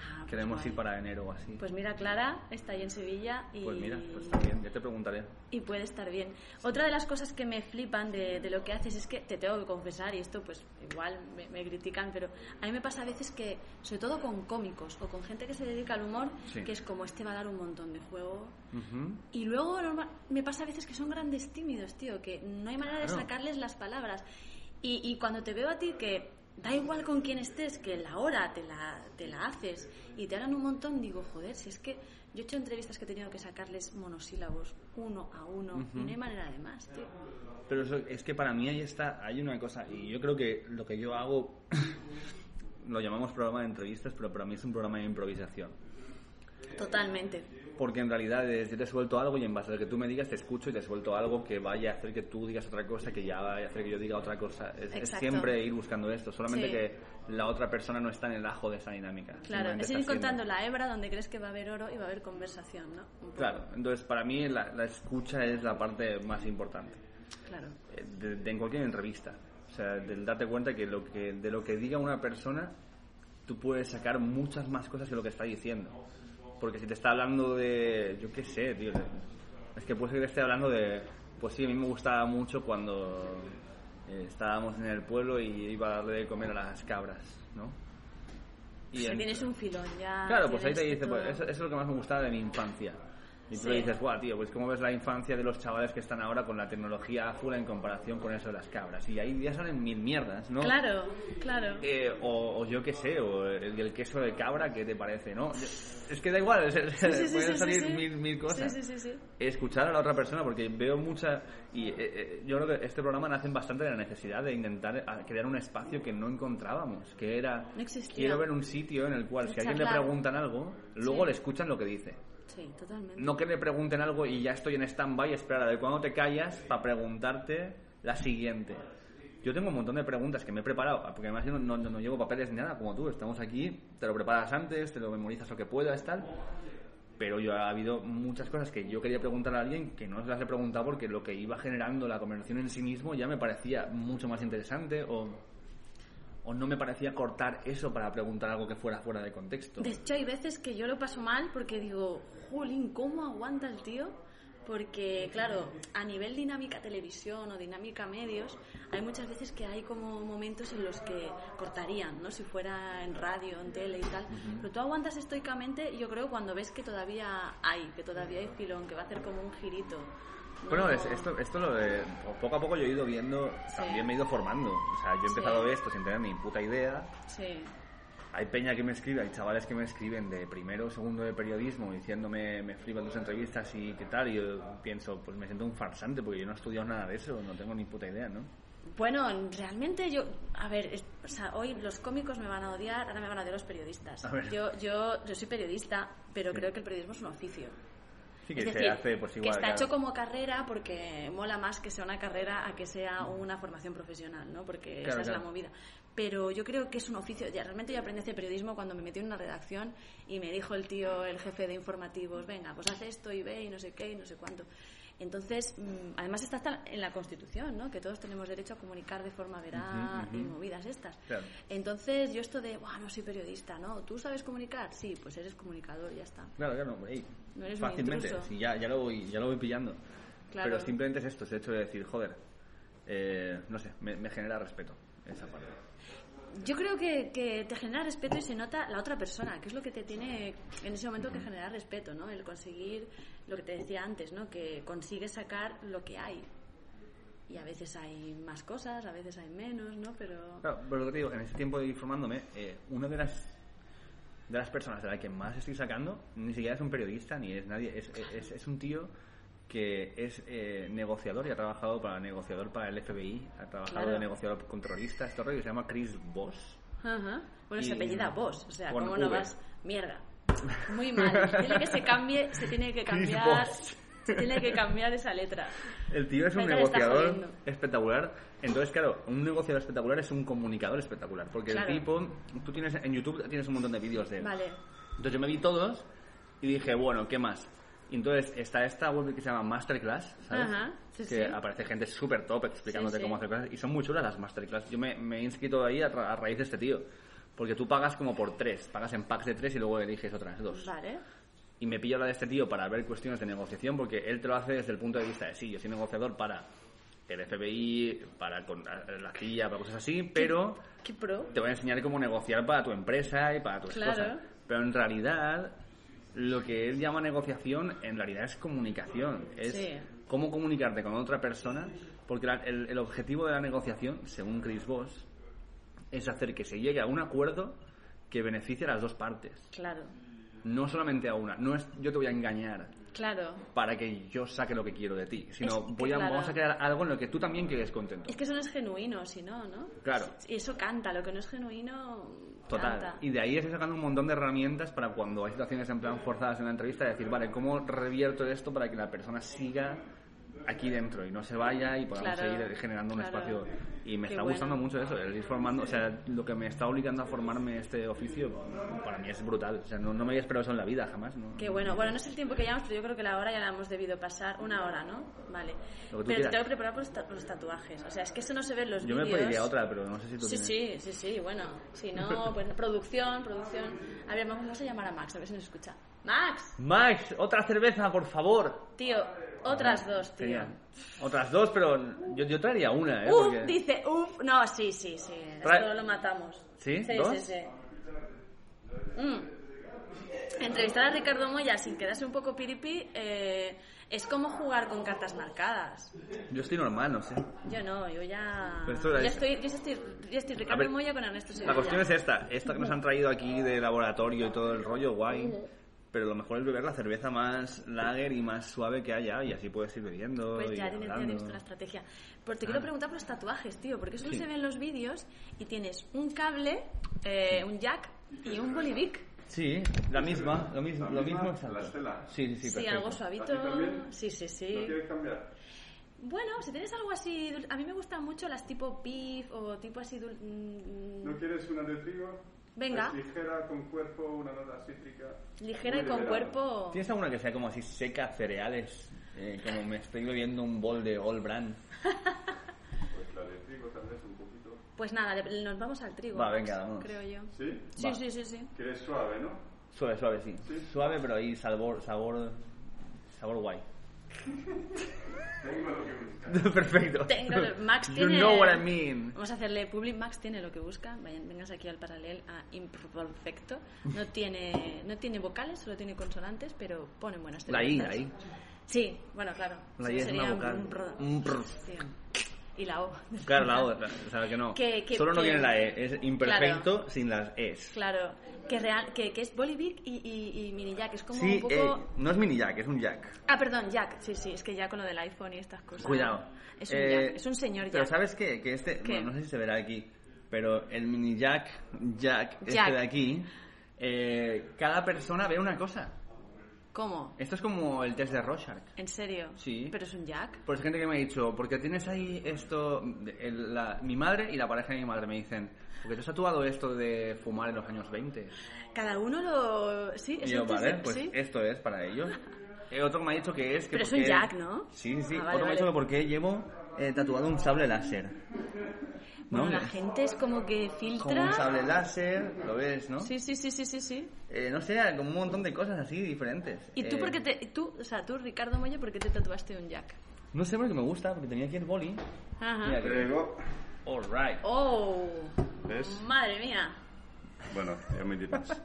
[SPEAKER 1] Ah, pues
[SPEAKER 2] Queremos
[SPEAKER 1] guay.
[SPEAKER 2] ir para enero o así. Pues,
[SPEAKER 1] Pues mira, Clara está ahí en Sevilla y.
[SPEAKER 2] mira, pues está bien. Ya te preguntaré.
[SPEAKER 1] y puede estar bien. Otra de las cosas que me flipan de, de lo que haces es que te tengo que confesar, y esto pues igual me, me critican, pero a mí me pasa a veces que, sobre todo con cómicos o con gente que se dedica al humor,
[SPEAKER 2] Sí.
[SPEAKER 1] que es como este va a dar un montón de juego.
[SPEAKER 2] Ujú.
[SPEAKER 1] Y luego norma- me pasa a veces que son grandes tímidos, tío, que no hay manera de
[SPEAKER 2] Claro.
[SPEAKER 1] sacarles las palabras. Y, y cuando te veo a ti que da igual con quién estés, que la hora te la, te la haces y te hablan un montón, digo, joder, si es que yo he hecho entrevistas que he tenido que sacarles monosílabos uno a uno y no hay manera de más, tío.
[SPEAKER 2] Pero eso- es que para mí ahí está, hay una cosa, y yo creo que lo que yo hago, lo llamamos programa de entrevistas, pero para mí es un programa de improvisación.
[SPEAKER 1] Totalmente.
[SPEAKER 2] Porque en realidad es, yo te suelto algo y en base a lo que tú me digas te escucho y te suelto algo que vaya a hacer que tú digas otra cosa, que ya vaya a hacer que yo diga otra cosa. Es, es
[SPEAKER 1] Exacto.
[SPEAKER 2] siempre ir buscando esto, solamente
[SPEAKER 1] Sí.
[SPEAKER 2] que la otra persona no está en el ajo de esa dinámica.
[SPEAKER 1] Claro,
[SPEAKER 2] simplemente
[SPEAKER 1] es
[SPEAKER 2] está
[SPEAKER 1] ir
[SPEAKER 2] haciendo.
[SPEAKER 1] cortando la hebra donde crees que va a haber oro y va a haber conversación, ¿no? Un poco,
[SPEAKER 2] Claro, entonces para mí la, la escucha es la parte más importante.
[SPEAKER 1] Claro.
[SPEAKER 2] eh, de, de- en cualquier entrevista. O sea, del darte cuenta que, lo que de lo que diga una persona, tú puedes sacar muchas más cosas que lo que está diciendo. Porque si te está hablando de, yo qué sé, tío, de- es que puede ser que te esté hablando de, pues sí, a mí me gustaba mucho cuando eh, estábamos en el pueblo y iba a darle de comer a las cabras, ¿no?
[SPEAKER 1] O sea,
[SPEAKER 2] en-
[SPEAKER 1] tienes un filón ya.
[SPEAKER 2] Claro, pues ahí
[SPEAKER 1] tienes
[SPEAKER 2] te dice, pues,
[SPEAKER 1] todo.
[SPEAKER 2] eso, eso es lo que más me gustaba de mi infancia. Y tú
[SPEAKER 1] Sí.
[SPEAKER 2] le dices, guau, tío, pues cómo ves la infancia de los chavales que están ahora con la tecnología a full en comparación con eso de las cabras. Y ahí ya salen mil mierdas, ¿no?
[SPEAKER 1] Claro, claro.
[SPEAKER 2] Eh, o, o yo qué sé, o el, el queso de cabra, ¿qué te parece, no? Es que da igual, es-
[SPEAKER 1] Sí, sí, sí,
[SPEAKER 2] pueden
[SPEAKER 1] sí,
[SPEAKER 2] salir
[SPEAKER 1] sí, sí.
[SPEAKER 2] Mil, mil cosas
[SPEAKER 1] Sí, sí, sí, sí.
[SPEAKER 2] escuchar a la otra persona porque veo mucha y eh, eh, yo creo que este programa nace bastante de la necesidad de intentar ah, crear un espacio que no encontrábamos que era
[SPEAKER 1] No existía.
[SPEAKER 2] quiero ver un sitio en el cual si a alguien le
[SPEAKER 1] Charlar.
[SPEAKER 2] preguntan algo luego
[SPEAKER 1] Sí.
[SPEAKER 2] le escuchan lo que dice
[SPEAKER 1] Sí, totalmente.
[SPEAKER 2] no que le pregunten algo y ya estoy en stand-by esperar a ver cuándo te callas para preguntarte la siguiente yo tengo un montón de preguntas que me he preparado porque además yo no, no- no llevo papeles ni nada como tú estamos aquí te lo preparas antes te lo memorizas lo que puedas tal pero yo ha habido muchas cosas que yo quería preguntar a alguien que no las he preguntado porque lo que iba generando la conversación en sí mismo ya me parecía mucho más interesante o, o no me parecía cortar eso para preguntar algo que fuera fuera de contexto.
[SPEAKER 1] De hecho, hay veces que yo lo paso mal porque digo, Julín, ¿cómo aguanta el tío? Porque, claro, a nivel dinámica televisión o dinámica medios, hay muchas veces que hay como momentos en los que cortarían, ¿no? Si fuera en radio, en tele y tal. Pero tú aguantas estoicamente, yo creo, cuando ves que todavía hay, que todavía hay filón, que va a hacer como un girito. ¿no?
[SPEAKER 2] Bueno, es- esto, esto lo de- poco a poco yo he ido viendo,
[SPEAKER 1] Sí.
[SPEAKER 2] también me he ido formando. O sea, yo he
[SPEAKER 1] Sí.
[SPEAKER 2] empezado esto sin tener ni puta idea.
[SPEAKER 1] Sí,
[SPEAKER 2] Hay peña que me escribe, hay chavales que me escriben de primero o segundo de periodismo diciéndome me flipan tus entrevistas y qué tal. Y yo pienso, pues me siento un farsante porque yo no he estudiado nada de eso, no tengo ni puta idea, ¿no?
[SPEAKER 1] Bueno, realmente yo, a ver, es- o sea, hoy los cómicos me van a odiar, ahora me van a odiar los periodistas.
[SPEAKER 2] A ver.
[SPEAKER 1] Yo, yo, yo soy periodista, pero
[SPEAKER 2] Sí.
[SPEAKER 1] creo que el periodismo es un oficio.
[SPEAKER 2] Sí, que
[SPEAKER 1] es
[SPEAKER 2] se
[SPEAKER 1] decir,
[SPEAKER 2] hace pues
[SPEAKER 1] que
[SPEAKER 2] igual.
[SPEAKER 1] está
[SPEAKER 2] claro.
[SPEAKER 1] hecho como carrera porque mola más que sea una carrera a que sea una formación profesional, ¿no? Porque
[SPEAKER 2] Claro,
[SPEAKER 1] esa es
[SPEAKER 2] claro.
[SPEAKER 1] la movida. Pero yo creo que es un oficio. Ya, realmente yo aprendí a hacer periodismo cuando me metí en una redacción y me dijo el tío, el jefe de informativos, venga, pues haz esto y ve y no sé qué y no sé cuánto. Entonces, mm, además está hasta en la Constitución, ¿no? Que todos tenemos derecho a comunicar de forma veraz y movidas estas.
[SPEAKER 2] Claro.
[SPEAKER 1] Entonces, yo esto de, bueno, no soy periodista, ¿no? ¿Tú sabes comunicar? Sí, pues eres comunicador, ya está.
[SPEAKER 2] Claro, claro, ey,
[SPEAKER 1] No eres un
[SPEAKER 2] fácilmente,
[SPEAKER 1] intruso.
[SPEAKER 2] sí, ya, ya, lo voy, ya lo voy pillando.
[SPEAKER 1] Claro.
[SPEAKER 2] Pero simplemente es esto, es el hecho de decir, joder, eh, no sé, me, me genera respeto esa parte.
[SPEAKER 1] yo creo que, que te genera respeto y se nota la otra persona, que es lo que te tiene en ese momento que generar respeto, ¿no? El conseguir lo que te decía antes, ¿no? Que consigues sacar lo que hay. Y a veces hay más cosas, a veces hay menos, ¿no? Pero
[SPEAKER 2] Claro, pero lo que te digo, en ese tiempo de ir formándome, eh, una de las de las personas de la que más estoy sacando, ni siquiera es un periodista, ni es nadie, es, es, es un tío que es eh, negociador y ha trabajado para negociador para el FBI, ha trabajado
[SPEAKER 1] Claro.
[SPEAKER 2] de negociador con terroristas, este rollo, se llama Chris Voss.
[SPEAKER 1] Ajá. Bueno,
[SPEAKER 2] Y-
[SPEAKER 1] se apellida vos, o sea,
[SPEAKER 2] con
[SPEAKER 1] ¿cómo no
[SPEAKER 2] V.
[SPEAKER 1] vas? Mierda. Muy mal. Dile que se cambie, se tiene que
[SPEAKER 2] Chris
[SPEAKER 1] cambiar.
[SPEAKER 2] Voss.
[SPEAKER 1] Se tiene que cambiar esa letra.
[SPEAKER 2] El tío es un
[SPEAKER 1] Vete, le está
[SPEAKER 2] negociador
[SPEAKER 1] jodiendo.
[SPEAKER 2] espectacular. Entonces, claro, un negociador espectacular es un comunicador espectacular. Porque
[SPEAKER 1] Claro.
[SPEAKER 2] el tipo, tú tienes en YouTube tienes un montón de vídeos de él.
[SPEAKER 1] Vale.
[SPEAKER 2] Entonces yo me vi todos y dije, bueno, ¿qué más? Y entonces está esta web que se llama Masterclass, ¿sabes?
[SPEAKER 1] Ajá, sí,
[SPEAKER 2] que
[SPEAKER 1] sí.
[SPEAKER 2] aparece gente súper top explicándote
[SPEAKER 1] Sí, sí.
[SPEAKER 2] cómo hacer cosas. Y son muy chulas las Masterclass. Yo me, me he inscrito ahí a, tra- a raíz de este tío. Porque tú pagas como por tres. Pagas en packs de tres y luego eliges otras dos
[SPEAKER 1] Vale.
[SPEAKER 2] y me pillo la de este tío para ver cuestiones de negociación, porque él te lo hace desde el punto de vista de sí, yo soy negociador para el FBI, para con la la CIA, para cosas así, pero
[SPEAKER 1] Qué pro.
[SPEAKER 2] te voy a enseñar cómo negociar para tu empresa y para tus
[SPEAKER 1] Claro.
[SPEAKER 2] cosas. Pero en realidad, lo que él llama negociación, en realidad es comunicación. Es
[SPEAKER 1] Sí.
[SPEAKER 2] cómo comunicarte con otra persona, porque la- el, el objetivo de la negociación, según Chris Voss, es hacer que se llegue a un acuerdo que beneficie a las dos partes
[SPEAKER 1] Claro.
[SPEAKER 2] no solamente a una. No es yo te voy a engañar
[SPEAKER 1] Claro.
[SPEAKER 2] para que yo saque lo que quiero de ti, sino
[SPEAKER 1] Es que
[SPEAKER 2] voy a,
[SPEAKER 1] claro.
[SPEAKER 2] vamos a crear algo en lo que tú también quedes contento.
[SPEAKER 1] Es que eso no es genuino, si no, ¿no?
[SPEAKER 2] Claro.
[SPEAKER 1] Y eso canta, lo que no es genuino.
[SPEAKER 2] Total.
[SPEAKER 1] Canta.
[SPEAKER 2] Y de ahí estoy sacando un montón de herramientas para cuando hay situaciones en plan forzadas en la entrevista, decir, vale, ¿cómo revierto esto para que la persona siga aquí dentro y no se vaya y podamos
[SPEAKER 1] Claro,
[SPEAKER 2] seguir generando un
[SPEAKER 1] claro.
[SPEAKER 2] espacio? Y me
[SPEAKER 1] Qué
[SPEAKER 2] está
[SPEAKER 1] bueno.
[SPEAKER 2] gustando mucho eso, el ir formando, o sea, lo que me está obligando a formarme este oficio, para mí es brutal. O sea, no, no me había esperado eso en la vida jamás. ¿no?
[SPEAKER 1] Qué bueno. Bueno, no es el tiempo que llevamos, pero yo creo que la hora ya la hemos debido pasar. Una hora, ¿no? Vale.
[SPEAKER 2] Lo que tú
[SPEAKER 1] Pero te
[SPEAKER 2] quieras.
[SPEAKER 1] tengo que preparar por los, ta- por los tatuajes. O sea, es que eso no se ve en los
[SPEAKER 2] Yo me
[SPEAKER 1] vídeos.
[SPEAKER 2] pediría otra, pero no sé si tú
[SPEAKER 1] Sí,
[SPEAKER 2] tienes.
[SPEAKER 1] sí, sí, sí, bueno, si no, pues producción, producción. A ver, vamos a llamar a Max, a ver si nos escucha. Max,
[SPEAKER 2] Max, otra cerveza, por favor.
[SPEAKER 1] tío, otras dos, tío. Uh,
[SPEAKER 2] Genial. Otras dos, pero yo, yo traería una, ¿eh?
[SPEAKER 1] Uf,
[SPEAKER 2] Porque-
[SPEAKER 1] dice, uf, no, sí, sí, sí,
[SPEAKER 2] Trae-
[SPEAKER 1] esto lo matamos.
[SPEAKER 2] ¿Sí?
[SPEAKER 1] Sí,
[SPEAKER 2] ¿Dos?
[SPEAKER 1] sí, sí. Mm. Entrevistar a Ricardo Moya sin quedarse un poco piripi eh, es como jugar con cartas marcadas.
[SPEAKER 2] Yo estoy normal, no sé.
[SPEAKER 1] Yo no, yo ya...
[SPEAKER 2] Pero esto era
[SPEAKER 1] ya,
[SPEAKER 2] eso.
[SPEAKER 1] estoy, yo ya estoy, ya estoy
[SPEAKER 2] A
[SPEAKER 1] Ricardo
[SPEAKER 2] ver,
[SPEAKER 1] Moya con Ernesto Sevilla.
[SPEAKER 2] La cuestión es esta. Esta que nos han traído aquí de laboratorio y todo el rollo, guay. Pero lo mejor es beber la cerveza más lager y más suave que haya y así puedes ir bebiendo
[SPEAKER 1] Pues
[SPEAKER 2] y
[SPEAKER 1] ya tiene- tiene
[SPEAKER 2] hablando. Ah.
[SPEAKER 1] visto la estrategia. Pero te quiero preguntar por los tatuajes, tío, porque eso no
[SPEAKER 2] Sí.
[SPEAKER 1] se ve en los vídeos y tienes un cable, eh, un jack y un bolivic.
[SPEAKER 2] Sí, la misma, lo mismo, lo
[SPEAKER 3] ¿La misma?
[SPEAKER 2] mismo exacto.
[SPEAKER 3] ¿La estela?
[SPEAKER 2] Sí, sí, sí,
[SPEAKER 1] Sí,
[SPEAKER 2] perfecto.
[SPEAKER 1] algo suavito.
[SPEAKER 3] ¿Así también?
[SPEAKER 1] Sí, sí,
[SPEAKER 3] ¿Lo
[SPEAKER 1] sí.
[SPEAKER 3] quieres cambiar?
[SPEAKER 1] Bueno, si tienes algo así, dul- a mí me gustan mucho las tipo beef o tipo así. dul- mm,
[SPEAKER 3] ¿No quieres una de trigo?
[SPEAKER 1] Venga.
[SPEAKER 3] Es ligera, con cuerpo, una nota cítrica.
[SPEAKER 1] Ligera
[SPEAKER 3] Muy
[SPEAKER 1] y con
[SPEAKER 3] liberada.
[SPEAKER 1] cuerpo.
[SPEAKER 2] ¿Tienes alguna que sea como así seca, cereales? Eh, como me estoy bebiendo un bol de All Brand.
[SPEAKER 3] Pues la de trigo tal vez un poquito.
[SPEAKER 1] Pues nada, le- nos vamos al trigo.
[SPEAKER 2] Va,
[SPEAKER 1] Max,
[SPEAKER 2] venga, vámonos.
[SPEAKER 1] Creo yo.
[SPEAKER 3] ¿Sí?
[SPEAKER 1] Sí,
[SPEAKER 2] Va.
[SPEAKER 1] sí, sí, sí.
[SPEAKER 3] Quieres suave, ¿no?
[SPEAKER 2] Suave, suave, sí.
[SPEAKER 3] Sí.
[SPEAKER 2] Suave, pero ahí sabor, sabor, sabor guay.
[SPEAKER 3] Tengo lo que buscas.
[SPEAKER 2] Perfecto.
[SPEAKER 1] Tengo- Max
[SPEAKER 2] You
[SPEAKER 1] tiene.
[SPEAKER 2] know what I mean.
[SPEAKER 1] Vamos a hacerle public. Max tiene lo que busca. Vayan, vengas aquí al paralel a imperfecto. No tiene, no tiene vocales, solo tiene consonantes, pero pone buenas
[SPEAKER 2] La I,
[SPEAKER 1] entrevistas.
[SPEAKER 2] la I.
[SPEAKER 1] Sí, bueno, claro.
[SPEAKER 2] La
[SPEAKER 1] Sí,
[SPEAKER 2] I es
[SPEAKER 1] sería
[SPEAKER 2] una vocal. Mm.
[SPEAKER 1] un pro-
[SPEAKER 2] Un pro-
[SPEAKER 1] Sí. Y la O.
[SPEAKER 2] Claro, la otra. O sea, que no.
[SPEAKER 1] Que- que-
[SPEAKER 2] Solo no
[SPEAKER 1] que-
[SPEAKER 2] tiene la E. Es imperfecto sin las Es.
[SPEAKER 1] Claro, que, real, que, que es Bolivic y, y, y Mini Jack. Es como
[SPEAKER 2] Sí,
[SPEAKER 1] un poco.
[SPEAKER 2] eh, no es mini jack, es un jack.
[SPEAKER 1] Ah, perdón, Jack. Sí, sí, es que ya con lo del iPhone y estas cosas.
[SPEAKER 2] Cuidado.
[SPEAKER 1] Ah, Es un
[SPEAKER 2] Eh,
[SPEAKER 1] Jack, es un señor
[SPEAKER 2] Pero
[SPEAKER 1] Jack.
[SPEAKER 2] ¿sabes qué? Que este,
[SPEAKER 1] ¿Qué?
[SPEAKER 2] bueno, no sé si se verá aquí, pero el mini jack, jack,
[SPEAKER 1] Jack.
[SPEAKER 2] este de aquí, eh, cada persona ve una cosa.
[SPEAKER 1] ¿Cómo?
[SPEAKER 2] Esto es como el test de Rorschach.
[SPEAKER 1] ¿En serio?
[SPEAKER 2] Sí.
[SPEAKER 1] ¿Pero es un Jack?
[SPEAKER 2] Pues gente que me ha dicho, porque tienes ahí esto, el- la- mi madre y la pareja de mi madre me dicen, porque tú has tatuado esto de fumar en los años 20.
[SPEAKER 1] Cada uno lo. Sí,
[SPEAKER 2] Y
[SPEAKER 1] es
[SPEAKER 2] yo,
[SPEAKER 1] un test de-
[SPEAKER 2] vale, pues
[SPEAKER 1] sí.
[SPEAKER 2] esto es para ellos. Eh, otro me ha dicho que es que...
[SPEAKER 1] Pero es
[SPEAKER 2] porque-
[SPEAKER 1] un Jack, ¿no?
[SPEAKER 2] Sí, sí, sí.
[SPEAKER 1] Ah, vale,
[SPEAKER 2] otro me ha
[SPEAKER 1] vale.
[SPEAKER 2] dicho que porque llevo eh, tatuado un sable láser.
[SPEAKER 1] Bueno,
[SPEAKER 2] ¿No?
[SPEAKER 1] la gente es como que
[SPEAKER 2] Como
[SPEAKER 1] filtra.
[SPEAKER 2] un sable láser, lo ves, ¿no?
[SPEAKER 1] Sí, sí, sí, sí, sí, sí.
[SPEAKER 2] Eh, no sé, como un montón de cosas así diferentes.
[SPEAKER 1] ¿Y tú
[SPEAKER 2] Eh,
[SPEAKER 1] por qué te. Tú, o sea, tú, Ricardo Moya, ¿por qué te tatuaste un Jack?
[SPEAKER 2] No
[SPEAKER 1] Ah.
[SPEAKER 2] sé, porque me gusta, porque tenía aquí el boli.
[SPEAKER 1] Ajá.
[SPEAKER 2] Mira, que-
[SPEAKER 3] Trigo.
[SPEAKER 2] All right.
[SPEAKER 1] Oh.
[SPEAKER 3] ¿Ves?
[SPEAKER 1] Madre mía.
[SPEAKER 3] Bueno, ya me dirás.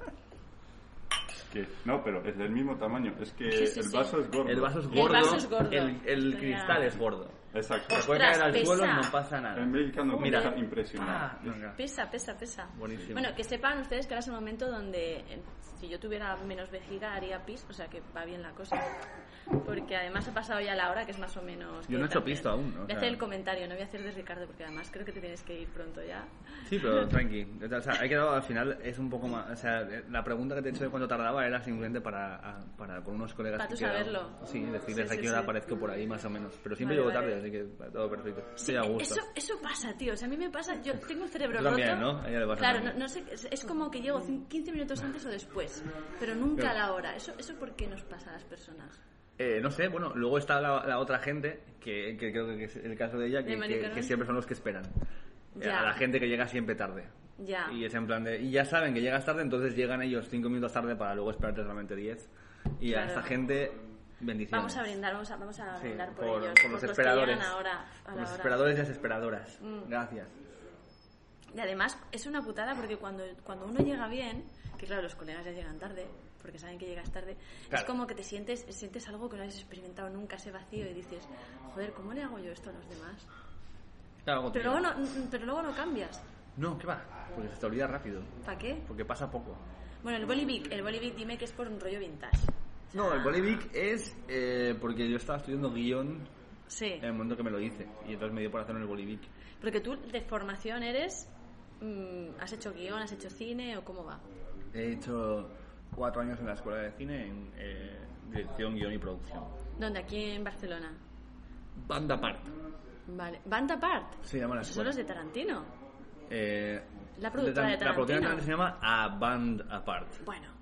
[SPEAKER 3] Que, no, pero es del mismo tamaño. Es que
[SPEAKER 1] Sí, sí,
[SPEAKER 3] el
[SPEAKER 1] sí.
[SPEAKER 3] vaso es gordo.
[SPEAKER 2] El vaso es
[SPEAKER 1] El
[SPEAKER 2] gordo.
[SPEAKER 1] vaso es gordo.
[SPEAKER 2] el- el
[SPEAKER 1] Ya.
[SPEAKER 2] cristal es gordo.
[SPEAKER 3] Exacto.
[SPEAKER 2] Se puede
[SPEAKER 1] Ostras,
[SPEAKER 2] caer al suelo y
[SPEAKER 1] pesa.
[SPEAKER 2] no pasa nada.
[SPEAKER 3] El mexicano
[SPEAKER 2] Mira.
[SPEAKER 3] está impresionado.
[SPEAKER 2] Ah, venga.
[SPEAKER 1] Pesa, pesa, pesa.
[SPEAKER 2] Buenísimo.
[SPEAKER 1] Bueno, que sepan ustedes que ahora es el momento donde eh, si yo tuviera menos vejiga haría pis, o sea que va bien la cosa. Porque además ha pasado ya la hora que es más o menos.
[SPEAKER 2] Yo
[SPEAKER 1] que
[SPEAKER 2] no he hecho
[SPEAKER 1] también.
[SPEAKER 2] pisto aún, o
[SPEAKER 1] Voy
[SPEAKER 2] sea.
[SPEAKER 1] a hacer el comentario, no voy a hacer de Ricardo porque además creo que te tienes que ir pronto ya.
[SPEAKER 2] Sí, pero tranqui. O sea, he quedado al final, es un poco más. O sea, la pregunta que te he hecho de cuánto tardaba era simplemente para, a- para con unos colegas.
[SPEAKER 1] Para
[SPEAKER 2] que
[SPEAKER 1] tú
[SPEAKER 2] he quedado.
[SPEAKER 1] saberlo.
[SPEAKER 2] Sí, decirles
[SPEAKER 1] Sí,
[SPEAKER 2] a
[SPEAKER 1] sí,
[SPEAKER 2] qué hora
[SPEAKER 1] sí.
[SPEAKER 2] aparezco por ahí, más o menos. Pero siempre
[SPEAKER 1] Vale,
[SPEAKER 2] llego
[SPEAKER 1] vale.
[SPEAKER 2] tarde, así que todo perfecto. Estoy a gusto.
[SPEAKER 1] Eso, eso pasa, tío. O sea, a mí me pasa, yo tengo el cerebro
[SPEAKER 2] Tú también,
[SPEAKER 1] roto.
[SPEAKER 2] ¿no? A ella le pasa
[SPEAKER 1] claro, no,
[SPEAKER 2] también.
[SPEAKER 1] no sé, es, es como que llego cin- 15 minutos antes o después, pero nunca a la hora. Eso, eso por qué nos pasa a las personas.
[SPEAKER 2] Eh, no sé, bueno, luego está la, la otra gente, que, que creo que es el caso de ella, que,
[SPEAKER 1] De María
[SPEAKER 2] que-
[SPEAKER 1] Carmen.
[SPEAKER 2] que siempre son los que esperan. Eh,
[SPEAKER 1] Ya.
[SPEAKER 2] A la gente que llega siempre tarde.
[SPEAKER 1] Ya.
[SPEAKER 2] Y es en plan de. Y ya saben que llegas tarde, entonces llegan ellos 5 minutos tarde para luego esperarte solamente 10. Y a
[SPEAKER 1] Claro.
[SPEAKER 2] esta gente, bendiciones.
[SPEAKER 1] Vamos a brindar, vamos a, vamos a
[SPEAKER 2] Sí,
[SPEAKER 1] brindar por,
[SPEAKER 2] por-
[SPEAKER 1] ellos.
[SPEAKER 2] por los
[SPEAKER 1] que
[SPEAKER 2] esperadores.
[SPEAKER 1] llegan ahora, a la
[SPEAKER 2] Los
[SPEAKER 1] hora. Mm.
[SPEAKER 2] esperadores y las esperadoras. Gracias.
[SPEAKER 1] Y además es una putada porque cuando, cuando uno llega bien, que claro, los colegas ya llegan tarde, porque saben que llegas tarde, es
[SPEAKER 2] Claro.
[SPEAKER 1] como que te sientes, sientes algo que no has experimentado nunca, ese vacío, y dices, joder, ¿cómo le hago yo esto a los demás?
[SPEAKER 2] Claro, contigo.
[SPEAKER 1] Pero luego no, pero luego no cambias.
[SPEAKER 2] No, ¿qué va? Porque se te olvida rápido.
[SPEAKER 1] ¿Para qué?
[SPEAKER 2] Porque pasa poco.
[SPEAKER 1] Bueno, el Bolivic, el Bolivic dime que es por un rollo vintage.
[SPEAKER 2] No, el Bolivic es eh, porque yo estaba estudiando guión
[SPEAKER 1] Sí.
[SPEAKER 2] en el momento que me lo hice. Y entonces me dio por hacer el Bolivic.
[SPEAKER 1] Porque tú de formación eres... mm, ¿Has hecho guión? ¿Has hecho cine? ¿O cómo va?
[SPEAKER 2] He hecho cuatro años en la escuela de cine en eh, dirección, guión y producción.
[SPEAKER 1] ¿Dónde? Aquí en Barcelona.
[SPEAKER 2] Banda apart.
[SPEAKER 1] Vale. Band Apart.
[SPEAKER 2] Se llama la
[SPEAKER 1] Esos son
[SPEAKER 2] escuela.
[SPEAKER 1] los de Tarantino.
[SPEAKER 2] Eh,
[SPEAKER 1] La productora de
[SPEAKER 2] La productora de
[SPEAKER 1] Tarantino.
[SPEAKER 2] Tarantino se llama A Band Apart.
[SPEAKER 1] Bueno,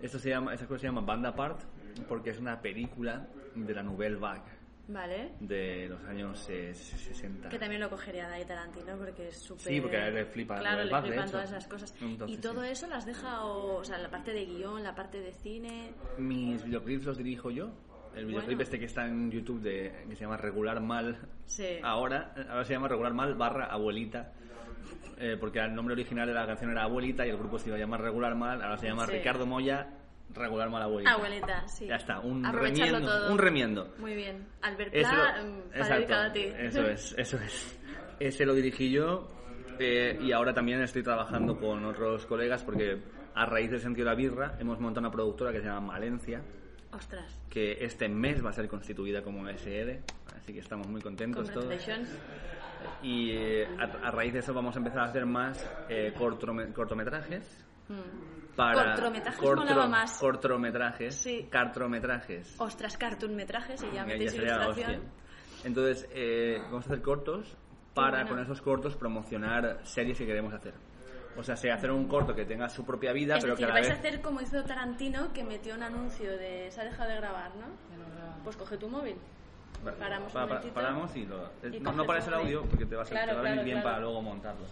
[SPEAKER 2] Esto se llama, esa cosa se llama Banda Apart porque es una película de la Nouvelle Vague
[SPEAKER 1] vale.
[SPEAKER 2] de los años eh, 60.
[SPEAKER 1] Que también lo cogería Dai Tarantino porque es súper.
[SPEAKER 2] Sí, porque a él le flipa
[SPEAKER 1] Claro,
[SPEAKER 2] el
[SPEAKER 1] le
[SPEAKER 2] bar, de
[SPEAKER 1] flipan
[SPEAKER 2] hecho.
[SPEAKER 1] todas esas cosas.
[SPEAKER 2] Entonces,
[SPEAKER 1] y todo
[SPEAKER 2] sí.
[SPEAKER 1] eso las deja, o, o sea, la parte de guión, la parte de cine.
[SPEAKER 2] Mis videoclips los dirijo yo. El videoclip
[SPEAKER 1] Bueno.
[SPEAKER 2] este que está en YouTube de, que se llama Regular Mal.
[SPEAKER 1] Sí.
[SPEAKER 2] Ahora, ahora se llama Regular Mal barra Abuelita. Eh, porque el nombre original de la canción era Abuelita y el grupo se iba a llamar Regular Mal. Ahora se llama
[SPEAKER 1] Sí.
[SPEAKER 2] Ricardo Moya Regular Mal Abuelita.
[SPEAKER 1] Ah, Abuelita, sí.
[SPEAKER 2] Ya está, un
[SPEAKER 1] Aprovecharlo
[SPEAKER 2] remiendo.
[SPEAKER 1] todo.
[SPEAKER 2] Un remiendo.
[SPEAKER 1] Muy bien. Albert
[SPEAKER 2] Ese lo-
[SPEAKER 1] Pla, mm, para
[SPEAKER 2] exacto,
[SPEAKER 1] dedicado a ti.
[SPEAKER 2] Eso es, eso es. Ese lo dirigí yo eh, y ahora también estoy trabajando con otros colegas porque a raíz del sentido de la birra hemos montado una productora que se llama Malencia
[SPEAKER 1] Ostras.
[SPEAKER 2] que este mes va a ser constituida como SL, así que estamos muy contentos todos.
[SPEAKER 1] Congratulations.
[SPEAKER 2] Y eh, a, a raíz de eso vamos a empezar a hacer más eh, cortrome- cortometrajes.
[SPEAKER 1] Mm.
[SPEAKER 2] Para
[SPEAKER 1] Cortrometrajes molaba más.
[SPEAKER 2] Cortometrajes.
[SPEAKER 1] Sí.
[SPEAKER 2] Cartrometrajes.
[SPEAKER 1] Ostras, cartoon metrajes, y ya
[SPEAKER 2] Ya- ya
[SPEAKER 1] metéis
[SPEAKER 2] sería la
[SPEAKER 1] este ilustración.
[SPEAKER 2] hostia. Entonces, eh, vamos a hacer cortos para
[SPEAKER 1] bueno.
[SPEAKER 2] con esos cortos promocionar series que queremos hacer. O sea, sea hacer un corto que tenga su propia vida,
[SPEAKER 1] Es
[SPEAKER 2] pero
[SPEAKER 1] decir,
[SPEAKER 2] que a la
[SPEAKER 1] vais
[SPEAKER 2] vez...
[SPEAKER 1] a hacer como hizo Tarantino, que metió un anuncio de se ha dejado de grabar, ¿no? Pues coge tu móvil.
[SPEAKER 2] Vale,
[SPEAKER 1] Paramos
[SPEAKER 2] pa-
[SPEAKER 1] un
[SPEAKER 2] pa-
[SPEAKER 1] momentito.
[SPEAKER 2] paramos y lo...
[SPEAKER 1] Y
[SPEAKER 2] no, no
[SPEAKER 1] coges
[SPEAKER 2] pares
[SPEAKER 1] un
[SPEAKER 2] el audio
[SPEAKER 1] momento.
[SPEAKER 2] porque te va a, ser-
[SPEAKER 1] Claro,
[SPEAKER 2] te va a venir
[SPEAKER 1] claro,
[SPEAKER 2] bien
[SPEAKER 1] claro.
[SPEAKER 2] para luego montarlo.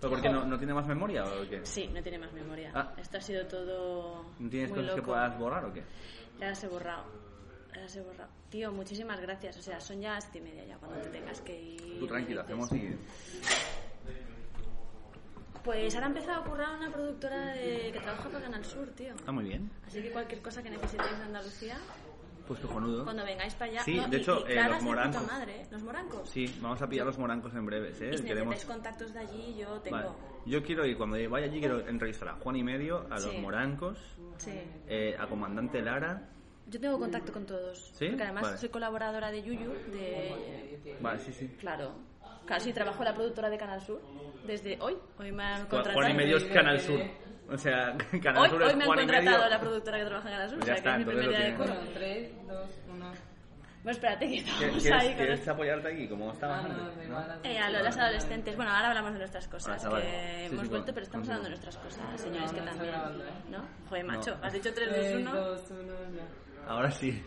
[SPEAKER 2] ¿Pero por qué no, no tiene más memoria o qué?
[SPEAKER 1] Sí, no tiene más memoria.
[SPEAKER 2] Ah.
[SPEAKER 1] Esto ha sido todo.
[SPEAKER 2] ¿No tienes
[SPEAKER 1] muy
[SPEAKER 2] cosas que
[SPEAKER 1] loco.
[SPEAKER 2] puedas borrar o qué?
[SPEAKER 1] Ya las he borrado. Ya las he borrado. Tío, muchísimas gracias. O sea, son ya las siete y media ya cuando te tengas que ir.
[SPEAKER 2] Tú tranquila,
[SPEAKER 1] me dices.
[SPEAKER 2] hacemos y...
[SPEAKER 1] Pues ahora ha empezado a currar una productora de... que trabaja para Canal Sur, tío.
[SPEAKER 2] Ah, muy bien.
[SPEAKER 1] Así que cualquier cosa que necesitéis de Andalucía,
[SPEAKER 2] Pues cojonudo.
[SPEAKER 1] cuando vengáis para allá.
[SPEAKER 2] Sí,
[SPEAKER 1] No,
[SPEAKER 2] de
[SPEAKER 1] y-
[SPEAKER 2] hecho,
[SPEAKER 1] y
[SPEAKER 2] eh,
[SPEAKER 1] claras
[SPEAKER 2] los
[SPEAKER 1] de puta
[SPEAKER 2] morancos.
[SPEAKER 1] madre, ¿eh? Los morancos.
[SPEAKER 2] Sí, vamos a pillar los morancos en breves, ¿eh?
[SPEAKER 1] Y si necesitáis
[SPEAKER 2] Queremos...
[SPEAKER 1] contactos de allí, yo tengo.
[SPEAKER 2] Vale. Yo quiero ir, cuando vaya allí, quiero entrevistar a Juan y Medio, a los
[SPEAKER 1] Sí.
[SPEAKER 2] morancos,
[SPEAKER 1] Sí.
[SPEAKER 2] eh, a Comandante Lara...
[SPEAKER 1] Yo tengo contacto con todos.
[SPEAKER 2] ¿Sí?
[SPEAKER 1] Porque además
[SPEAKER 2] Vale.
[SPEAKER 1] soy colaboradora de Yuyu, de
[SPEAKER 2] Vale, sí, sí.
[SPEAKER 1] Claro. Casi trabajo en la productora de Canal Sur desde hoy. Hoy me han
[SPEAKER 2] Juan-
[SPEAKER 1] contratado.
[SPEAKER 2] Juan y Medio es Canal Sur. O sea, Canal
[SPEAKER 1] Hoy,
[SPEAKER 2] Sur
[SPEAKER 1] hoy
[SPEAKER 2] es
[SPEAKER 1] me han
[SPEAKER 2] Juan y Medio.
[SPEAKER 1] contratado la productora que trabaja en Canal Sur.
[SPEAKER 2] Pues ya
[SPEAKER 1] o sea,
[SPEAKER 2] está,
[SPEAKER 1] que es mi
[SPEAKER 2] entonces
[SPEAKER 1] primer día de
[SPEAKER 2] lo
[SPEAKER 1] curro.
[SPEAKER 2] tienes.
[SPEAKER 4] Bueno, 3, 2, 1.
[SPEAKER 1] Bueno, espérate que
[SPEAKER 2] ¿Qué-
[SPEAKER 1] estamos
[SPEAKER 2] ¿Quieres,
[SPEAKER 1] ahí con
[SPEAKER 2] quieres
[SPEAKER 1] esto.
[SPEAKER 2] apoyarte aquí? Como estaba
[SPEAKER 4] Ah, no,
[SPEAKER 2] antes,
[SPEAKER 4] da
[SPEAKER 2] ¿no?
[SPEAKER 4] igual. así.
[SPEAKER 1] Eh, a lo de las adolescentes. Bueno, ahora hablamos de nuestras
[SPEAKER 2] Hola,
[SPEAKER 1] cosas.
[SPEAKER 2] Ah, chaval.
[SPEAKER 1] que
[SPEAKER 2] Sí, sí,
[SPEAKER 1] hemos
[SPEAKER 2] bueno,
[SPEAKER 1] vuelto, pero estamos
[SPEAKER 2] continúa.
[SPEAKER 1] hablando de nuestras cosas, señores,
[SPEAKER 4] No,
[SPEAKER 1] que
[SPEAKER 4] no está
[SPEAKER 1] también.
[SPEAKER 4] grabando, ¿eh?
[SPEAKER 1] ¿No? Joder, macho.
[SPEAKER 2] No.
[SPEAKER 1] Has dicho 3, 2,
[SPEAKER 4] 3,
[SPEAKER 1] 1.
[SPEAKER 4] 2, 1, ya.
[SPEAKER 2] Ahora sí.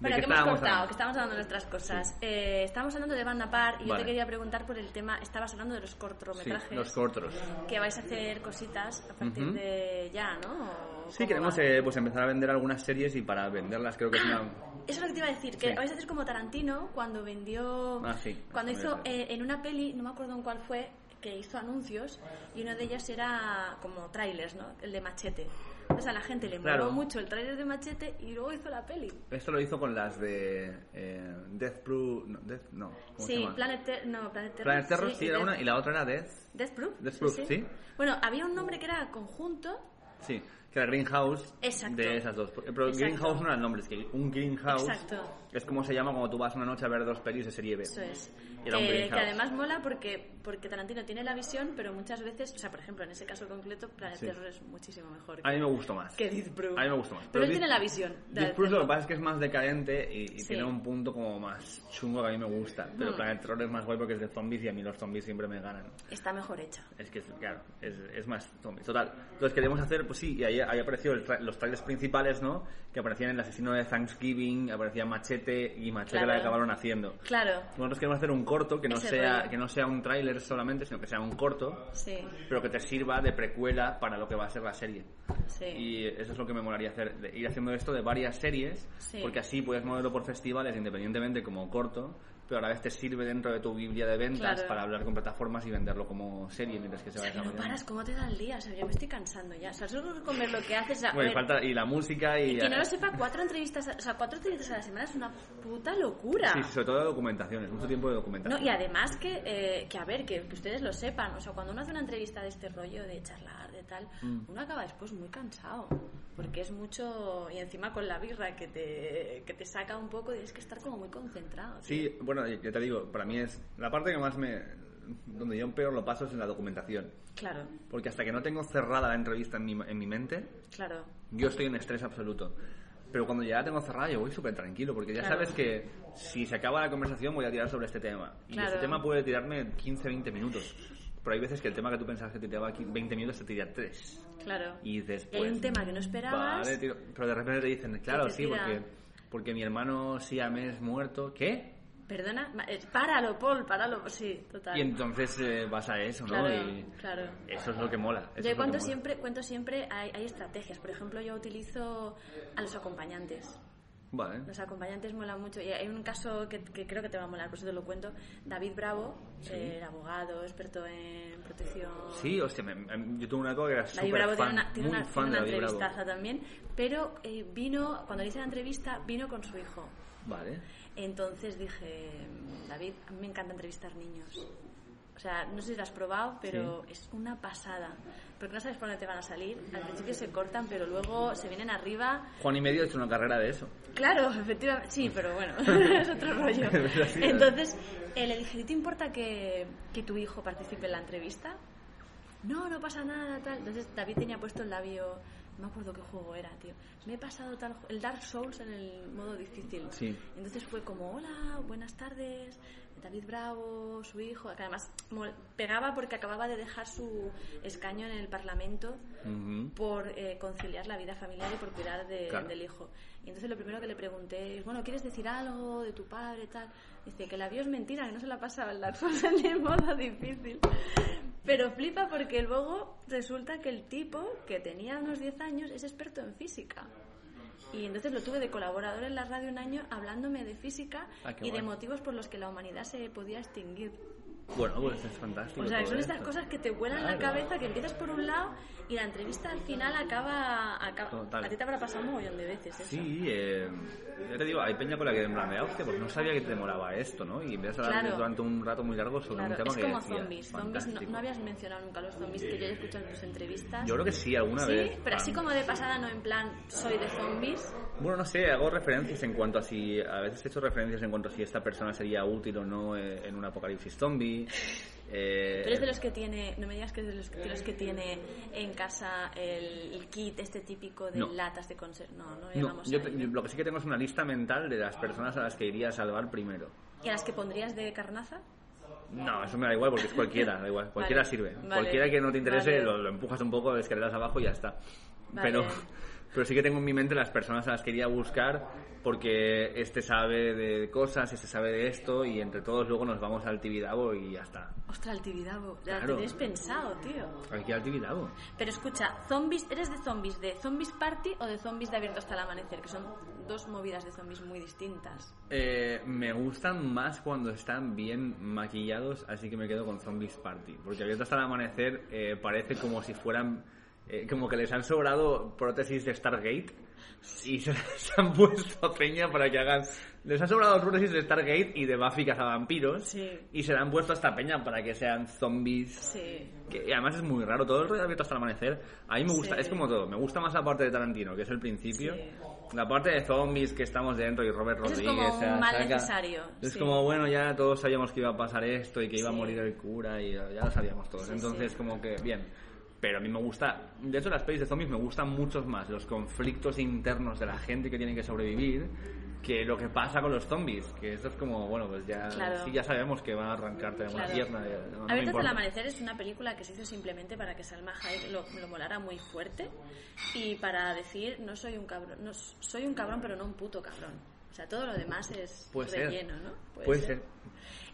[SPEAKER 1] Bueno,
[SPEAKER 2] qué
[SPEAKER 1] que hemos
[SPEAKER 2] estábamos
[SPEAKER 1] cortado,
[SPEAKER 2] hablando?
[SPEAKER 1] que estamos hablando de otras cosas. Eh, estamos hablando de Van a Par y yo
[SPEAKER 2] Vale.
[SPEAKER 1] te quería preguntar por el tema, estabas hablando de los
[SPEAKER 2] Sí,
[SPEAKER 1] cortometrajes,
[SPEAKER 2] los cortos.
[SPEAKER 1] que vais a hacer cositas a partir
[SPEAKER 2] Ujú.
[SPEAKER 1] de ya, ¿no? ¿O
[SPEAKER 2] Sí,
[SPEAKER 1] cómo
[SPEAKER 2] queremos
[SPEAKER 1] va?
[SPEAKER 2] eh, pues empezar a vender algunas series y para venderlas creo que es una...
[SPEAKER 1] Eso es lo que te iba a decir, que
[SPEAKER 2] Sí.
[SPEAKER 1] vais a hacer como Tarantino cuando vendió.
[SPEAKER 2] Ah, sí.
[SPEAKER 1] Cuando
[SPEAKER 2] Muy
[SPEAKER 1] hizo
[SPEAKER 2] bien.
[SPEAKER 1] eh, en una peli, no me acuerdo en cuál fue, que hizo anuncios y uno de ellos era como trailers, ¿no? El de Machete. Entonces a la gente le moló
[SPEAKER 2] Claro.
[SPEAKER 1] mucho el trailer de Machete y luego hizo la peli.
[SPEAKER 2] Esto lo hizo con las de eh, Death Proof... No, Death, no ¿cómo se
[SPEAKER 1] Sí,
[SPEAKER 2] llama?
[SPEAKER 1] Planet, Ter- no, Planet Terror.
[SPEAKER 2] Planet Terror, sí, era
[SPEAKER 1] Death-
[SPEAKER 2] una y la otra era Death...
[SPEAKER 1] Death Proof.
[SPEAKER 2] Death Proof, sí.
[SPEAKER 1] Bueno, había un nombre que era conjunto.
[SPEAKER 2] Sí, que era Greenhouse
[SPEAKER 1] Exacto.
[SPEAKER 2] de esas dos. Pero
[SPEAKER 1] Exacto.
[SPEAKER 2] Greenhouse no era el nombre, es que un Greenhouse
[SPEAKER 1] Exacto.
[SPEAKER 2] es como se llama cuando tú vas una noche a ver dos pelis de serie B.
[SPEAKER 1] Eso es.
[SPEAKER 2] Eh,
[SPEAKER 1] eh,
[SPEAKER 2] Y era un
[SPEAKER 1] Que,
[SPEAKER 2] greenhouse.
[SPEAKER 1] que además mola porque, porque Tarantino tiene la visión, pero muchas veces, o sea, por ejemplo, en ese caso concreto, Planet
[SPEAKER 2] Sí.
[SPEAKER 1] Terror es muchísimo mejor.
[SPEAKER 2] A mí me gustó más.
[SPEAKER 1] que Death Proof.
[SPEAKER 2] A mí me gustó más.
[SPEAKER 1] Pero, él
[SPEAKER 2] Death-
[SPEAKER 1] tiene la visión. de
[SPEAKER 2] Death Proof lo que pasa es que es más decadente y, y
[SPEAKER 1] Sí. Mm.
[SPEAKER 2] tiene un punto como más chungo que a mí me gusta. Pero Planet Terror es más guay porque es de zombies y a mí los zombies siempre me ganan.
[SPEAKER 1] Está mejor hecha.
[SPEAKER 2] Es que, claro, es, es más zombies. Total. Entonces queríamos hacer, pues sí, y ahí, ahí apareció el tra- los trailers principales, ¿no? Que aparecían en el asesino de Thanksgiving, aparecía Machete y Machete
[SPEAKER 1] Claro.
[SPEAKER 2] la acabaron haciendo.
[SPEAKER 1] Claro,
[SPEAKER 2] Nosotros queremos hacer un corto que no,
[SPEAKER 1] Ese
[SPEAKER 2] sea,
[SPEAKER 1] rollo.
[SPEAKER 2] que no sea un tráiler solamente, sino que sea un corto,
[SPEAKER 1] sí,
[SPEAKER 2] pero que te sirva de precuela para lo que va a ser la serie.
[SPEAKER 1] sí.
[SPEAKER 2] Y eso es lo que me molaría hacer, de ir haciendo esto de varias series,
[SPEAKER 1] Sí.
[SPEAKER 2] porque así puedes moverlo por festivales independientemente como corto, pero a la vez te sirve dentro de tu biblia de ventas
[SPEAKER 1] Claro.
[SPEAKER 2] para hablar con plataformas y venderlo como serie mientras que se
[SPEAKER 1] O
[SPEAKER 2] va
[SPEAKER 1] sea, que no
[SPEAKER 2] desarrollando.
[SPEAKER 1] paras, ¿cómo te da el día? O sea, yo me estoy cansando ya. O sea, solo comer lo que haces... o sea, a
[SPEAKER 2] Bueno, y
[SPEAKER 1] ver,
[SPEAKER 2] falta- ¿eh? y la música y...
[SPEAKER 1] Quien no lo sepa, cuatro entrevistas, a- o sea, cuatro entrevistas a la semana es una puta locura.
[SPEAKER 2] Sí, sobre todo de documentaciones, mucho tiempo de
[SPEAKER 1] No,
[SPEAKER 2] documentación.
[SPEAKER 1] y además que, eh, que a ver, que, que ustedes lo sepan, o sea, cuando uno hace una entrevista de este rollo, de charlar, de tal,
[SPEAKER 2] Mm.
[SPEAKER 1] uno acaba después muy cansado, porque es mucho, y encima con la birra que te, que te saca un poco, tienes que estar como muy concentrado. tío.
[SPEAKER 2] Sí, bueno, yo te digo, para mí es... La parte que más me... Donde yo peor lo paso es en la documentación.
[SPEAKER 1] Claro,
[SPEAKER 2] Porque hasta que no tengo cerrada la entrevista en mi, en mi mente,
[SPEAKER 1] claro,
[SPEAKER 2] yo estoy en estrés absoluto. Pero cuando ya la tengo cerrada, yo voy súper tranquilo, porque ya
[SPEAKER 1] Claro.
[SPEAKER 2] sabes que si se acaba la conversación voy a tirar sobre este tema. Y
[SPEAKER 1] Claro.
[SPEAKER 2] este tema puede tirarme 15, 20 minutos. Pero hay veces que el tema que tú pensabas que te tiraba 15, 20 minutos te tira 3.
[SPEAKER 1] claro.
[SPEAKER 2] Y después...
[SPEAKER 1] Y hay un tema que no esperabas.
[SPEAKER 2] Vale, tío. Pero de repente te dicen, claro,
[SPEAKER 1] te
[SPEAKER 2] sí,
[SPEAKER 1] tira.
[SPEAKER 2] porque, porque mi hermano es muerto. ¿Qué?
[SPEAKER 1] Perdona, ma- eh, páralo, Paul, páralo, sí, total.
[SPEAKER 2] Y entonces eh, vas a eso, ¿no?
[SPEAKER 1] Claro,
[SPEAKER 2] Y
[SPEAKER 1] claro.
[SPEAKER 2] Eso es lo que mola. eso es lo
[SPEAKER 1] Yo
[SPEAKER 2] que
[SPEAKER 1] cuento
[SPEAKER 2] mola.
[SPEAKER 1] siempre, cuento siempre hay, hay estrategias. Por ejemplo, yo utilizo a los acompañantes.
[SPEAKER 2] Vale.
[SPEAKER 1] Los acompañantes molan mucho. Y hay un caso que, que creo que te va a molar, por eso te lo cuento. David Bravo, eh, abogado, experto en protección.
[SPEAKER 2] Sí, hostia, me- me- yo tuve una época que era
[SPEAKER 1] David
[SPEAKER 2] súper
[SPEAKER 1] Bravo
[SPEAKER 2] fan,
[SPEAKER 1] tiene una, tiene
[SPEAKER 2] muy
[SPEAKER 1] una-
[SPEAKER 2] fan
[SPEAKER 1] tiene una
[SPEAKER 2] de David
[SPEAKER 1] entrevistaza
[SPEAKER 2] Bravo.
[SPEAKER 1] también, pero eh, vino, cuando le hice la entrevista, vino con su hijo.
[SPEAKER 2] Vale.
[SPEAKER 1] Entonces dije, David, a mí me encanta entrevistar niños. O sea, no sé si lo has probado, pero es una pasada. Porque no sabes por dónde te van a salir. Al principio se cortan, pero luego se vienen arriba.
[SPEAKER 2] Juan y medio ha hecho una carrera de eso.
[SPEAKER 1] Claro, efectivamente, sí, pero bueno, es otro rollo. Entonces, eh, le dije, ¿te importa que, que tu hijo participe en la entrevista? No, no pasa nada, tal. Entonces, David tenía puesto el labio, no me acuerdo qué juego era, tío. Me he pasado tal, ju- el Dark Souls en el modo difícil.
[SPEAKER 2] Sí.
[SPEAKER 1] Entonces fue como, hola, buenas tardes, David Bravo, su hijo, que además mol- pegaba porque acababa de dejar su escaño en el Parlamento
[SPEAKER 2] Ujú.
[SPEAKER 1] por eh, conciliar la vida familiar y por cuidar de-
[SPEAKER 2] Claro.
[SPEAKER 1] del hijo. Y entonces lo primero que le pregunté es, bueno, ¿quieres decir algo de tu padre tal? Dice que la vio es mentira, que no se la pasaba el Dark Souls en el modo difícil. Pero flipa porque luego resulta que el tipo, que tenía unos 10 años, es experto en física. Y entonces lo tuve de colaborador en la radio un año hablándome de física
[SPEAKER 2] Ah, qué
[SPEAKER 1] y de
[SPEAKER 2] guay.
[SPEAKER 1] motivos por los que la humanidad se podía extinguir.
[SPEAKER 2] Bueno, pues es fantástico.
[SPEAKER 1] O sea, que
[SPEAKER 2] todo
[SPEAKER 1] son estas
[SPEAKER 2] esto.
[SPEAKER 1] cosas que te vuelan la
[SPEAKER 2] Claro.
[SPEAKER 1] cabeza, que empiezas por un lado y la entrevista al final acaba... acaba-
[SPEAKER 2] Total.
[SPEAKER 1] A ti te habrá pasado un mogollón de veces eso.
[SPEAKER 2] Sí, eh, ya te digo, hay peña con la que en plan de, "Ah, hostia, pues no sabía que te demoraba esto, ¿no? Y empiezas a hablar
[SPEAKER 1] Claro.
[SPEAKER 2] durante un rato muy largo sobre
[SPEAKER 1] Claro,
[SPEAKER 2] un tema
[SPEAKER 1] es
[SPEAKER 2] que
[SPEAKER 1] como
[SPEAKER 2] decías,
[SPEAKER 1] zombies. Zombies no,
[SPEAKER 2] fantástico. Eh,
[SPEAKER 1] no habías mencionado nunca los zombies que yo he escuchado en tus entrevistas.
[SPEAKER 2] Yo creo que sí, alguna
[SPEAKER 1] sí,
[SPEAKER 2] vez.
[SPEAKER 1] pero así
[SPEAKER 2] Ah,
[SPEAKER 1] como de pasada, no en plan soy de zombies.
[SPEAKER 2] Bueno, no sé, hago referencias en cuanto a si... A veces he hecho referencias en cuanto a si esta persona sería útil o no eh, en un apocalipsis zombie. Eh,
[SPEAKER 1] Tú eres de los que tiene, no me digas que es de los, de los que tiene en casa el, el kit este típico de
[SPEAKER 2] No.
[SPEAKER 1] latas de conserva. No, no
[SPEAKER 2] No,
[SPEAKER 1] llegamos
[SPEAKER 2] yo
[SPEAKER 1] a
[SPEAKER 2] te-
[SPEAKER 1] ello.
[SPEAKER 2] lo que sí que tengo es una lista mental de las personas a las que iría a salvar primero.
[SPEAKER 1] ¿Y a las que pondrías de carnaza?
[SPEAKER 2] No, eso me da igual porque es cualquiera, da igual, cualquiera sirve.
[SPEAKER 1] vale,
[SPEAKER 2] cualquiera que no te interese
[SPEAKER 1] vale.
[SPEAKER 2] lo, lo empujas un poco, escaleras abajo y ya está.
[SPEAKER 1] Vale.
[SPEAKER 2] Pero, pero sí que tengo en mi mente las personas a las que iría a buscar porque este sabe de cosas, este sabe de esto, y entre todos luego nos vamos al Tibidabo y ya está.
[SPEAKER 1] Ostras, el Tibidabo. Ya
[SPEAKER 2] Claro.
[SPEAKER 1] lo tenéis pensado, tío.
[SPEAKER 2] Aquí al Tibidabo.
[SPEAKER 1] Pero escucha, zombies, ¿eres de zombies de zombies party o de zombies de abierto hasta el amanecer? Que son dos movidas de zombies muy distintas.
[SPEAKER 2] Eh, me gustan más cuando están bien maquillados, así que me quedo con Zombies Party. Porque abierto hasta el amanecer eh, parece como si fueran. eh, como que les han sobrado prótesis de Stargate y se las han puesto a Peña para que hagan. Les han sobrado prótesis de Stargate y de Buffy cazavampiros
[SPEAKER 1] Sí.
[SPEAKER 2] y se la han puesto a esta Peña para que sean zombies
[SPEAKER 1] Sí.
[SPEAKER 2] que y además es muy raro, todo el rollo abierto hasta el amanecer. A mí me gusta,
[SPEAKER 1] Sí.
[SPEAKER 2] es como todo, me gusta más la parte de Tarantino, que es el principio.
[SPEAKER 1] Sí.
[SPEAKER 2] La parte de zombies que estamos dentro y Robert
[SPEAKER 1] Eso es
[SPEAKER 2] Rodríguez.
[SPEAKER 1] como
[SPEAKER 2] o sea,
[SPEAKER 1] un mal
[SPEAKER 2] saca-
[SPEAKER 1] necesario,
[SPEAKER 2] Es
[SPEAKER 1] sí.
[SPEAKER 2] como, bueno, ya todos sabíamos que iba a pasar esto y que iba a
[SPEAKER 1] Sí.
[SPEAKER 2] morir el cura y ya lo sabíamos todos.
[SPEAKER 1] Sí,
[SPEAKER 2] Entonces,
[SPEAKER 1] sí.
[SPEAKER 2] como que, bien. Pero a mí me gusta, de hecho las pelis de zombies me gustan muchos más los conflictos internos de la gente que tiene que sobrevivir que lo que pasa con los zombies, que esto es como, bueno, pues ya,
[SPEAKER 1] Claro.
[SPEAKER 2] sí, ya sabemos que van a arrancarte de una
[SPEAKER 1] Claro.
[SPEAKER 2] pierna. ya- eh, no- no me
[SPEAKER 1] Abierto hasta el
[SPEAKER 2] importa.
[SPEAKER 1] amanecer es una película que se hizo simplemente para que Salma Hayek lo, lo molara muy fuerte y para decir no soy un cabrón, no, soy un cabrón pero no un puto cabrón. O sea, todo lo demás es
[SPEAKER 2] Puede ser.
[SPEAKER 1] relleno, ¿no?
[SPEAKER 2] Puede ser.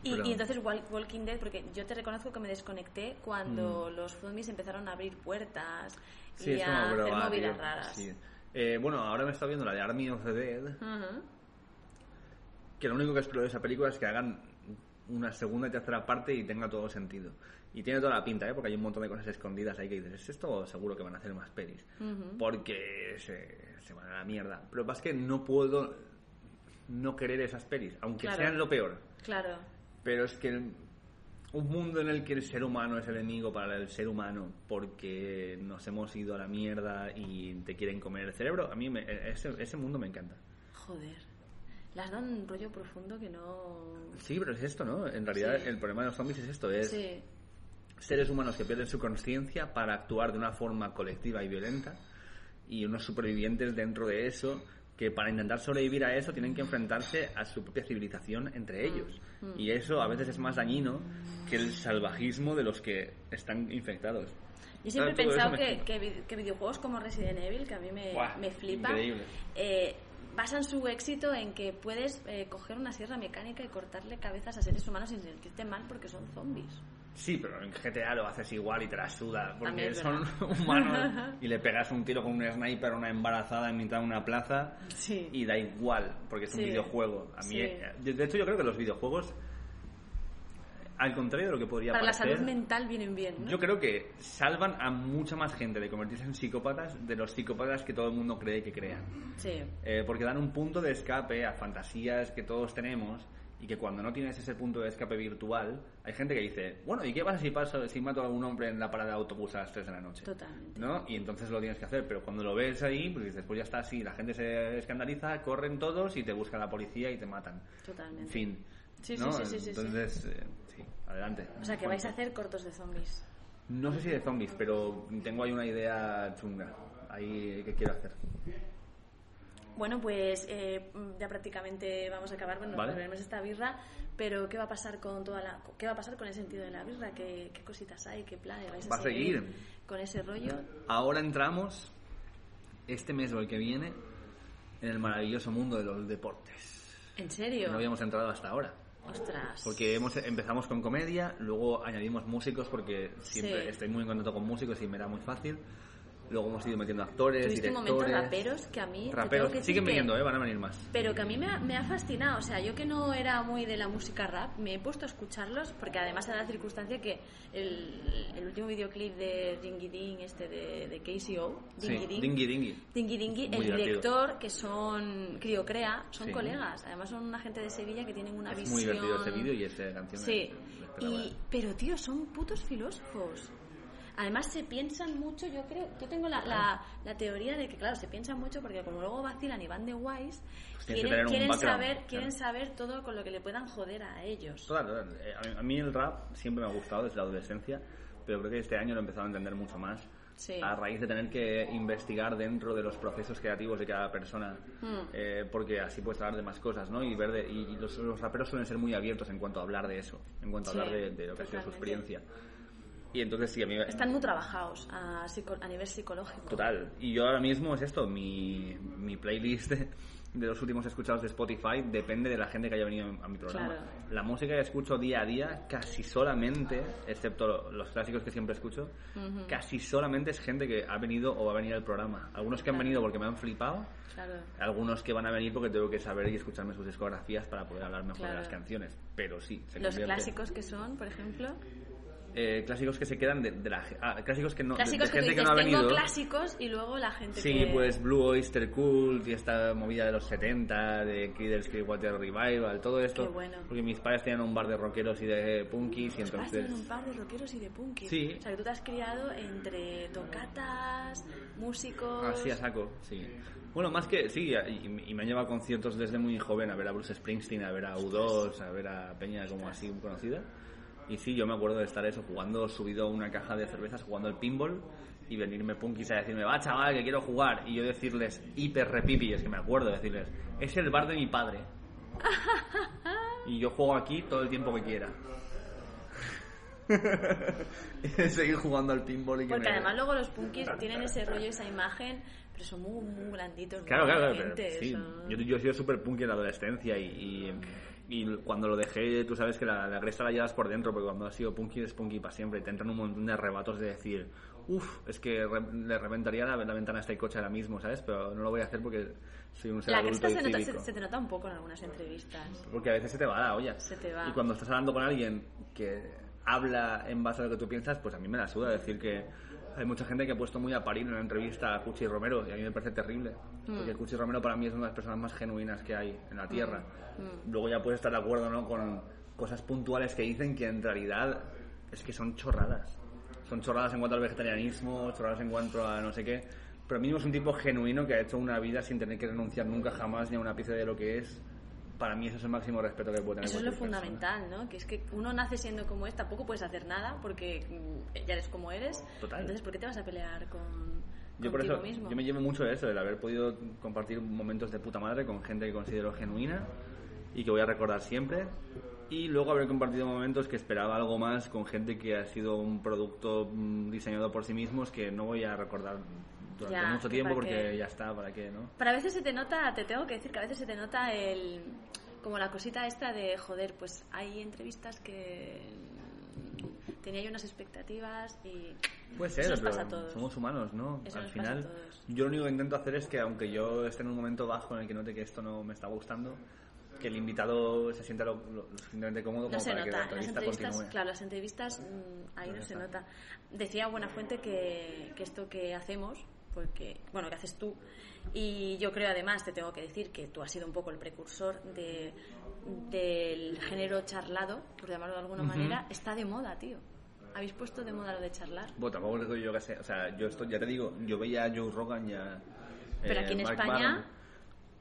[SPEAKER 1] Y,
[SPEAKER 2] Pero-
[SPEAKER 1] y entonces Wal- Walking Dead, porque yo te reconozco que me desconecté cuando los zombies empezaron a abrir puertas
[SPEAKER 2] Mm. Sí,
[SPEAKER 1] y
[SPEAKER 2] es
[SPEAKER 1] a
[SPEAKER 2] como, pero
[SPEAKER 1] hacer
[SPEAKER 2] va,
[SPEAKER 1] movidas
[SPEAKER 2] tío,
[SPEAKER 1] raras.
[SPEAKER 2] sí. Eh, bueno, ahora me está viendo la de Army of the Dead,
[SPEAKER 1] Ujú.
[SPEAKER 2] que lo único que espero de esa película es que hagan una segunda y tercera parte y tenga todo sentido. Y tiene toda la pinta, ¿eh? Porque hay un montón de cosas escondidas ahí que dices, ¿es esto o seguro que van a hacer más pelis? Porque se, se van a la mierda. Pero lo que pasa es que no puedo no querer esas pelis, aunque
[SPEAKER 1] Claro.
[SPEAKER 2] sean lo peor.
[SPEAKER 1] Claro,
[SPEAKER 2] Pero es que el- un mundo en el que el ser humano es el enemigo para el ser humano porque nos hemos ido a la mierda y te quieren comer el cerebro, a mí me- e-, ese, ese mundo me encanta.
[SPEAKER 1] joder. Las dan un rollo profundo que no...
[SPEAKER 2] Sí, pero es esto, ¿no? En realidad
[SPEAKER 1] Sí.
[SPEAKER 2] el problema de los zombies es esto, es
[SPEAKER 1] Sí,
[SPEAKER 2] seres humanos que pierden su conciencia para actuar de una forma colectiva y violenta y unos supervivientes dentro de eso que para intentar sobrevivir a eso tienen que enfrentarse a su propia civilización
[SPEAKER 1] Mm,
[SPEAKER 2] entre ellos y eso a veces es más dañino que el salvajismo de los que están infectados.
[SPEAKER 1] Yo siempre he
[SPEAKER 2] Todo eso
[SPEAKER 1] pensado
[SPEAKER 2] me
[SPEAKER 1] que,
[SPEAKER 2] flipa.
[SPEAKER 1] que vi- que videojuegos como Resident Evil, que a mí me,
[SPEAKER 2] Buah,
[SPEAKER 1] me flipa,
[SPEAKER 2] increíble.
[SPEAKER 1] eh, basan su éxito en que puedes eh, coger una sierra mecánica y cortarle cabezas a seres humanos sin sentirte mal porque son zombies.
[SPEAKER 2] Sí, pero en GTA lo haces igual y te la suda, porque
[SPEAKER 1] También es
[SPEAKER 2] son
[SPEAKER 1] verdad.
[SPEAKER 2] humanos y le pegas un tiro con un sniper a una embarazada en mitad de una plaza
[SPEAKER 1] Sí.
[SPEAKER 2] y da igual, porque es un
[SPEAKER 1] Sí.
[SPEAKER 2] videojuego. A mí,
[SPEAKER 1] Sí.
[SPEAKER 2] eh, de de hecho, yo creo que los videojuegos, al contrario de lo que podría
[SPEAKER 1] Para la
[SPEAKER 2] parecer,
[SPEAKER 1] salud mental vienen bien, ¿no?
[SPEAKER 2] yo creo que salvan a mucha más gente de convertirse en psicópatas de los psicópatas que todo el mundo cree que crean.
[SPEAKER 1] Sí.
[SPEAKER 2] Eh, porque dan un punto de escape a fantasías que todos tenemos y que cuando no tienes ese punto de escape virtual, hay gente que dice, bueno, ¿y qué pasa si, paso, si mato a un hombre en la parada de autobús a las 3 de la noche?
[SPEAKER 1] Totalmente.
[SPEAKER 2] ¿No? Y entonces lo tienes que hacer, pero cuando lo ves ahí, pues dices, pues ya está así, la gente se escandaliza, corren todos y te busca la policía y te matan. En
[SPEAKER 1] Totalmente.
[SPEAKER 2] fin.
[SPEAKER 1] Sí, sí,
[SPEAKER 2] ¿no?
[SPEAKER 1] sí, sí, sí, sí.
[SPEAKER 2] Entonces, eh, sí, adelante.
[SPEAKER 1] O sea, que vais a hacer cortos de zombies.
[SPEAKER 2] No sé si de zombies, pero tengo ahí una idea chunga, ahí que quiero hacer.
[SPEAKER 1] Bueno, pues eh, ya prácticamente vamos a acabar con
[SPEAKER 2] Vale.
[SPEAKER 1] bebernos esta birra, pero ¿qué va a pasar con toda la, qué va a pasar con el sentido de la birra? ¿Qué, qué cositas hay? ¿Qué planes vais a
[SPEAKER 2] Va a seguir.
[SPEAKER 1] con ese rollo?
[SPEAKER 2] Ahora entramos, este mes o el que viene, en el maravilloso mundo de los deportes.
[SPEAKER 1] ¿En serio?
[SPEAKER 2] No habíamos entrado hasta ahora.
[SPEAKER 1] Ostras.
[SPEAKER 2] Porque hemos, empezamos con comedia, luego añadimos músicos porque siempre
[SPEAKER 1] Sí.
[SPEAKER 2] estoy muy en contacto con músicos y me era muy fácil. Luego hemos ido metiendo actores,
[SPEAKER 1] Tuviste
[SPEAKER 2] directores.
[SPEAKER 1] momentos raperos que a mí. te tengo
[SPEAKER 2] Raperos,
[SPEAKER 1] que decir
[SPEAKER 2] siguen
[SPEAKER 1] que-
[SPEAKER 2] viniendo, ¿eh? van a venir más.
[SPEAKER 1] Pero que a mí me ha, me ha fascinado. O sea, yo que no era muy de la música rap, me he puesto a escucharlos porque además da la circunstancia que el, el último videoclip de Dingy Ding, este de, de KCO, Dingy
[SPEAKER 2] Sí,
[SPEAKER 1] Ding.
[SPEAKER 2] Dingui Dingui.
[SPEAKER 1] Dingy Dingy, el
[SPEAKER 2] Muy divertido.
[SPEAKER 1] director, que son Criocrea, son
[SPEAKER 2] Sí.
[SPEAKER 1] colegas. Además, son una gente de Sevilla que tienen una
[SPEAKER 2] Es
[SPEAKER 1] visión.
[SPEAKER 2] muy divertido este vídeo y esta canción.
[SPEAKER 1] Sí,
[SPEAKER 2] es-
[SPEAKER 1] y, pero tío, son putos filósofos. Además se piensan mucho, yo creo, yo tengo la, la- la teoría de que, claro, se piensan mucho porque como luego vacilan y van de guays,
[SPEAKER 2] Pues tienen que tener
[SPEAKER 1] quieren,
[SPEAKER 2] un
[SPEAKER 1] quieren
[SPEAKER 2] background,
[SPEAKER 1] saber,
[SPEAKER 2] claro.
[SPEAKER 1] quieren saber todo con lo que le puedan joder a ellos.
[SPEAKER 2] Total, total. Eh, a mí- A mí el rap siempre me ha gustado desde la adolescencia, pero creo que este año lo he empezado a entender mucho más.
[SPEAKER 1] Sí.
[SPEAKER 2] A raíz de tener que investigar dentro de los procesos creativos de cada persona,
[SPEAKER 1] Hmm.
[SPEAKER 2] eh, porque así puedes hablar de más cosas, ¿no? Y ver de- y y los, los raperos suelen ser muy abiertos en cuanto a hablar de eso, en cuanto a
[SPEAKER 1] Sí,
[SPEAKER 2] hablar de, de lo que ha sido su
[SPEAKER 1] totalmente.
[SPEAKER 2] experiencia. Y entonces sí, a mí
[SPEAKER 1] Están muy trabajados a, psico- a nivel psicológico.
[SPEAKER 2] Total. Y yo ahora mismo es esto, mi, mi playlist de, de los últimos escuchados de Spotify depende de la gente que haya venido a mi programa.
[SPEAKER 1] Claro.
[SPEAKER 2] La música que escucho día a día, casi solamente, excepto lo- los clásicos que siempre escucho, casi solamente es gente que ha venido o va a venir al programa. Algunos que han
[SPEAKER 1] Claro.
[SPEAKER 2] venido porque me han flipado,
[SPEAKER 1] Claro.
[SPEAKER 2] algunos que van a venir porque tengo que saber y escucharme sus discografías para poder hablar mejor de
[SPEAKER 1] Claro.
[SPEAKER 2] las canciones. Pero sí, se
[SPEAKER 1] Los
[SPEAKER 2] convierte-
[SPEAKER 1] clásicos que son, por ejemplo.
[SPEAKER 2] Eh, clásicos que se quedan de, de la ah, clásicos que no de-
[SPEAKER 1] Clásicos
[SPEAKER 2] de
[SPEAKER 1] que tú
[SPEAKER 2] gente
[SPEAKER 1] dices,
[SPEAKER 2] que no ha
[SPEAKER 1] tengo
[SPEAKER 2] venido
[SPEAKER 1] clásicos y luego la gente
[SPEAKER 2] sí
[SPEAKER 1] que...
[SPEAKER 2] pues Blue Oyster Cult y esta movida de los 70 de Creedence Clearwater Revival todo esto
[SPEAKER 1] Qué bueno. Ah,
[SPEAKER 2] porque mis padres tenían un bar de rockeros y de punkis y
[SPEAKER 1] Has tenido un
[SPEAKER 2] entonces
[SPEAKER 1] par de rockeros y de punkis.
[SPEAKER 2] Sí.
[SPEAKER 1] O sea, que tú te has criado entre tocatas, músicos...
[SPEAKER 2] así a saco sí bueno más que sí y, y me han llevado a conciertos desde muy joven a ver a Bruce Springsteen a ver a U2 a ver a Peña como así conocida y sí yo me acuerdo de estar eso jugando subido a una caja de cervezas jugando al pinball y venirme punkis a decirme va chaval que quiero jugar y yo decirles hiper repipi es que me acuerdo de decirles es el bar de mi padre y yo juego aquí todo el tiempo que quiera Y seguir jugando al pinball y que
[SPEAKER 1] Porque
[SPEAKER 2] me-
[SPEAKER 1] además luego los punkis tienen ese rollo, esa imagen, pero son muy, muy granditos. muy
[SPEAKER 2] Claro, claro, pero
[SPEAKER 1] gente,
[SPEAKER 2] sí.
[SPEAKER 1] son-
[SPEAKER 2] Yo, yo he sido súper punk en la adolescencia y, y, y cuando lo dejé, tú sabes que la, la gresa la llevas por dentro, porque cuando has sido punky eres punky para siempre y te entran un montón de arrebatos de decir, uff, es que re- le reventaría la, la ventana a este coche ahora mismo, ¿sabes? Pero no lo voy a hacer porque soy un ser
[SPEAKER 1] La
[SPEAKER 2] adulto
[SPEAKER 1] cresta se,
[SPEAKER 2] y
[SPEAKER 1] nota-
[SPEAKER 2] cívico. Pues,
[SPEAKER 1] se- se te nota un poco en algunas entrevistas.
[SPEAKER 2] Porque a veces se te va la olla.
[SPEAKER 1] Se te va.
[SPEAKER 2] Y cuando estás hablando con alguien que habla en base a lo que tú piensas, pues a mí me la suda decir que hay mucha gente que ha puesto muy a parir en la entrevista a Cuchi Romero y a mí me parece terrible.
[SPEAKER 1] Mm.
[SPEAKER 2] Porque Cuchi Romero para mí es una de las personas más genuinas que hay en la Tierra.
[SPEAKER 1] Mm.
[SPEAKER 2] Luego ya puedes estar de acuerdo ¿no? con cosas puntuales que dicen que en realidad es que son chorradas. Son chorradas en cuanto al vegetarianismo, chorradas en cuanto a no sé qué. Pero mínimo es un tipo genuino que ha hecho una vida sin tener que renunciar nunca jamás ni a una pieza de lo que es para mí eso es el máximo respeto que puede tener
[SPEAKER 1] Eso es lo
[SPEAKER 2] cualquier persona.
[SPEAKER 1] fundamental, ¿no? Que es que uno nace siendo como es, tampoco puedes hacer nada porque mm, ya eres como eres.
[SPEAKER 2] Total.
[SPEAKER 1] Entonces, ¿por qué te vas a pelear con
[SPEAKER 2] Yo por
[SPEAKER 1] contigo
[SPEAKER 2] eso
[SPEAKER 1] mismo?
[SPEAKER 2] yo me llevo mucho de eso, del haber podido compartir momentos de puta madre con gente que considero genuina y que voy a recordar siempre. Y luego haber compartido momentos que esperaba algo más con gente que ha sido un producto mm, diseñado por sí mismos que no voy a recordar durante
[SPEAKER 1] Ya,
[SPEAKER 2] mucho
[SPEAKER 1] que para
[SPEAKER 2] tiempo porque
[SPEAKER 1] qué.
[SPEAKER 2] ya está, ¿para qué? ¿no?
[SPEAKER 1] Pero a veces se te nota, te tengo que decir que a veces se te nota el como la cosita esta de joder, pues hay entrevistas que mm, tenía yo unas expectativas y
[SPEAKER 2] Puede ser,
[SPEAKER 1] eso nos
[SPEAKER 2] pero
[SPEAKER 1] pasa a todos.
[SPEAKER 2] somos humanos, ¿no?
[SPEAKER 1] Eso
[SPEAKER 2] Al
[SPEAKER 1] nos pasa a
[SPEAKER 2] final,
[SPEAKER 1] todos.
[SPEAKER 2] yo lo único que intento hacer es que, aunque yo esté en un momento bajo en el que note que esto no me está gustando, que el invitado se sienta lo, lo- lo suficientemente cómodo
[SPEAKER 1] No
[SPEAKER 2] como
[SPEAKER 1] se
[SPEAKER 2] para que la
[SPEAKER 1] nota, en las
[SPEAKER 2] entrevista
[SPEAKER 1] entrevistas,
[SPEAKER 2] continúe. Pues
[SPEAKER 1] claro, las entrevistas mm, ahí
[SPEAKER 2] Ya
[SPEAKER 1] no se
[SPEAKER 2] está.
[SPEAKER 1] nota. Decía Buenafuente que, que esto que hacemos, porque, bueno, que haces tú, y yo creo además, te tengo que decir que tú has sido un poco el precursor de, del género charlado, por llamarlo de alguna manera, está de moda, tío. Habéis puesto de moda lo de charlar.
[SPEAKER 2] Bueno, tampoco creo yo que sea. O sea, yo esto, ya te digo, yo veía a Joe Rogan y a. eh,
[SPEAKER 1] Pero aquí en España-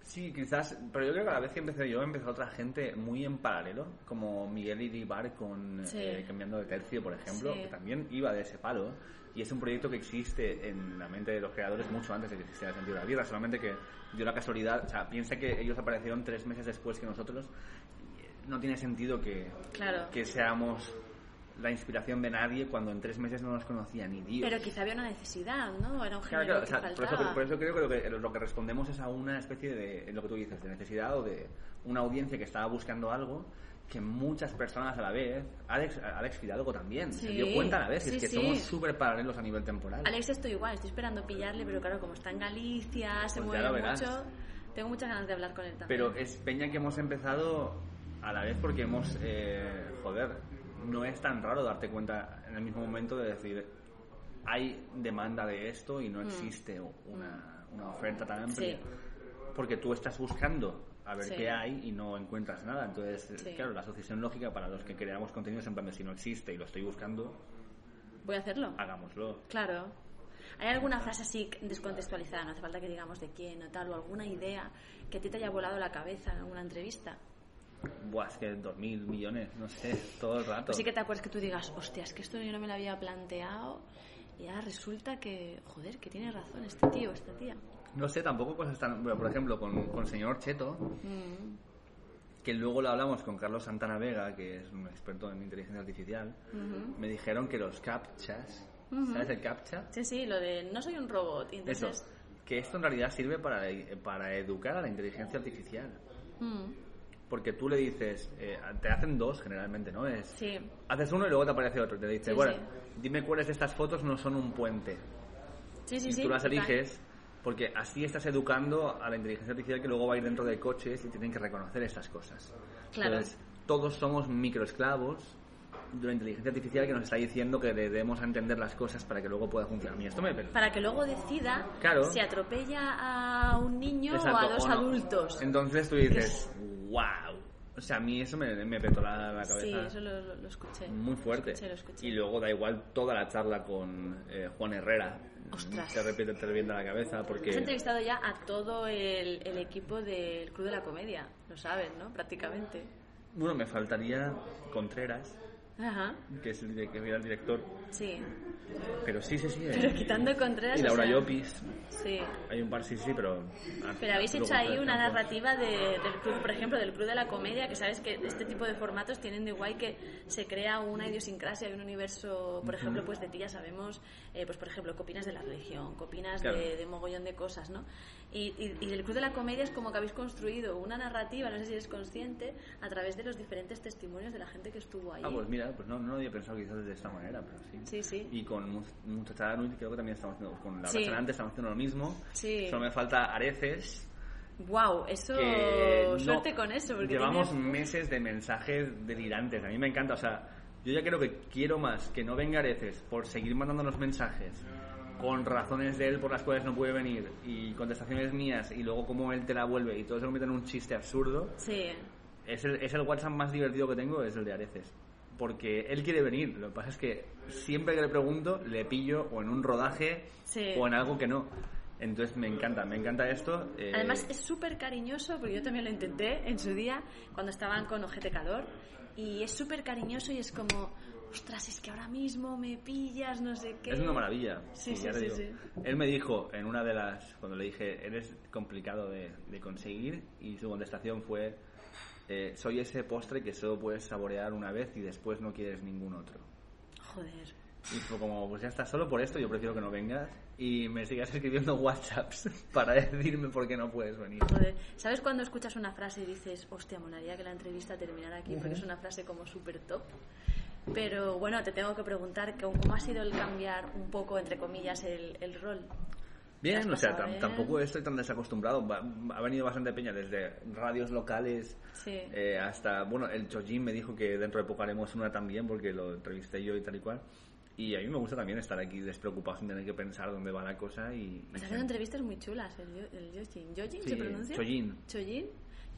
[SPEAKER 2] Sí, quizás, pero yo creo que a la vez que empecé yo, empezó otra gente muy en paralelo, como Miguel Iribar con
[SPEAKER 1] Sí.
[SPEAKER 2] eh, Cambiando de Tercio, por ejemplo,
[SPEAKER 1] Sí.
[SPEAKER 2] que también iba de ese palo, y es un proyecto que existe en la mente de los creadores mucho antes de que existiera el sentido de la vida, solamente que dio la casualidad, o sea, piensa que ellos aparecieron tres meses después que nosotros, y eh, no tiene sentido que,
[SPEAKER 1] Claro.
[SPEAKER 2] que seamos la inspiración de nadie cuando en tres meses no nos conocía ni Dios.
[SPEAKER 1] Pero quizá había una necesidad, ¿no? Era un
[SPEAKER 2] Claro,
[SPEAKER 1] género
[SPEAKER 2] claro, o
[SPEAKER 1] que
[SPEAKER 2] sea, por,
[SPEAKER 1] faltaba.
[SPEAKER 2] eso, por eso creo que lo, que lo que respondemos es a una especie de, lo que tú dices, de necesidad o de una audiencia que estaba buscando algo que muchas personas a la vez, Alex, Alex Fidalgo también, se
[SPEAKER 1] Sí,
[SPEAKER 2] dio cuenta a la vez, y
[SPEAKER 1] sí,
[SPEAKER 2] es que
[SPEAKER 1] sí.
[SPEAKER 2] somos súper paralelos a nivel temporal.
[SPEAKER 1] Alex, estoy igual, estoy esperando pillarle, pero claro, como está en Galicia, se
[SPEAKER 2] Pues ya
[SPEAKER 1] mueve
[SPEAKER 2] lo verás.
[SPEAKER 1] mucho, tengo muchas ganas de hablar con él también.
[SPEAKER 2] Pero es peña que hemos empezado a la vez porque hemos, eh, joder, no es tan raro darte cuenta en el mismo momento de decir, hay demanda de esto y no existe una, una oferta tan amplia.
[SPEAKER 1] Mm. Sí.
[SPEAKER 2] Porque tú estás buscando a ver
[SPEAKER 1] Sí.
[SPEAKER 2] qué hay y no encuentras nada. Entonces, eh,
[SPEAKER 1] Sí.
[SPEAKER 2] claro, la asociación lógica para los que creamos contenidos en plan de si no existe y lo estoy buscando,
[SPEAKER 1] Voy a hacerlo.
[SPEAKER 2] hagámoslo.
[SPEAKER 1] Claro. ¿Hay alguna frase así descontextualizada? No hace falta que digamos de quién o tal, o alguna idea que a ti te haya volado la cabeza en alguna entrevista.
[SPEAKER 2] Buah, es que dos mil millones, no sé, todo el rato.
[SPEAKER 1] Pues sí que te acuerdas que tú digas, hostia, es que esto yo no me lo había planteado y ahora resulta que, joder, que tiene razón este tío, esta tía.
[SPEAKER 2] No sé, tampoco cosas tan... Bueno, por ejemplo, con, con el señor Cheto,
[SPEAKER 1] Mm.
[SPEAKER 2] que luego lo hablamos con Carlos Santana Vega, que es un experto en inteligencia artificial,
[SPEAKER 1] Mm-hmm.
[SPEAKER 2] me dijeron que los captchas, ¿sabes el captcha?
[SPEAKER 1] Sí, sí, lo de no soy un robot. y
[SPEAKER 2] Eso,
[SPEAKER 1] entonces,
[SPEAKER 2] que esto en realidad sirve para, para educar a la inteligencia artificial.
[SPEAKER 1] Mm,
[SPEAKER 2] Porque tú le dices, eh, te hacen dos generalmente, ¿no? Es,
[SPEAKER 1] sí.
[SPEAKER 2] Haces uno y luego te aparece otro. y Te dice,
[SPEAKER 1] Sí,
[SPEAKER 2] bueno,
[SPEAKER 1] sí.
[SPEAKER 2] dime cuáles de estas fotos no son un puente.
[SPEAKER 1] Sí, sí,
[SPEAKER 2] y
[SPEAKER 1] sí.
[SPEAKER 2] tú las
[SPEAKER 1] total.
[SPEAKER 2] eliges porque así estás educando a la inteligencia artificial que luego va a ir dentro de coches y tienen que reconocer estas cosas.
[SPEAKER 1] Claro.
[SPEAKER 2] Entonces, todos somos microesclavos de la inteligencia artificial que nos está diciendo que le debemos entender las cosas para que luego pueda funcionar. Y esto me...
[SPEAKER 1] Para que luego decida
[SPEAKER 2] Claro.
[SPEAKER 1] si atropella a un niño o a
[SPEAKER 2] Exacto,
[SPEAKER 1] dos
[SPEAKER 2] o no.
[SPEAKER 1] adultos.
[SPEAKER 2] Entonces tú dices, wow. O sea, a mí eso me, me petó la, la cabeza.
[SPEAKER 1] Sí, eso lo, lo- lo escuché.
[SPEAKER 2] Muy
[SPEAKER 1] Lo
[SPEAKER 2] fuerte.
[SPEAKER 1] escuché, lo escuché.
[SPEAKER 2] Y luego da igual toda la charla con eh, Juan Herrera.
[SPEAKER 1] Ostras.
[SPEAKER 2] Te repiente, te revienta la cabeza porque...
[SPEAKER 1] Has entrevistado ya a todo el, el equipo del Club de la Comedia, lo sabes, ¿no? Prácticamente.
[SPEAKER 2] Bueno, me faltaría Contreras,
[SPEAKER 1] Ajá,
[SPEAKER 2] que es el, dire- que era el director.
[SPEAKER 1] sí.
[SPEAKER 2] Pero sí, sí, sí. eh.
[SPEAKER 1] Pero quitando Contreras...
[SPEAKER 2] y
[SPEAKER 1] o
[SPEAKER 2] Laura
[SPEAKER 1] sea,
[SPEAKER 2] Llopis.
[SPEAKER 1] Sí.
[SPEAKER 2] Hay un par, sí, sí, pero...
[SPEAKER 1] Pero habéis
[SPEAKER 2] Arturo
[SPEAKER 1] hecho ahí
[SPEAKER 2] González
[SPEAKER 1] una
[SPEAKER 2] Campos.
[SPEAKER 1] narrativa de- del club, por ejemplo, del club de la comedia, que sabes que este tipo de formatos tienen de guay que se crea una idiosincrasia y un universo, por ejemplo, pues de ti ya sabemos, eh, pues por ejemplo, qué opinas de la religión, qué opinas
[SPEAKER 2] Claro.
[SPEAKER 1] de, de mogollón de cosas, ¿no? Y, y, y del club de la comedia es como que habéis construido una narrativa, no sé si eres consciente, a través de los diferentes testimonios de la gente que estuvo ahí.
[SPEAKER 2] Ah, pues mira, pues no, no lo había pensado quizás de esta manera, pero sí.
[SPEAKER 1] Sí, sí.
[SPEAKER 2] Y con Mu- Muchacha Nui creo que también estamos haciendo, con la
[SPEAKER 1] Sí.
[SPEAKER 2] antes estamos haciendo lo mismo.
[SPEAKER 1] Sí.
[SPEAKER 2] Solo me falta Areces.
[SPEAKER 1] Wow, eso
[SPEAKER 2] que no-
[SPEAKER 1] suerte con eso, porque
[SPEAKER 2] llevamos
[SPEAKER 1] tienes-
[SPEAKER 2] meses de mensajes delirantes. A mí me encanta, o sea, yo ya creo que quiero más que no venga Areces por seguir mandándonos mensajes con razones de él por las cuales no puede venir y contestaciones mías y luego cómo él te la vuelve y todo se convierte en un chiste absurdo.
[SPEAKER 1] sí.
[SPEAKER 2] Es el, es el WhatsApp más divertido que tengo, es el de Areces. Porque él quiere venir. Lo que pasa es que siempre que le pregunto, le pillo o en un rodaje
[SPEAKER 1] Sí.
[SPEAKER 2] o en algo que no. Entonces me encanta, me encanta esto. eh,
[SPEAKER 1] Además es súper cariñoso, porque yo también lo intenté en su día, cuando estaban con Ojete Calor, y es súper cariñoso y es como, ostras, es que ahora mismo me pillas, no sé qué.
[SPEAKER 2] es una maravilla.
[SPEAKER 1] Sí,
[SPEAKER 2] y
[SPEAKER 1] sí,
[SPEAKER 2] ya te
[SPEAKER 1] sí,
[SPEAKER 2] digo.
[SPEAKER 1] sí.
[SPEAKER 2] Él me dijo en una de las. Cuando le dije, eres complicado de, de conseguir, y su contestación fue: eh, Soy ese postre que solo puedes saborear una vez y después no quieres ningún otro.
[SPEAKER 1] Joder.
[SPEAKER 2] Y fue como, pues ya está, solo por esto yo prefiero que no vengas y me sigas escribiendo WhatsApps para decirme por qué no puedes venir.
[SPEAKER 1] Joder, ¿sabes cuando escuchas una frase y dices, hostia, molaría que la entrevista terminara aquí porque es una frase como súper top? Pero bueno, te tengo que preguntar que- cómo ha sido el cambiar un poco, entre comillas, el, el rol.
[SPEAKER 2] Bien,
[SPEAKER 1] Has
[SPEAKER 2] o sea,
[SPEAKER 1] pasado
[SPEAKER 2] tam-
[SPEAKER 1] bien.
[SPEAKER 2] tampoco estoy tan desacostumbrado. Va- ha venido bastante peña desde radios locales
[SPEAKER 1] Sí.
[SPEAKER 2] eh, hasta, bueno, el Chojin me dijo que dentro de poco haremos una también porque lo entrevisté yo y tal y cual. Y a mí me gusta también estar aquí despreocupado sin tener que pensar dónde va la cosa y... y
[SPEAKER 1] Estás haciendo entrevistas muy chulas, el, Yo- el Yojin. ¿Yojin
[SPEAKER 2] Sí,
[SPEAKER 1] se pronuncia?
[SPEAKER 2] Chojin.
[SPEAKER 1] ¿Chojin?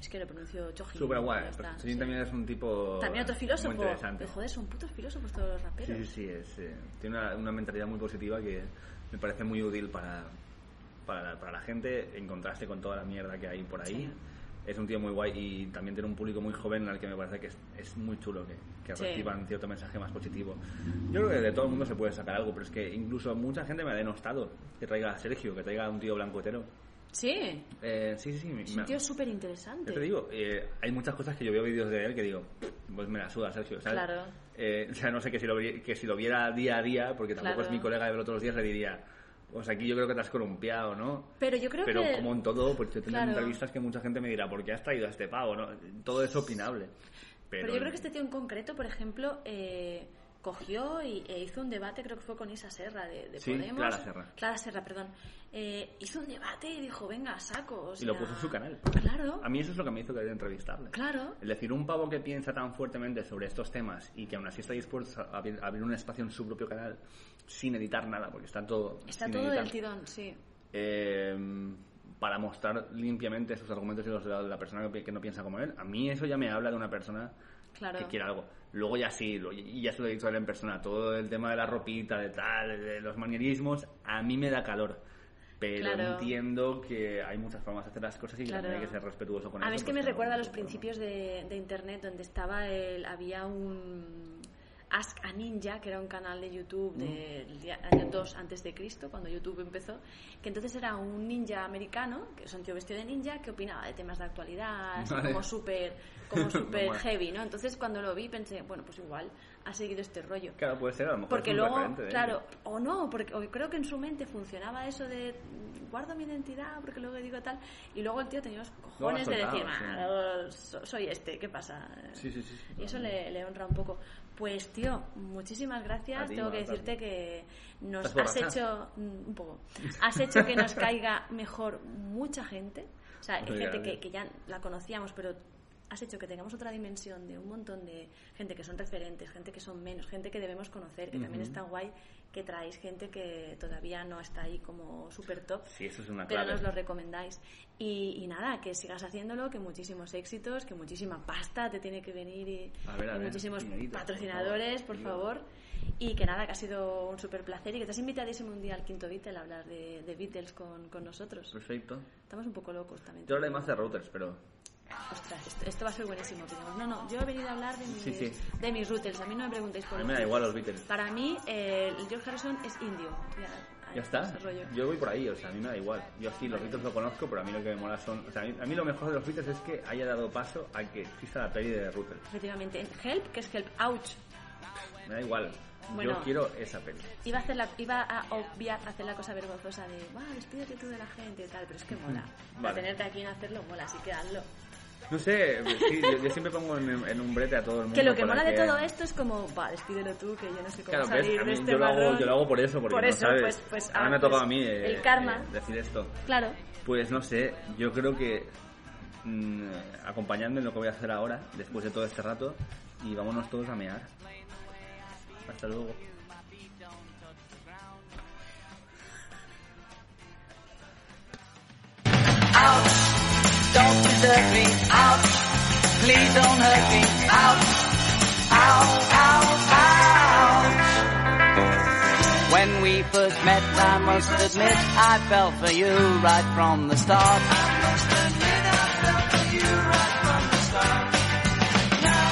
[SPEAKER 1] Es que lo pronuncio Chojin.
[SPEAKER 2] Súper guay.
[SPEAKER 1] ya está,
[SPEAKER 2] Chojin
[SPEAKER 1] sí.
[SPEAKER 2] también es un tipo...
[SPEAKER 1] También otro
[SPEAKER 2] muy
[SPEAKER 1] filósofo.
[SPEAKER 2] interesante.
[SPEAKER 1] Pero, joder, son putos filósofos todos los
[SPEAKER 2] Sí,
[SPEAKER 1] raperos.
[SPEAKER 2] sí, sí, es, eh, tiene una, una mentalidad muy positiva que me parece muy útil para, para, la- para la gente, en contraste con toda la mierda que hay por ahí. Es un tío muy guay y también tiene un público muy joven al que me parece que es, es muy chulo que, que
[SPEAKER 1] Sí.
[SPEAKER 2] reciban cierto mensaje más positivo. Yo creo que de todo el mundo se puede sacar algo, pero es que incluso mucha gente me ha denostado que traiga a Sergio, que traiga a un tío blancotero.
[SPEAKER 1] Sí,
[SPEAKER 2] Eh, sí, sí, sí. me-
[SPEAKER 1] es un
[SPEAKER 2] me-
[SPEAKER 1] tío súper
[SPEAKER 2] yo
[SPEAKER 1] interesante.
[SPEAKER 2] te digo, eh, hay muchas cosas que yo veo vídeos de él que digo, pues me la suda, Sergio, ¿sabes?
[SPEAKER 1] Claro.
[SPEAKER 2] Eh, o sea, no sé que si, lo, vi- que si lo viera día a día, porque tampoco
[SPEAKER 1] Claro.
[SPEAKER 2] es mi colega de verlo todos los días, le diría, pues aquí yo creo que te has columpiado, ¿no?
[SPEAKER 1] Pero yo creo
[SPEAKER 2] Pero
[SPEAKER 1] que.
[SPEAKER 2] como en todo, pues yo tengo
[SPEAKER 1] Claro.
[SPEAKER 2] entrevistas que mucha gente me dirá, ¿por qué has traído a este pavo? ¿no? Todo es opinable. Pero,
[SPEAKER 1] Pero yo creo que este tío en concreto, por ejemplo, eh, cogió y, e hizo un debate, creo que fue con Isa Serra de, de
[SPEAKER 2] Sí,
[SPEAKER 1] Podemos.
[SPEAKER 2] Clara Serra.
[SPEAKER 1] Clara Serra, perdón. Eh, hizo un debate y dijo, venga, a saco. o
[SPEAKER 2] Y lo
[SPEAKER 1] sea,
[SPEAKER 2] puso en su canal.
[SPEAKER 1] Claro,
[SPEAKER 2] A mí eso es lo que me hizo querer entrevistarle.
[SPEAKER 1] claro.
[SPEAKER 2] Es decir, un pavo que piensa tan fuertemente sobre estos temas y que aún así está dispuesto a abrir, a abrir un espacio en su propio canal sin editar nada, porque está todo.
[SPEAKER 1] Está
[SPEAKER 2] sin
[SPEAKER 1] todo
[SPEAKER 2] editar,
[SPEAKER 1] del tirón, sí.
[SPEAKER 2] eh, para mostrar limpiamente sus argumentos y los de la, la persona que, pi- que no piensa como él. A mí eso ya me habla de una persona
[SPEAKER 1] Claro.
[SPEAKER 2] que quiere algo. Luego ya sí, lo- y ya se lo he dicho a él en persona, todo el tema de la ropita, de tal, de los manierismos, a mí me da calor. Pero
[SPEAKER 1] Claro.
[SPEAKER 2] entiendo que hay muchas formas de hacer las cosas y que
[SPEAKER 1] Claro.
[SPEAKER 2] también hay que ser respetuoso con
[SPEAKER 1] a
[SPEAKER 2] eso.
[SPEAKER 1] mí es que
[SPEAKER 2] pues
[SPEAKER 1] me
[SPEAKER 2] claro,
[SPEAKER 1] recuerda a
[SPEAKER 2] no
[SPEAKER 1] los
[SPEAKER 2] puedo, ¿no?
[SPEAKER 1] principios de, de internet donde estaba el había un Ask a Ninja, que era un canal de YouTube
[SPEAKER 2] Mm.
[SPEAKER 1] del día- año 2 antes de Cristo, cuando YouTube empezó, que entonces era un ninja americano, que es un tío vestido de ninja, que opinaba de temas de actualidad, así
[SPEAKER 2] Vale.
[SPEAKER 1] como súper como súper
[SPEAKER 2] Guay.
[SPEAKER 1] heavy, ¿no? Entonces cuando lo vi pensé, bueno, pues igual ha seguido este rollo.
[SPEAKER 2] Claro, puede ser, a lo mejor.
[SPEAKER 1] Porque
[SPEAKER 2] es un
[SPEAKER 1] luego,
[SPEAKER 2] referente ¿eh? de
[SPEAKER 1] claro,
[SPEAKER 2] ello.
[SPEAKER 1] o no, porque o creo que en su mente funcionaba eso de mm, guardo mi identidad porque luego digo tal, y luego el tío tenía los cojones de
[SPEAKER 2] soltado,
[SPEAKER 1] decir,
[SPEAKER 2] sí.
[SPEAKER 1] "Ah, so- soy este, ¿qué pasa?
[SPEAKER 2] Sí, sí, sí, sí,
[SPEAKER 1] y eso le, le honra un poco. Pues tío, muchísimas gracias.
[SPEAKER 2] A ti,
[SPEAKER 1] Tengo que
[SPEAKER 2] Marta.
[SPEAKER 1] decirte que nos has
[SPEAKER 2] ¿Estás borracha?
[SPEAKER 1] hecho mm, un poco, has hecho que nos caiga mejor mucha gente. O sea, hay
[SPEAKER 2] Muy
[SPEAKER 1] gente
[SPEAKER 2] grande.
[SPEAKER 1] que, que ya la conocíamos, pero has hecho que tengamos otra dimensión de un montón de gente que son referentes, gente que son menos, gente que debemos conocer, que también está guay que traéis gente que todavía no está ahí como super top,
[SPEAKER 2] Sí, eso es una
[SPEAKER 1] pero
[SPEAKER 2] clave.
[SPEAKER 1] nos lo recomendáis. Y, y nada, que sigas haciéndolo, que muchísimos éxitos, que muchísima pasta te tiene que venir y,
[SPEAKER 2] A ver, a
[SPEAKER 1] y
[SPEAKER 2] ver,
[SPEAKER 1] muchísimos
[SPEAKER 2] dinerito, por
[SPEAKER 1] patrocinadores, por
[SPEAKER 2] favor.
[SPEAKER 1] favor. Y que nada, que ha sido un super placer y que te has invitadísimo un día al quinto Beatle a hablar de, de Beatles con, con nosotros.
[SPEAKER 2] Perfecto.
[SPEAKER 1] Estamos un poco locos también.
[SPEAKER 2] Pues Yo hablaré más de routers, pero.
[SPEAKER 1] Ostras, esto, esto va a ser buenísimo. que digamos, no, no, yo he venido a hablar de mis,
[SPEAKER 2] Sí, sí.
[SPEAKER 1] De mis Beatles. A mí no me preguntéis por
[SPEAKER 2] A
[SPEAKER 1] los
[SPEAKER 2] mí me da
[SPEAKER 1] Beatles.
[SPEAKER 2] igual los Beatles.
[SPEAKER 1] Para mí, eh, el George Harrison es indio. Ya,
[SPEAKER 2] Ya está.
[SPEAKER 1] ese rollo.
[SPEAKER 2] Yo voy por ahí, o sea, a mí me da igual. Yo sí, los Beatles lo conozco, pero a mí lo que me mola son. O sea, a mí, a mí lo mejor de los Beatles es que haya dado paso a que exista la peli de routers.
[SPEAKER 1] Efectivamente, Help, que es Help, ouch.
[SPEAKER 2] Me da igual.
[SPEAKER 1] Bueno.
[SPEAKER 2] Yo quiero esa peli.
[SPEAKER 1] Iba a, hacer la, iba a obviar hacer la cosa vergonzosa de, wow, despídete tú de la gente y tal, pero es que mola. Para
[SPEAKER 2] Mm, Vale.
[SPEAKER 1] tenerte aquí en hacerlo mola, así que hazlo.
[SPEAKER 2] No sé, sí, yo, yo siempre pongo en, en un brete a todo el mundo.
[SPEAKER 1] Que lo que
[SPEAKER 2] para
[SPEAKER 1] mola de todo esto es como, va, despídelo tú, que yo no sé cómo
[SPEAKER 2] Claro, ves,
[SPEAKER 1] salir
[SPEAKER 2] a
[SPEAKER 1] de
[SPEAKER 2] mí
[SPEAKER 1] este
[SPEAKER 2] yo, lo hago,
[SPEAKER 1] marrón.
[SPEAKER 2] yo lo hago por eso, porque
[SPEAKER 1] Por
[SPEAKER 2] no
[SPEAKER 1] eso,
[SPEAKER 2] sabes.
[SPEAKER 1] pues- pues,
[SPEAKER 2] a mí
[SPEAKER 1] ah,
[SPEAKER 2] me ha tocado
[SPEAKER 1] pues,
[SPEAKER 2] a mí eh,
[SPEAKER 1] el karma.
[SPEAKER 2] eh, decir esto.
[SPEAKER 1] Claro,
[SPEAKER 2] Pues no sé, yo creo que mm, acompañadme en lo que voy a hacer ahora, después de todo este rato, y vámonos todos a mear. Hasta luego.
[SPEAKER 4] Ouch! Don't desert me. Ouch! Please don't hurt me. Ouch! Ouch! Ouch! Ouch! When we first met, I must admit I fell for you right from the start.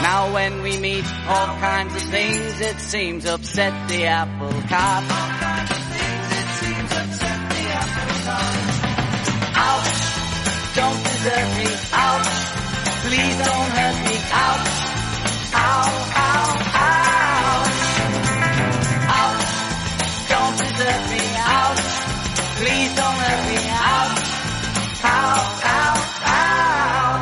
[SPEAKER 4] Now when we meet, all kinds of things it seems upset the apple cart. Ouch! Don't desert me. Ouch! Please don't hurt me. Ouch! Ow, ow, ouch! Ouch! Don't desert me. Ouch! Please don't hurt me. Ouch! Ow, ow, ouch!